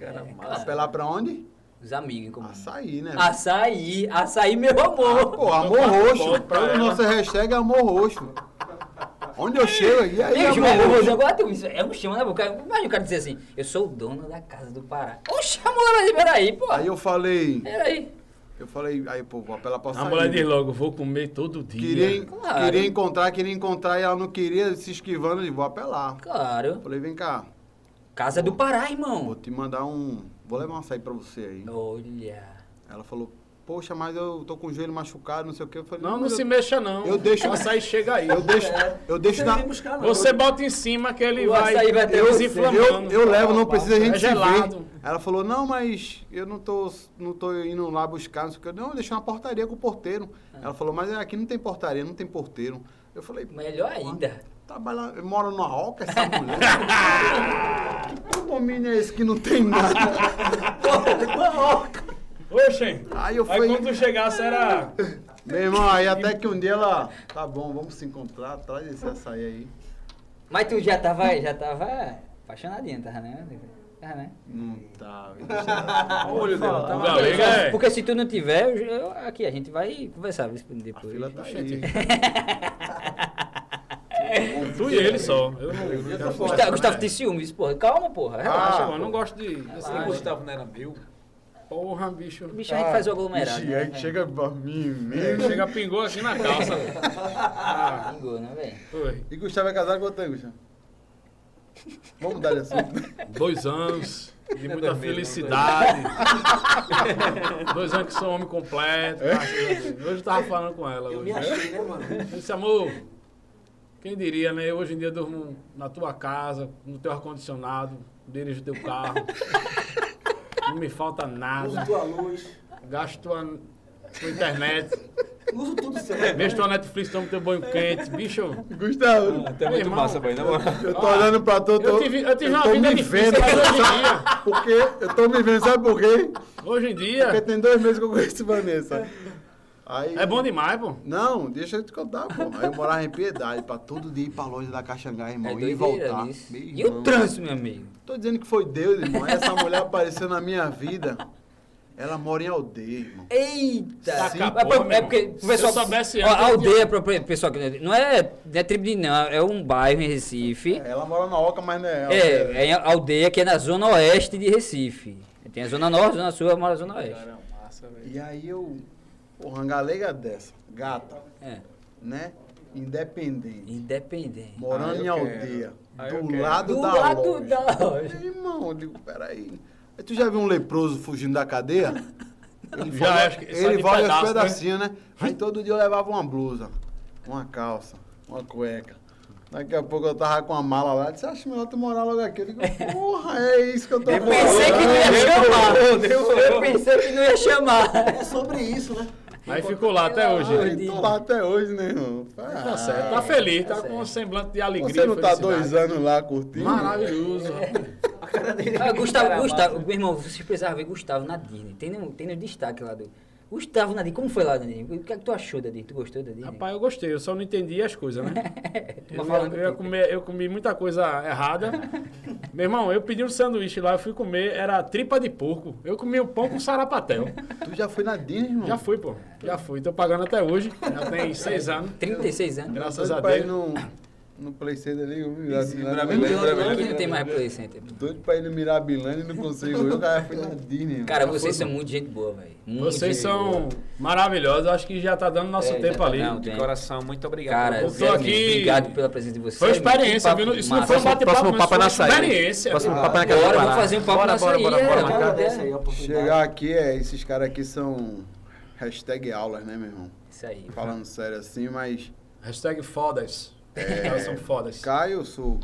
Speaker 5: Apelar pra onde?
Speaker 1: Os amigos em comum.
Speaker 5: Açaí, né? velho?
Speaker 1: Hum. Açaí, açaí, meu
Speaker 5: Ah,
Speaker 1: amor.
Speaker 5: Pô, amor roxo. Pra mim, nossa hashtag é amor roxo. Onde eu chego, e aí,
Speaker 1: Meu
Speaker 5: amor
Speaker 1: João, eu vou
Speaker 5: roxo?
Speaker 1: dizer agora tu, isso é um chama, né? pô? O cara- Imagina o cara dizer assim, eu sou o dono da casa do Pará. Oxe, a mulher vai dizer, peraí, pô.
Speaker 5: Aí eu falei,
Speaker 1: Peraí.
Speaker 5: eu falei, aí, pô, vou apelar pra né?
Speaker 2: A
Speaker 5: sair.
Speaker 2: mulher diz logo, vou comer todo dia.
Speaker 5: Queria,
Speaker 1: Claro.
Speaker 5: queria encontrar, queria encontrar, e ela não queria, se esquivando, eu disse, vou apelar.
Speaker 1: Claro.
Speaker 5: Falei, vem cá,
Speaker 1: Casa do Pará,
Speaker 5: vou
Speaker 1: irmão.
Speaker 5: te mandar um, vou levar um açaí pra você aí.
Speaker 1: Olha.
Speaker 5: Ela falou, poxa, mas eu tô com o joelho machucado, não sei o que. Eu falei,
Speaker 2: Não, não
Speaker 5: mas
Speaker 2: se
Speaker 5: eu,
Speaker 2: mexa não.
Speaker 5: Eu deixo-
Speaker 2: O açaí chega aí.
Speaker 5: eu deixo, eu deixo
Speaker 4: Você
Speaker 5: na...
Speaker 4: não vem buscar, não.
Speaker 2: Você bota em cima que ele
Speaker 1: O
Speaker 2: vai,
Speaker 1: açaí vai ter você.
Speaker 5: Eu,
Speaker 2: desinflamando.
Speaker 5: eu levo, não precisa a gente
Speaker 2: É
Speaker 5: se ver.
Speaker 2: gelado.
Speaker 5: Ela falou, não, mas eu não tô, não tô indo lá buscar, não sei o que. Eu, não, eu deixei uma portaria com o porteiro.
Speaker 1: Ah.
Speaker 5: Ela falou, mas aqui não tem portaria, não tem porteiro. Eu falei,
Speaker 1: Melhor
Speaker 5: "Porra,
Speaker 1: ainda.
Speaker 5: Trabalha, mora numa roca essa mulher? [laughs] que condomínio é esse que não tem nada?
Speaker 2: Oxe,
Speaker 5: Aí eu
Speaker 2: aí
Speaker 5: fui-
Speaker 2: quando tu chegasse era...
Speaker 5: Meu irmão, aí até que um dia ela, tá bom, vamos se encontrar, traz esse açaí aí.
Speaker 1: Mas tu já tava, já tava apaixonadinha, tava, né? Tava, né?
Speaker 5: Não tá, bicho.
Speaker 2: Olha o olho dela, tá
Speaker 5: O
Speaker 2: galego é...
Speaker 1: Porque se tu não tiver, eu- eu- aqui a gente vai conversar depois.
Speaker 5: a fila tá aí.
Speaker 2: Gente. Tu e ele só. Eu não,
Speaker 1: Gustavo,
Speaker 2: né?
Speaker 1: Gustavo tem ciúmes, porra. Calma, porra. Relaxa.
Speaker 5: Ah, tá.
Speaker 2: eu não gosto de...
Speaker 6: Esse que Gustavo não era meu.
Speaker 2: Porra, bicho.
Speaker 1: Bicho, a gente faz o aglomerado.
Speaker 5: Ixi,
Speaker 1: né?
Speaker 5: aí chega pra mim mesmo.
Speaker 2: Chega, pingou aqui na calça.
Speaker 1: É. Engol, né, velho?
Speaker 2: Foi.
Speaker 5: E Gustavo é casado com o Tango, Gustavo? Vamos dar esse assunto.
Speaker 2: Dois anos
Speaker 6: Não
Speaker 2: de
Speaker 6: é
Speaker 2: muita
Speaker 6: dois meses, não,
Speaker 2: felicidade. [laughs] Dois anos que sou homem completo.
Speaker 6: É?
Speaker 2: parceiro. Hoje eu tava falando com ela.
Speaker 4: Eu
Speaker 2: Hoje.
Speaker 4: me achei, né, mano?
Speaker 2: Eu disse, amor, quem diria, né? Hoje em dia eu durmo na tua casa, no teu ar-condicionado, dirijo teu carro. Não me falta
Speaker 4: Uso
Speaker 2: nada.
Speaker 4: tua luz.
Speaker 2: Gasto tua, tua internet.
Speaker 4: Uso tudo seu. né?
Speaker 2: Vejo tua Netflix, tomo teu banho quente. Bicho,
Speaker 5: [laughs] Gustavo,
Speaker 6: Até muito
Speaker 2: irmão,
Speaker 6: massa, boy, na moral.
Speaker 5: eu tô olhando pra tu,
Speaker 2: Ah, eu
Speaker 5: tô-
Speaker 2: tive, eu tive
Speaker 5: eu
Speaker 2: uma
Speaker 5: tô
Speaker 2: vida
Speaker 5: me
Speaker 2: difícil,
Speaker 5: vendo,
Speaker 2: mas hoje em dia...
Speaker 5: [laughs] porque eu tô me vendo, sabe por quê?
Speaker 2: Hoje em
Speaker 5: Porque
Speaker 2: dia
Speaker 5: tem dois meses que eu conheço Vanessa. Aí,
Speaker 2: é bom demais, pô.
Speaker 5: Não, deixa eu te contar, pô. Aí eu morava em Piedade, pra todo dia ir pra longe da Caxangá, irmão,
Speaker 1: É
Speaker 5: e
Speaker 1: doideira
Speaker 5: voltar.
Speaker 1: nisso.
Speaker 5: Meu
Speaker 1: E o
Speaker 5: irmão,
Speaker 1: trânsito, meu amigo?
Speaker 5: Tô dizendo que foi Deus, irmão. Essa mulher apareceu na minha vida. Ela mora em aldeia, irmão.
Speaker 1: Eita!
Speaker 5: Sim,
Speaker 1: é,
Speaker 2: porra,
Speaker 1: por-
Speaker 2: meu
Speaker 1: é porque,
Speaker 2: irmão.
Speaker 1: o pessoal,
Speaker 2: Se eu soubesse
Speaker 1: ó,
Speaker 2: antes,
Speaker 1: a
Speaker 2: eu
Speaker 1: aldeia, pro- pro- pessoal, que não é, não é tribo de não, é um bairro em Recife.
Speaker 5: Ela mora na Oca, mas não é.
Speaker 1: É, é a aldeia que é na zona oeste de Recife. Tem a zona norte, zona sul, eu moro na zona oeste.
Speaker 6: Cara, massa,
Speaker 1: é.
Speaker 6: velho.
Speaker 5: E aí eu. Porra, uma galega dessa, gata,
Speaker 1: É,
Speaker 5: né? Independente.
Speaker 1: independente.
Speaker 5: Morando
Speaker 6: Ah, eu
Speaker 5: em
Speaker 6: quero.
Speaker 5: aldeia.
Speaker 6: Ah, eu
Speaker 5: do
Speaker 6: quero.
Speaker 5: lado
Speaker 1: Do
Speaker 5: da
Speaker 1: lado
Speaker 5: loja.
Speaker 1: da loja.
Speaker 5: Meu irmão, eu digo, peraí. Aí Tu já viu um leproso fugindo da cadeia? Ele
Speaker 2: [laughs] Já,
Speaker 5: vai-
Speaker 2: acho que só
Speaker 5: ele
Speaker 2: de
Speaker 5: vai aos
Speaker 2: pedaço, né?
Speaker 5: pedacinhos, né? Aí todo dia eu levava uma blusa, uma calça, uma cueca. Daqui a pouco eu tava com a mala lá. Disse, acho melhor tu morar logo aqui.
Speaker 2: [laughs]
Speaker 5: Eu digo, porra, é isso que eu tô
Speaker 1: Eu pensei que não ia chamar. Eu pensei que não ia
Speaker 2: [laughs]
Speaker 1: chamar.
Speaker 4: É sobre isso, né?
Speaker 2: Aí ficou lá até hoje.
Speaker 5: Eu tô lá até hoje, né, irmão? Ah,
Speaker 2: Tá certo, tá feliz, tá com um semblante de alegria.
Speaker 5: é, Você não tá
Speaker 2: felicidade.
Speaker 5: dois anos lá curtindo?
Speaker 2: Maravilhoso. rapaz.
Speaker 1: Ah, Gustavo, Gustavo, meu irmão, vocês precisavam ver Gustavo na Disney. Tem no, tem no destaque lá do. Gustavo na Disney, como foi lá, Dani? O que é que tu achou da Disney? Tu gostou da Disney?
Speaker 2: Rapaz, eu gostei, eu só não entendi as coisas, né?
Speaker 1: Tu tá
Speaker 2: Eu,
Speaker 1: falando
Speaker 2: eu ia
Speaker 1: que-
Speaker 2: comer- eu comi muita coisa errada. Meu irmão, eu pedi um sanduíche lá, eu fui comer, era tripa de porco. Eu comi um pão com sarapatel.
Speaker 5: Tu já foi na Disney, irmão?
Speaker 2: Já fui, pô. Já fui. Tô pagando até hoje. Já tem seis anos.
Speaker 1: 36 anos.
Speaker 2: Graças a
Speaker 5: Doido pra ir
Speaker 2: Deus.
Speaker 5: num- no Play Center ali, eu
Speaker 6: Sim,
Speaker 5: vi Mirabilândia.
Speaker 6: Mirabilândia,
Speaker 5: Lembra,
Speaker 6: Mirabilândia.
Speaker 1: Por
Speaker 5: lembra?
Speaker 1: que um né? não tem mais Play Center?
Speaker 5: Doido pra ir no Mirabilândia e não consigo. Eu, cara, fui na Disney.
Speaker 1: Cara,
Speaker 5: mano.
Speaker 1: vocês são muito gente boa, velho.
Speaker 2: Vocês são maravilhosos. Acho que já tá dando nosso
Speaker 1: É,
Speaker 2: tempo
Speaker 1: já tá
Speaker 2: ali.
Speaker 1: dando.
Speaker 3: De
Speaker 1: Tem.
Speaker 3: coração, muito obrigado.
Speaker 1: Cara, é
Speaker 2: Eu tô
Speaker 1: Zé,
Speaker 2: aqui-
Speaker 1: obrigado pela presença de vocês.
Speaker 2: Foi uma experiência,
Speaker 1: Que
Speaker 2: viu?
Speaker 1: papo
Speaker 2: Isso não
Speaker 1: massa.
Speaker 2: foi um bate-papo,
Speaker 9: Próximo
Speaker 2: mas
Speaker 9: papo
Speaker 2: foi
Speaker 9: é na
Speaker 2: uma
Speaker 9: saída.
Speaker 2: experiência.
Speaker 9: Próximo papo é na casa
Speaker 1: Bora,
Speaker 9: do
Speaker 1: vamos
Speaker 9: Pará.
Speaker 1: fazer um papo
Speaker 3: Bora,
Speaker 1: na
Speaker 3: bora,
Speaker 1: saída.
Speaker 3: bora, bora,
Speaker 4: Eu
Speaker 3: bora.
Speaker 4: agradeço aí é a oportunidade.
Speaker 5: Chegar aqui, é, esses caras aqui são hashtag aulas, né, meu irmão?
Speaker 1: Isso aí.
Speaker 5: Falando sério assim, mas...
Speaker 2: Hashtag fodas. Elas são fodas.
Speaker 5: Caio, eu sou.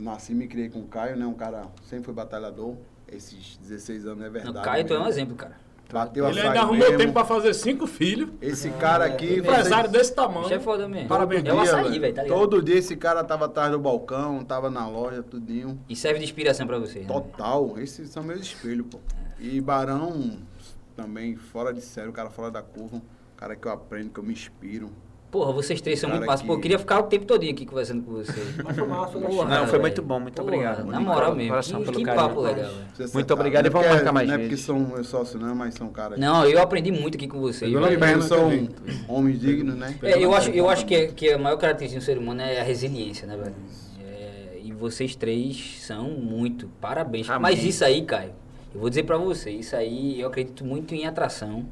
Speaker 5: Nasci e me criei com o Caio, né? Um cara sempre foi batalhador. Esses 16 anos é verdade.
Speaker 1: Não, Caio, tu é um
Speaker 5: mesmo.
Speaker 1: exemplo, cara.
Speaker 5: Bateu a
Speaker 2: Ele ainda
Speaker 5: saia
Speaker 2: arrumou
Speaker 5: mesmo.
Speaker 2: tempo pra fazer cinco filhos.
Speaker 5: Esse cara aqui.
Speaker 2: Empresário desse
Speaker 4: Tá
Speaker 2: tamanho.
Speaker 1: Isso é foda mesmo.
Speaker 2: Parabéns.
Speaker 1: É o
Speaker 5: dia,
Speaker 1: açaí, velho, tá ligado?
Speaker 5: Todo dia esse cara tava atrás do balcão, tava na loja, tudinho.
Speaker 1: E serve de inspiração pra vocês. né?
Speaker 5: Total. Esses são meus espelhos, pô. E Barão também, fora de sério, o cara fora da curva. um Cara que eu aprendo, que eu me inspiro.
Speaker 1: Porra, vocês três são
Speaker 5: Cara
Speaker 1: muito massa. Pô, eu
Speaker 5: que-
Speaker 1: queria ficar o tempo todinho aqui conversando com vocês.
Speaker 4: Mas foi massa,
Speaker 1: [laughs] Porra,
Speaker 4: né?
Speaker 3: Não, foi
Speaker 1: velho.
Speaker 3: muito bom, muito
Speaker 1: Porra,
Speaker 3: obrigado.
Speaker 1: Na
Speaker 3: Muito
Speaker 1: moral
Speaker 3: obrigado,
Speaker 1: mesmo.
Speaker 3: coração,
Speaker 1: que
Speaker 3: pelo
Speaker 1: que
Speaker 3: carinho.
Speaker 1: papo legal, velho.
Speaker 5: Precisa ser
Speaker 3: Muito
Speaker 5: cara.
Speaker 3: obrigado e
Speaker 5: Não
Speaker 3: vamos
Speaker 5: porque-
Speaker 3: marcar mais
Speaker 5: Não é porque
Speaker 3: vezes.
Speaker 5: são meus sócios, não, mas são caras. que-
Speaker 1: Não, eu aprendi muito aqui com vocês.
Speaker 5: Pelo
Speaker 1: velho.
Speaker 5: menos são homens dignos, né?
Speaker 1: É, eu acho, eu acho que, é- que a maior característica do ser humano é a resiliência, né, velho? É, e vocês três são muito. Parabéns.
Speaker 3: Amém.
Speaker 1: Mas isso aí, Caio, eu vou dizer pra você, isso aí eu acredito muito em atração.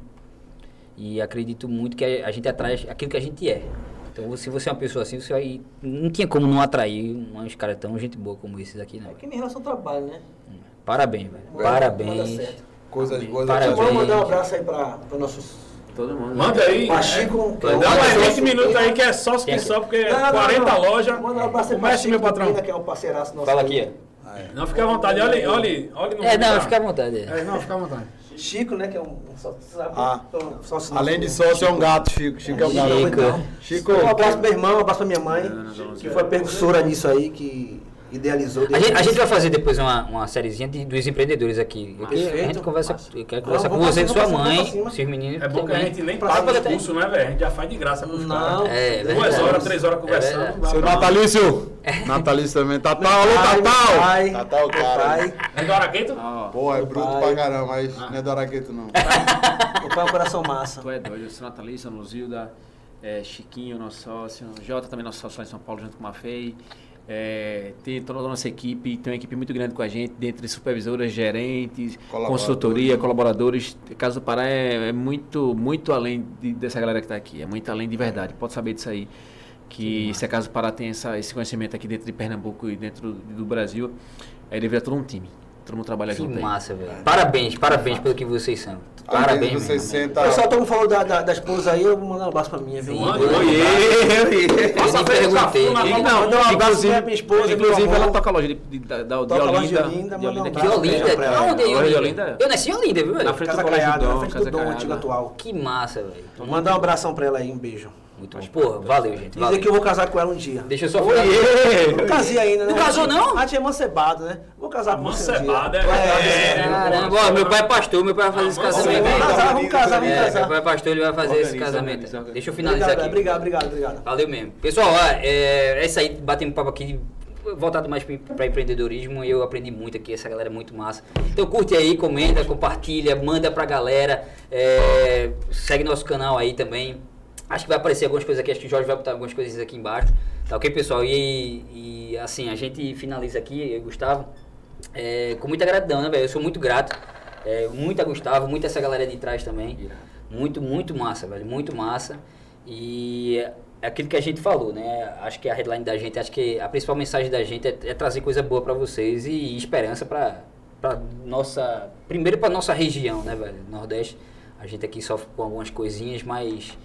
Speaker 1: E acredito muito que a, a gente atrai aquilo que a gente é. Então, se você é uma pessoa assim, você vai. Não tinha como não atrair uns caras tão gente boa como esses aqui, não.
Speaker 4: É que nem relação ao trabalho, né?
Speaker 1: Parabéns, velho.
Speaker 4: Manda
Speaker 1: Parabéns.
Speaker 4: certo.
Speaker 5: Coisas boas.
Speaker 1: Parabéns.
Speaker 4: Vamos mandar um abraço aí pra, pra nossos...
Speaker 3: Todo mundo.
Speaker 2: Manda aí.
Speaker 4: Pachico. que é o
Speaker 2: Dá mais
Speaker 4: nosso-
Speaker 2: 20 minutos aí que é sócio
Speaker 1: Tem
Speaker 2: que
Speaker 1: aqui.
Speaker 2: só, porque
Speaker 4: Não, não, não,
Speaker 2: 40
Speaker 4: não.
Speaker 2: lojas.
Speaker 4: Manda um abraço aí pra
Speaker 2: Comece,
Speaker 4: Chico
Speaker 2: meu patrão.
Speaker 4: Pina, que é um parceiraço nosso.
Speaker 1: Fala
Speaker 4: aí.
Speaker 1: aqui, ó.
Speaker 2: Não, fica à vontade. Olha, olha, olha. no
Speaker 1: É, não,
Speaker 2: lugar.
Speaker 1: fica à vontade.
Speaker 2: É, não, fica à vontade.
Speaker 4: Chico, né? Que é um... um sócio, sabe?
Speaker 5: Ah.
Speaker 4: Um sócio
Speaker 5: Além
Speaker 4: nosso.
Speaker 5: de sócio, é um gato, Chico. Chico é um gato.
Speaker 1: Chico.
Speaker 5: Chico,
Speaker 4: Um abraço pro meu irmão, um abraço pra minha mãe, que foi a percussora nisso aí, que idealizou.
Speaker 1: A gente, a gente vai fazer depois uma, uma sériezinha de- dos empreendedores aqui. Eu queria- a gente
Speaker 4: Perfeito.
Speaker 1: conversa, eu quero conversar
Speaker 4: Não,
Speaker 1: com
Speaker 4: vamos
Speaker 1: você e
Speaker 4: pra
Speaker 1: sua
Speaker 4: cima, vamos
Speaker 1: mãe,
Speaker 4: pra cima.
Speaker 1: seus meninos.
Speaker 2: É bom que a
Speaker 1: também.
Speaker 2: gente nem
Speaker 4: Pra
Speaker 2: paga
Speaker 4: cima
Speaker 2: o
Speaker 4: tem.
Speaker 2: curso, né, velho? A gente já faz de graça pros
Speaker 4: Não.
Speaker 2: caras.
Speaker 1: É,
Speaker 2: Duas
Speaker 1: verdade.
Speaker 2: horas, três horas
Speaker 1: É
Speaker 2: conversando.
Speaker 1: verdade.
Speaker 2: não dá
Speaker 5: seu
Speaker 2: pra-
Speaker 5: natalício. Natalício também. Tatal, alô,
Speaker 4: Pai, pai,
Speaker 5: Tatal. Tatal, cara. né?
Speaker 4: pai.
Speaker 2: É do Araqueto?
Speaker 5: Pô, é bruto
Speaker 4: Pai.
Speaker 5: pra caramba, mas não é do Araqueto, não.
Speaker 4: O pai é um coração massa.
Speaker 3: Tu é doido, eu sou Natalício, Luzilda, é, Chiquinho, nosso sócio, Jota também nosso sócio lá em São Paulo, junto com a FEI. É, tem toda a nossa equipe, tem uma equipe muito grande com a gente, dentre supervisoras, gerentes,
Speaker 5: Colaboradores.
Speaker 3: consultoria, colaboradores. O caso do Pará é, é muito, muito além de- dessa galera que está aqui, é muito além de verdade, pode saber disso aí. Que se acaso o Pará tem essa- esse conhecimento aqui dentro de Pernambuco e dentro do Brasil, aí ele vira todo um time, todo mundo trabalha
Speaker 1: Que
Speaker 3: junto
Speaker 4: então.
Speaker 3: aí.
Speaker 1: massa, velho. Parabéns, parabéns pelo que vocês são.
Speaker 5: Às
Speaker 1: Parabéns,
Speaker 5: vezes você
Speaker 1: mesmo,
Speaker 5: senta.
Speaker 4: Pessoal, todo mundo falou da, da, da esposa aí, eu vou mandar um abraço pra minha. viu?
Speaker 1: velho. Eu nem perguntei.
Speaker 2: Funa,
Speaker 1: Que-
Speaker 4: Mandar um abraço
Speaker 3: Inclusive,
Speaker 4: pra minha esposa.
Speaker 3: inclusive
Speaker 4: meu
Speaker 3: ela
Speaker 4: amor.
Speaker 3: toca a loja de, de, da, da, de
Speaker 4: Toca a loja de
Speaker 3: Olinda.
Speaker 4: Olinda,
Speaker 3: de Olinda
Speaker 4: manda um
Speaker 3: aqui.
Speaker 1: Que Olinda.
Speaker 4: pra ela.
Speaker 1: Onde é
Speaker 3: Olha,
Speaker 1: Olinda?
Speaker 3: Olinda.
Speaker 1: Eu nasci em Olinda, viu,
Speaker 3: Na
Speaker 1: velho?
Speaker 3: frente
Speaker 4: Casa
Speaker 3: do colégio
Speaker 4: Caiada,
Speaker 3: do
Speaker 4: na
Speaker 3: Dom,
Speaker 4: frente do
Speaker 3: Casa
Speaker 4: Dom, antigo
Speaker 3: Caiada.
Speaker 4: atual.
Speaker 1: Que massa, velho.
Speaker 4: Vou Mandar um abração pra ela aí, um beijo.
Speaker 1: Muito bom. Porra, valeu, gente.
Speaker 4: Dizer que
Speaker 1: Valeu.
Speaker 4: eu vou casar com ela um dia.
Speaker 1: Deixa eu só falar.
Speaker 4: Não casei ainda, né?
Speaker 1: Não casou, não?
Speaker 4: Ah, tinha emancebado, né? Vou casar com você um dia.
Speaker 2: Mancebada é.
Speaker 4: É,
Speaker 1: Caramba, ó, meu pai é pastor, meu pai vai fazer esse
Speaker 2: Vamos
Speaker 1: casamento aí.
Speaker 4: Vamos casar, vamos casar, vamos
Speaker 1: É, meu
Speaker 4: casar.
Speaker 1: pai é pastor, ele vai fazer esse
Speaker 3: Organiza,
Speaker 1: casamento.
Speaker 3: organiza,
Speaker 1: aí.
Speaker 3: organiza.
Speaker 1: Deixa eu finalizar
Speaker 4: Obrigado,
Speaker 1: aqui.
Speaker 4: obrigado, obrigado, obrigado.
Speaker 1: Valeu mesmo. Pessoal, ó, é, é isso aí, batendo papo aqui, voltado mais para empreendedorismo. Eu aprendi muito aqui, essa galera é muito massa. Então curte aí, comenta, compartilha, manda pra galera. é, segue nosso canal aí também. Acho que vai aparecer algumas coisas aqui, acho que o Jorge vai botar algumas coisas aqui embaixo. Tá ok, pessoal? E, e, assim, a gente finaliza aqui, eu e o Gustavo, é, com muita gratidão, né, velho? Eu sou muito grato. É, muito a Gustavo, muito essa galera de trás também. Muito, muito massa, velho. Muito massa. E é aquilo que a gente falou, né? Acho que a headline da gente, acho que a principal mensagem da gente é, é trazer coisa boa pra vocês e esperança pra para nossa, primeiro pra nossa região, né, velho? Nordeste. A gente aqui sofre com algumas coisinhas, mas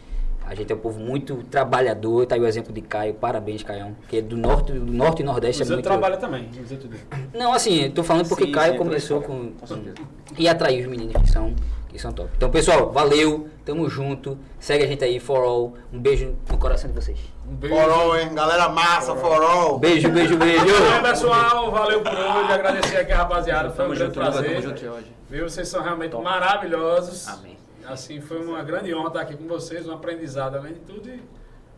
Speaker 1: a gente é um povo muito trabalhador. Tá aí o exemplo de Caio. Parabéns, Caião. Que é do norte, do norte e nordeste é
Speaker 2: Você
Speaker 1: muito
Speaker 2: trabalha também. Zé Tudê.
Speaker 1: não, assim, eu tô falando porque
Speaker 3: Sim,
Speaker 1: Caio
Speaker 3: sim,
Speaker 1: começou
Speaker 3: tô
Speaker 1: com,
Speaker 3: ligado. Com certeza.
Speaker 1: E atrair os meninos que são, que são top. Então, pessoal, valeu, tamo junto. Segue a gente aí, for all. Um beijo no coração de vocês.
Speaker 2: Um beijo.
Speaker 5: Forol, hein? Galera massa, forol.
Speaker 1: Beijo, beijo,
Speaker 2: Então,
Speaker 1: beijo.
Speaker 2: pessoal, valeu por hoje. Agradecer aqui a rapaziada. Foi um
Speaker 3: Tamo
Speaker 2: grande
Speaker 3: junto, Luzilda,
Speaker 2: prazer.
Speaker 3: tamo junto hoje.
Speaker 2: Viu? Vocês são realmente maravilhosos.
Speaker 3: Amém.
Speaker 2: Assim, foi uma grande honra estar aqui com vocês, um aprendizado além de tudo. E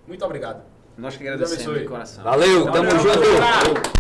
Speaker 2: muito obrigado.
Speaker 3: Nós que
Speaker 2: Deus
Speaker 3: agradecemos
Speaker 2: abençoe.
Speaker 3: de coração.
Speaker 1: Valeu, tamo
Speaker 2: Valeu,
Speaker 1: junto.
Speaker 2: galera.